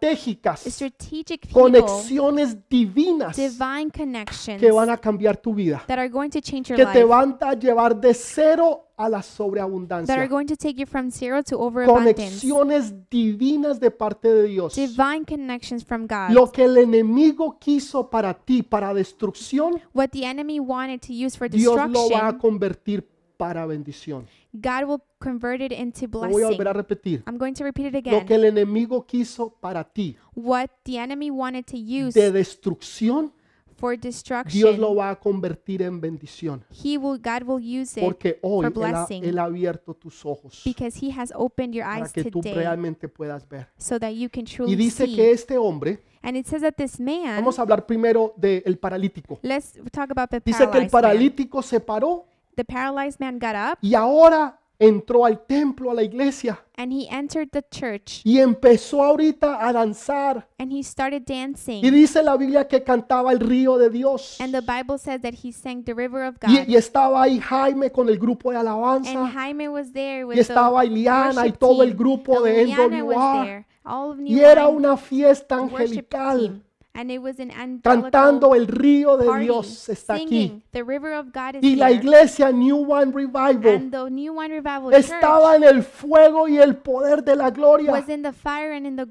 [SPEAKER 1] estratégicas,
[SPEAKER 2] strategic people,
[SPEAKER 1] conexiones divinas
[SPEAKER 2] divine connections
[SPEAKER 1] que van a cambiar tu vida,
[SPEAKER 2] that are going to change your
[SPEAKER 1] que te
[SPEAKER 2] life,
[SPEAKER 1] van a llevar de cero a la
[SPEAKER 2] that are
[SPEAKER 1] sobreabundancia.
[SPEAKER 2] going to take you from zero to overabundance.
[SPEAKER 1] Conexiones divinas de parte de Dios.
[SPEAKER 2] Divine connections from God.
[SPEAKER 1] Lo que el enemigo quiso para ti, para destrucción,
[SPEAKER 2] What the enemy wanted to use for
[SPEAKER 1] Dios lo va a
[SPEAKER 2] destruction,
[SPEAKER 1] convertir para bendición.
[SPEAKER 2] God will convert it into
[SPEAKER 1] Lo voy a volver
[SPEAKER 2] blessing.
[SPEAKER 1] a repetir.
[SPEAKER 2] I'm going to repeat it
[SPEAKER 1] Lo que
[SPEAKER 2] again.
[SPEAKER 1] el enemigo quiso para ti,
[SPEAKER 2] What the enemy wanted to use
[SPEAKER 1] de destrucción,
[SPEAKER 2] for
[SPEAKER 1] Dios
[SPEAKER 2] destruction,
[SPEAKER 1] lo va a convertir en bendición.
[SPEAKER 2] He will, God will use it
[SPEAKER 1] Porque hoy
[SPEAKER 2] for
[SPEAKER 1] Él ha,
[SPEAKER 2] blessing
[SPEAKER 1] Él ha abierto tus ojos
[SPEAKER 2] because He has opened your
[SPEAKER 1] para
[SPEAKER 2] eyes
[SPEAKER 1] que tú
[SPEAKER 2] today
[SPEAKER 1] realmente puedas ver.
[SPEAKER 2] so that you can
[SPEAKER 1] Y
[SPEAKER 2] truly
[SPEAKER 1] dice que
[SPEAKER 2] see.
[SPEAKER 1] este hombre,
[SPEAKER 2] And it says that this man,
[SPEAKER 1] vamos a hablar primero del paralítico.
[SPEAKER 2] let's talk about the
[SPEAKER 1] Dice que el
[SPEAKER 2] paralyzed man.
[SPEAKER 1] paralítico se paró
[SPEAKER 2] The paralyzed man got up
[SPEAKER 1] y ahora entró al templo, a la iglesia,
[SPEAKER 2] and he entered the church
[SPEAKER 1] y empezó ahorita a danzar.
[SPEAKER 2] and he started
[SPEAKER 1] Y
[SPEAKER 2] dancing.
[SPEAKER 1] dice la Biblia que cantaba el río de Dios.
[SPEAKER 2] And the Bible says that he sang the river of God.
[SPEAKER 1] Y, y estaba ahí Jaime con el grupo de
[SPEAKER 2] And
[SPEAKER 1] alabanza,
[SPEAKER 2] Jaime was there
[SPEAKER 1] y
[SPEAKER 2] with the
[SPEAKER 1] estaba Iliana y
[SPEAKER 2] worship
[SPEAKER 1] todo el
[SPEAKER 2] team.
[SPEAKER 1] grupo de
[SPEAKER 2] Eliana was
[SPEAKER 1] NWA.
[SPEAKER 2] there. All of
[SPEAKER 1] Y
[SPEAKER 2] New
[SPEAKER 1] era
[SPEAKER 2] Line
[SPEAKER 1] una fiesta
[SPEAKER 2] worship
[SPEAKER 1] angelical,
[SPEAKER 2] team. And it was an angelical
[SPEAKER 1] cantando el río de
[SPEAKER 2] party,
[SPEAKER 1] Dios está aquí.
[SPEAKER 2] singing, the river of God is
[SPEAKER 1] Y la
[SPEAKER 2] here.
[SPEAKER 1] iglesia New One Revival
[SPEAKER 2] And the New Wine Revival Church
[SPEAKER 1] estaba en el fuego y el poder de la gloria.
[SPEAKER 2] was in the fire and in the
[SPEAKER 1] Y el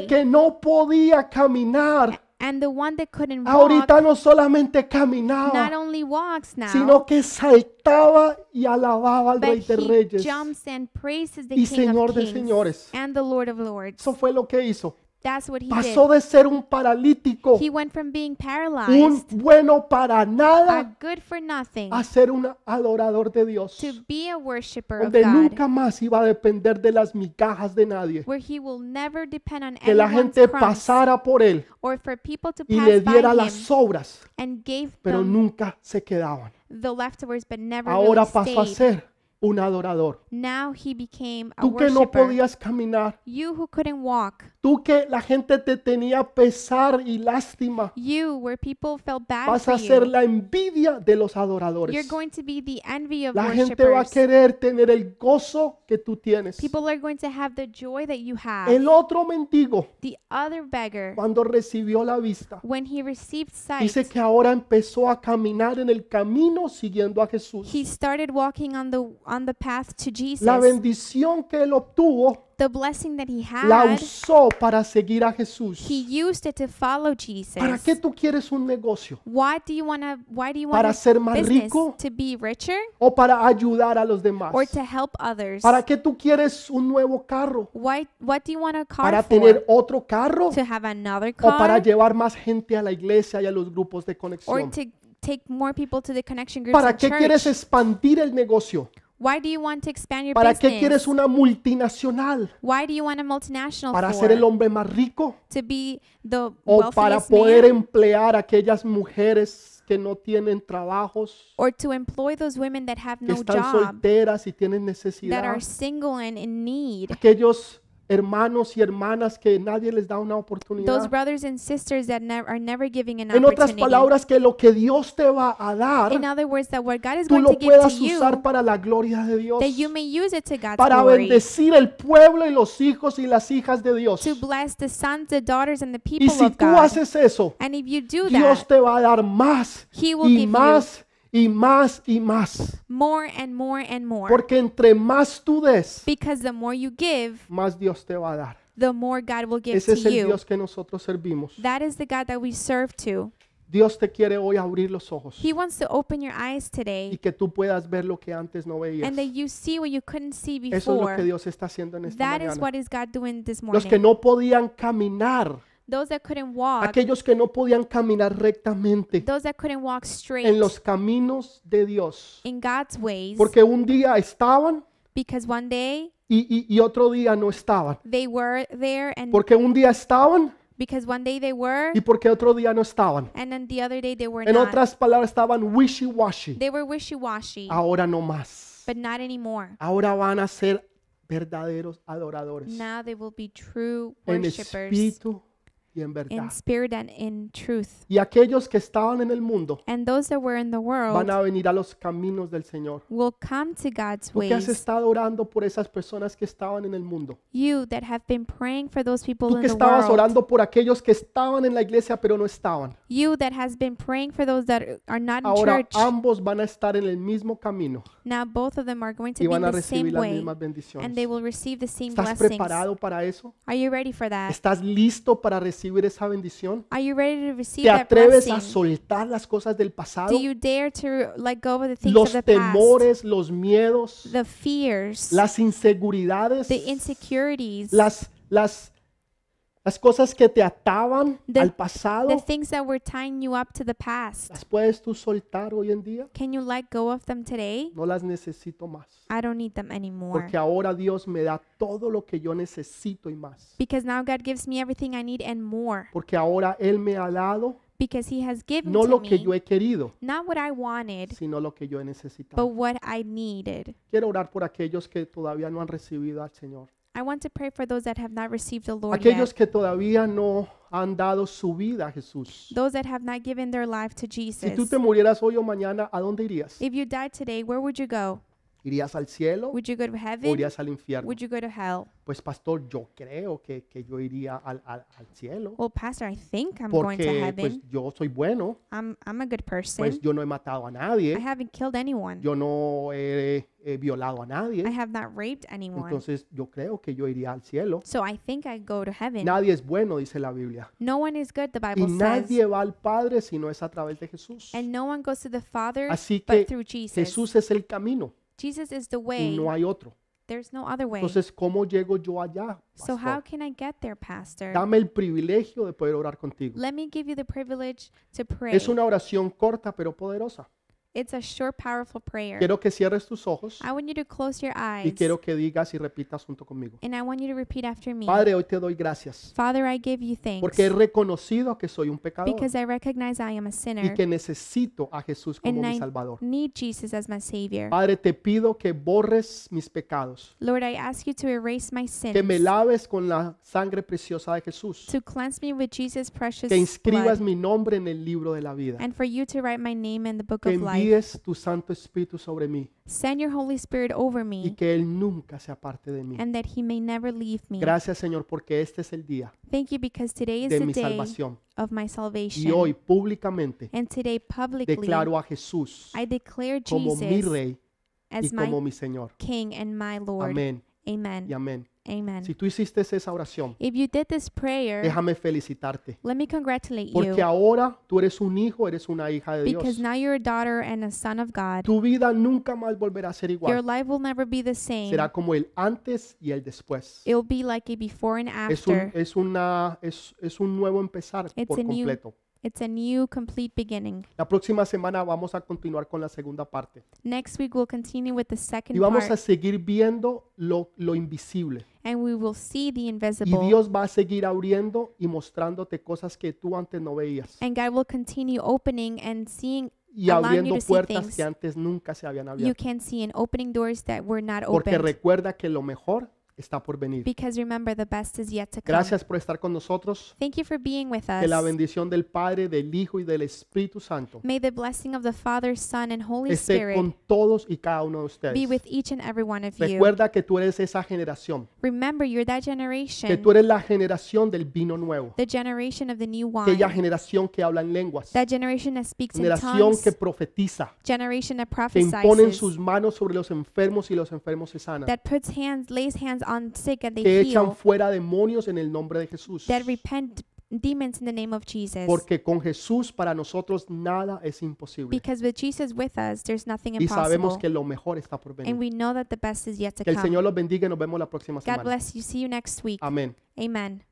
[SPEAKER 2] glory.
[SPEAKER 1] que no podía caminar,
[SPEAKER 2] And the one that couldn't walk
[SPEAKER 1] ahorita no solamente
[SPEAKER 2] not
[SPEAKER 1] caminaba,
[SPEAKER 2] only walks now,
[SPEAKER 1] sino que saltaba y alababa al
[SPEAKER 2] but
[SPEAKER 1] Rey de
[SPEAKER 2] he
[SPEAKER 1] Reyes.
[SPEAKER 2] jumps and praises the
[SPEAKER 1] y
[SPEAKER 2] King
[SPEAKER 1] Señor
[SPEAKER 2] of
[SPEAKER 1] de señores.
[SPEAKER 2] Kings and the Lord of Lords.
[SPEAKER 1] Eso fue lo que hizo.
[SPEAKER 2] That's what he did.
[SPEAKER 1] Pasó de ser un paralítico,
[SPEAKER 2] He went from being
[SPEAKER 1] un
[SPEAKER 2] paralyzed,
[SPEAKER 1] bueno para
[SPEAKER 2] a
[SPEAKER 1] nada,
[SPEAKER 2] good for nothing,
[SPEAKER 1] a ser un adorador de Dios,
[SPEAKER 2] to be a worshiper of
[SPEAKER 1] donde
[SPEAKER 2] God,
[SPEAKER 1] nunca más iba a depender de las migajas de nadie.
[SPEAKER 2] where he will never depend on
[SPEAKER 1] Que la
[SPEAKER 2] anyone's
[SPEAKER 1] gente
[SPEAKER 2] crumbs
[SPEAKER 1] pasara por él
[SPEAKER 2] or for people to
[SPEAKER 1] y le
[SPEAKER 2] pass
[SPEAKER 1] diera
[SPEAKER 2] by him
[SPEAKER 1] las obras,
[SPEAKER 2] and gave
[SPEAKER 1] pero
[SPEAKER 2] them
[SPEAKER 1] nunca se quedaban.
[SPEAKER 2] the leftovers, but never
[SPEAKER 1] Ahora
[SPEAKER 2] really
[SPEAKER 1] pasó a
[SPEAKER 2] stayed.
[SPEAKER 1] ser un adorador.
[SPEAKER 2] Now he became a
[SPEAKER 1] Tú que no
[SPEAKER 2] worshiper.
[SPEAKER 1] podías caminar,
[SPEAKER 2] you who couldn't walk,
[SPEAKER 1] tú que la gente te tenía pesar y lástima,
[SPEAKER 2] you where people felt bad
[SPEAKER 1] vas
[SPEAKER 2] for
[SPEAKER 1] a ser
[SPEAKER 2] you,
[SPEAKER 1] la envidia de los
[SPEAKER 2] you're
[SPEAKER 1] adoradores.
[SPEAKER 2] going to be the envy of
[SPEAKER 1] La gente va a
[SPEAKER 2] worshipers.
[SPEAKER 1] querer tener el gozo que tú tienes.
[SPEAKER 2] People are going to have the joy that you have.
[SPEAKER 1] El otro mendigo,
[SPEAKER 2] the other beggar,
[SPEAKER 1] cuando recibió la vista,
[SPEAKER 2] when he received sight,
[SPEAKER 1] dice que ahora empezó a caminar en el camino siguiendo a Jesús.
[SPEAKER 2] he started walking on the on the path to Jesus.
[SPEAKER 1] La bendición que él obtuvo
[SPEAKER 2] the blessing that he had,
[SPEAKER 1] la usó para seguir a Jesús.
[SPEAKER 2] he used it to follow
[SPEAKER 1] ¿Para
[SPEAKER 2] Jesus.
[SPEAKER 1] qué tú quieres un negocio?
[SPEAKER 2] Why do you want to? Why do you
[SPEAKER 1] ¿Para
[SPEAKER 2] want
[SPEAKER 1] ser más
[SPEAKER 2] business
[SPEAKER 1] rico?
[SPEAKER 2] to be richer
[SPEAKER 1] ¿O para ayudar a los demás?
[SPEAKER 2] or to help others?
[SPEAKER 1] ¿Para qué tú quieres un nuevo carro?
[SPEAKER 2] Why? What do you want a car
[SPEAKER 1] ¿Para
[SPEAKER 2] for?
[SPEAKER 1] tener otro carro?
[SPEAKER 2] to have another
[SPEAKER 1] ¿O para
[SPEAKER 2] car
[SPEAKER 1] llevar más gente a la iglesia y a los grupos de
[SPEAKER 2] or
[SPEAKER 1] conexión?
[SPEAKER 2] to take more people to the connection groups
[SPEAKER 1] ¿Para
[SPEAKER 2] and
[SPEAKER 1] qué quieres
[SPEAKER 2] church?
[SPEAKER 1] expandir el negocio?
[SPEAKER 2] Why do you want to expand your
[SPEAKER 1] ¿Para qué
[SPEAKER 2] business?
[SPEAKER 1] quieres una multinacional?
[SPEAKER 2] Why do you want a multinational
[SPEAKER 1] ¿Para
[SPEAKER 2] for?
[SPEAKER 1] ser el hombre más rico?
[SPEAKER 2] to be the
[SPEAKER 1] ¿O para
[SPEAKER 2] wealthiest
[SPEAKER 1] poder
[SPEAKER 2] man
[SPEAKER 1] emplear a aquellas mujeres que no tienen trabajos,
[SPEAKER 2] or to employ those women that have
[SPEAKER 1] que
[SPEAKER 2] no
[SPEAKER 1] están
[SPEAKER 2] job,
[SPEAKER 1] solteras y tienen
[SPEAKER 2] that
[SPEAKER 1] necesidad?
[SPEAKER 2] are single and in need.
[SPEAKER 1] Aquellos hermanos y hermanas que nadie les da una
[SPEAKER 2] Those
[SPEAKER 1] oportunidad.
[SPEAKER 2] brothers and sisters that nev- are never giving an
[SPEAKER 1] En otras
[SPEAKER 2] opportunity.
[SPEAKER 1] palabras, que lo que Dios te va a
[SPEAKER 2] in
[SPEAKER 1] dar,
[SPEAKER 2] other words, that what God is
[SPEAKER 1] tú
[SPEAKER 2] going to
[SPEAKER 1] lo
[SPEAKER 2] give to
[SPEAKER 1] puedas
[SPEAKER 2] you,
[SPEAKER 1] usar para la gloria de Dios,
[SPEAKER 2] that you may use it to God's
[SPEAKER 1] para
[SPEAKER 2] glory,
[SPEAKER 1] bendecir el pueblo y los hijos y las hijas de Dios.
[SPEAKER 2] to bless the sons, the daughters, and the
[SPEAKER 1] Y
[SPEAKER 2] people
[SPEAKER 1] si
[SPEAKER 2] of
[SPEAKER 1] tú
[SPEAKER 2] God.
[SPEAKER 1] haces eso,
[SPEAKER 2] and if you do
[SPEAKER 1] Dios
[SPEAKER 2] that,
[SPEAKER 1] te va a dar más
[SPEAKER 2] He will
[SPEAKER 1] y
[SPEAKER 2] give
[SPEAKER 1] más y más y más.
[SPEAKER 2] more and more and more.
[SPEAKER 1] Porque entre más tú des,
[SPEAKER 2] because the more you give,
[SPEAKER 1] más Dios te va a dar.
[SPEAKER 2] the more God will give
[SPEAKER 1] Ese
[SPEAKER 2] to
[SPEAKER 1] es el
[SPEAKER 2] you.
[SPEAKER 1] Dios que nosotros servimos.
[SPEAKER 2] That is the God that we serve to.
[SPEAKER 1] Dios te quiere hoy abrir los ojos
[SPEAKER 2] He wants to open your eyes
[SPEAKER 1] y
[SPEAKER 2] today
[SPEAKER 1] que tú puedas ver lo que antes no veías.
[SPEAKER 2] and that you see what you couldn't see
[SPEAKER 1] Eso es lo que
[SPEAKER 2] before.
[SPEAKER 1] Dios está haciendo en esta
[SPEAKER 2] That is
[SPEAKER 1] mañana.
[SPEAKER 2] what is God doing this
[SPEAKER 1] Los que
[SPEAKER 2] morning.
[SPEAKER 1] no podían caminar,
[SPEAKER 2] Those that couldn't walk,
[SPEAKER 1] aquellos que no podían caminar rectamente
[SPEAKER 2] those that couldn't walk straight
[SPEAKER 1] en los caminos de Dios.
[SPEAKER 2] in God's ways,
[SPEAKER 1] Porque un día estaban
[SPEAKER 2] because one day
[SPEAKER 1] y, y- y otro día no estaban.
[SPEAKER 2] they were there, and
[SPEAKER 1] Porque un día estaban
[SPEAKER 2] because one day they were,
[SPEAKER 1] y porque otro día no estaban.
[SPEAKER 2] and then the other day they were
[SPEAKER 1] En
[SPEAKER 2] not.
[SPEAKER 1] otras palabras, estaban wishy-washy.
[SPEAKER 2] They were wishy washy,
[SPEAKER 1] Ahora no más.
[SPEAKER 2] but not anymore.
[SPEAKER 1] Ahora van a ser verdaderos adoradores
[SPEAKER 2] Now they will be true
[SPEAKER 1] en
[SPEAKER 2] worshippers
[SPEAKER 1] espíritu y en
[SPEAKER 2] in
[SPEAKER 1] verdad.
[SPEAKER 2] spirit and in truth.
[SPEAKER 1] Y aquellos que estaban en el mundo
[SPEAKER 2] And those that were in the
[SPEAKER 1] van
[SPEAKER 2] world
[SPEAKER 1] a venir a los caminos del Señor.
[SPEAKER 2] will come to God's
[SPEAKER 1] Tú que has
[SPEAKER 2] ways.
[SPEAKER 1] estado orando por esas personas que estaban en el mundo.
[SPEAKER 2] You that have been praying for those people
[SPEAKER 1] Tú
[SPEAKER 2] in
[SPEAKER 1] que
[SPEAKER 2] the
[SPEAKER 1] estabas
[SPEAKER 2] world.
[SPEAKER 1] orando por aquellos que estaban en la iglesia pero no estaban.
[SPEAKER 2] You that has been praying for those that are not in
[SPEAKER 1] Ahora
[SPEAKER 2] church.
[SPEAKER 1] ambos van a estar en el mismo camino
[SPEAKER 2] Now both of them are going
[SPEAKER 1] y
[SPEAKER 2] to be in
[SPEAKER 1] van a
[SPEAKER 2] the same
[SPEAKER 1] recibir las
[SPEAKER 2] way
[SPEAKER 1] mismas
[SPEAKER 2] and they
[SPEAKER 1] bendiciones.
[SPEAKER 2] will receive the same
[SPEAKER 1] ¿Estás
[SPEAKER 2] blessings.
[SPEAKER 1] preparado para eso?
[SPEAKER 2] Are you ready for that?
[SPEAKER 1] ¿Estás listo para recibir esa bendición?
[SPEAKER 2] Are you ready to receive
[SPEAKER 1] ¿Te
[SPEAKER 2] that
[SPEAKER 1] atreves a
[SPEAKER 2] blessing?
[SPEAKER 1] soltar las cosas del pasado?
[SPEAKER 2] Do you dare to let go of the things
[SPEAKER 1] Los
[SPEAKER 2] of the past?
[SPEAKER 1] temores, los miedos,
[SPEAKER 2] The fears,
[SPEAKER 1] las inseguridades,
[SPEAKER 2] the insecurities,
[SPEAKER 1] las las las cosas que te ataban
[SPEAKER 2] The-
[SPEAKER 1] al
[SPEAKER 2] the
[SPEAKER 1] pasado,
[SPEAKER 2] things that were tying you up to the past.
[SPEAKER 1] ¿las puedes tú soltar hoy en día?
[SPEAKER 2] Can you let go of them today?
[SPEAKER 1] No las necesito más.
[SPEAKER 2] I don't need them anymore.
[SPEAKER 1] Porque ahora Dios me da todo lo que yo necesito y más.
[SPEAKER 2] Because now God gives me everything I need and more.
[SPEAKER 1] Porque ahora Él me ha dado
[SPEAKER 2] Because He has given
[SPEAKER 1] no
[SPEAKER 2] to
[SPEAKER 1] lo que yo
[SPEAKER 2] me
[SPEAKER 1] he querido,
[SPEAKER 2] not what I wanted,
[SPEAKER 1] sino lo que yo he
[SPEAKER 2] but
[SPEAKER 1] necesitado.
[SPEAKER 2] what I needed.
[SPEAKER 1] Quiero orar por aquellos que todavía no han recibido al Señor.
[SPEAKER 2] I want to pray for those that have not received the Lord
[SPEAKER 1] Aquellos
[SPEAKER 2] yet.
[SPEAKER 1] que todavía no han dado su vida a Jesús.
[SPEAKER 2] Those that have not given their life to
[SPEAKER 1] Si tú
[SPEAKER 2] Jesus.
[SPEAKER 1] te murieras hoy o mañana, ¿a dónde irías?
[SPEAKER 2] If you died today, where would you go?
[SPEAKER 1] ¿Irías al cielo
[SPEAKER 2] Would you go to
[SPEAKER 1] o
[SPEAKER 2] heaven?
[SPEAKER 1] irías al infierno?
[SPEAKER 2] Would you go to hell?
[SPEAKER 1] Pues pastor, yo creo que, que yo iría al, al- al cielo.
[SPEAKER 2] Well, Pastor, I think I'm going to
[SPEAKER 1] Porque pues
[SPEAKER 2] heaven.
[SPEAKER 1] yo soy bueno,
[SPEAKER 2] I'm I'm a good person.
[SPEAKER 1] pues yo no he matado a
[SPEAKER 2] I
[SPEAKER 1] nadie,
[SPEAKER 2] haven't killed anyone.
[SPEAKER 1] yo no he, he violado a
[SPEAKER 2] I
[SPEAKER 1] nadie.
[SPEAKER 2] have not raped anyone.
[SPEAKER 1] Entonces yo creo que yo iría al cielo.
[SPEAKER 2] So I think I go to heaven.
[SPEAKER 1] Nadie es bueno, dice la Biblia.
[SPEAKER 2] No one is good, the
[SPEAKER 1] Y
[SPEAKER 2] Bible says.
[SPEAKER 1] nadie va al Padre si no es a través de Jesús.
[SPEAKER 2] And no one goes to the Father
[SPEAKER 1] Así que
[SPEAKER 2] but through Jesus.
[SPEAKER 1] Jesús es el camino
[SPEAKER 2] Jesus is the
[SPEAKER 1] y
[SPEAKER 2] way.
[SPEAKER 1] no hay otro.
[SPEAKER 2] There's no other way.
[SPEAKER 1] Entonces, ¿cómo llego yo allá?
[SPEAKER 2] So how
[SPEAKER 1] pastor?
[SPEAKER 2] can I get there, Pastor?
[SPEAKER 1] Dame el privilegio de poder orar contigo.
[SPEAKER 2] Let me give you the privilege to pray.
[SPEAKER 1] Es una oración corta pero poderosa.
[SPEAKER 2] It's a sure, powerful prayer.
[SPEAKER 1] Quiero que cierres tus ojos
[SPEAKER 2] I want you to close your
[SPEAKER 1] y
[SPEAKER 2] eyes.
[SPEAKER 1] quiero que digas y repitas junto conmigo.
[SPEAKER 2] And I want you to repeat after me.
[SPEAKER 1] Padre, hoy te doy gracias
[SPEAKER 2] Father, I give you thanks
[SPEAKER 1] porque he reconocido que soy un pecador
[SPEAKER 2] because I recognize I am a
[SPEAKER 1] y
[SPEAKER 2] sinner
[SPEAKER 1] que necesito a Jesús como
[SPEAKER 2] and
[SPEAKER 1] mi
[SPEAKER 2] I
[SPEAKER 1] Salvador.
[SPEAKER 2] need Jesus as my Savior.
[SPEAKER 1] Padre, te pido que borres mis pecados,
[SPEAKER 2] Lord, I ask you to erase my sins,
[SPEAKER 1] que me laves con la sangre preciosa de Jesús,
[SPEAKER 2] to cleanse me with Jesus' precious
[SPEAKER 1] que inscribas
[SPEAKER 2] blood,
[SPEAKER 1] mi nombre en el libro de la vida,
[SPEAKER 2] and for you to write my name in the book
[SPEAKER 1] que
[SPEAKER 2] of life.
[SPEAKER 1] envíes tu Santo Espíritu sobre mí
[SPEAKER 2] Send your Holy Spirit over
[SPEAKER 1] y
[SPEAKER 2] me,
[SPEAKER 1] que Él nunca se aparte de mí.
[SPEAKER 2] and that He may never leave me.
[SPEAKER 1] Gracias Señor porque este es el día
[SPEAKER 2] Thank you because today is
[SPEAKER 1] de
[SPEAKER 2] the
[SPEAKER 1] mi
[SPEAKER 2] day
[SPEAKER 1] salvación
[SPEAKER 2] of my
[SPEAKER 1] y
[SPEAKER 2] salvation.
[SPEAKER 1] hoy públicamente
[SPEAKER 2] And today, publicly,
[SPEAKER 1] declaro a Jesús
[SPEAKER 2] I declare
[SPEAKER 1] como mi
[SPEAKER 2] Jesus
[SPEAKER 1] rey y
[SPEAKER 2] as
[SPEAKER 1] como
[SPEAKER 2] my
[SPEAKER 1] mi Señor.
[SPEAKER 2] King and my Lord.
[SPEAKER 1] Amén y
[SPEAKER 2] Amen.
[SPEAKER 1] amén. Si
[SPEAKER 2] Amen.
[SPEAKER 1] tú hiciste esa oración,
[SPEAKER 2] If you did this prayer,
[SPEAKER 1] déjame felicitarte
[SPEAKER 2] let me congratulate
[SPEAKER 1] porque
[SPEAKER 2] you
[SPEAKER 1] ahora tú eres un hijo, eres una hija de Dios.
[SPEAKER 2] because now you're a daughter and a son of God.
[SPEAKER 1] Tu vida nunca más volverá a ser
[SPEAKER 2] Your
[SPEAKER 1] igual.
[SPEAKER 2] life will never be the same.
[SPEAKER 1] Será como el antes y el después.
[SPEAKER 2] It'll be like a before and
[SPEAKER 1] Es un,
[SPEAKER 2] after.
[SPEAKER 1] es una, es, es un nuevo empezar
[SPEAKER 2] It's
[SPEAKER 1] por
[SPEAKER 2] a new-
[SPEAKER 1] completo.
[SPEAKER 2] It's a new, complete beginning.
[SPEAKER 1] La próxima semana vamos a continuar con la segunda parte
[SPEAKER 2] Next week, we'll continue with the
[SPEAKER 1] y
[SPEAKER 2] second
[SPEAKER 1] vamos a
[SPEAKER 2] part,
[SPEAKER 1] seguir viendo lo, lo invisible.
[SPEAKER 2] and we will see the
[SPEAKER 1] Y
[SPEAKER 2] invisible.
[SPEAKER 1] Dios va a seguir abriendo y mostrándote cosas que tú antes no veías
[SPEAKER 2] And God will continue opening and seeing
[SPEAKER 1] y
[SPEAKER 2] allowing
[SPEAKER 1] abriendo
[SPEAKER 2] you to see
[SPEAKER 1] puertas que
[SPEAKER 2] things
[SPEAKER 1] antes nunca se habían
[SPEAKER 2] you
[SPEAKER 1] abierto.
[SPEAKER 2] can see and opening doors that were not
[SPEAKER 1] Porque
[SPEAKER 2] opened.
[SPEAKER 1] recuerda que lo mejor está por venir.
[SPEAKER 2] Because remember, the best is yet to come.
[SPEAKER 1] Gracias por estar con nosotros.
[SPEAKER 2] Thank you for being with
[SPEAKER 1] Que la
[SPEAKER 2] us.
[SPEAKER 1] bendición del Padre, del Hijo y del Espíritu Santo
[SPEAKER 2] May the blessing of the Father, Son, and Holy
[SPEAKER 1] esté
[SPEAKER 2] Spirit
[SPEAKER 1] con todos y cada uno de
[SPEAKER 2] be
[SPEAKER 1] ustedes.
[SPEAKER 2] with each and every one of you.
[SPEAKER 1] Recuerda que tú eres esa generación,
[SPEAKER 2] Remember, you're that
[SPEAKER 1] que
[SPEAKER 2] generation,
[SPEAKER 1] tú eres la generación del vino nuevo,
[SPEAKER 2] the generation of the new wine,
[SPEAKER 1] aquella generación que habla en lenguas,
[SPEAKER 2] that generation that speaks in
[SPEAKER 1] generación
[SPEAKER 2] tongues,
[SPEAKER 1] que profetiza,
[SPEAKER 2] generation that
[SPEAKER 1] que imponen
[SPEAKER 2] prophesies,
[SPEAKER 1] sus manos sobre los enfermos y los enfermos se sanan,
[SPEAKER 2] that puts hands, lays hands on sick and
[SPEAKER 1] que
[SPEAKER 2] they
[SPEAKER 1] echan
[SPEAKER 2] heal,
[SPEAKER 1] fuera demonios en el nombre de Jesús.
[SPEAKER 2] that repent demons in the name of Jesus.
[SPEAKER 1] Porque con Jesús para nosotros nada es imposible.
[SPEAKER 2] Because with Jesus with us, there's nothing
[SPEAKER 1] Y sabemos
[SPEAKER 2] impossible.
[SPEAKER 1] que lo mejor está por
[SPEAKER 2] And
[SPEAKER 1] venir.
[SPEAKER 2] we know that the best is yet to
[SPEAKER 1] Que el
[SPEAKER 2] come.
[SPEAKER 1] Señor los bendiga y nos vemos la próxima
[SPEAKER 2] God
[SPEAKER 1] semana.
[SPEAKER 2] bless you. See you next week.
[SPEAKER 1] Amén.
[SPEAKER 2] Amen.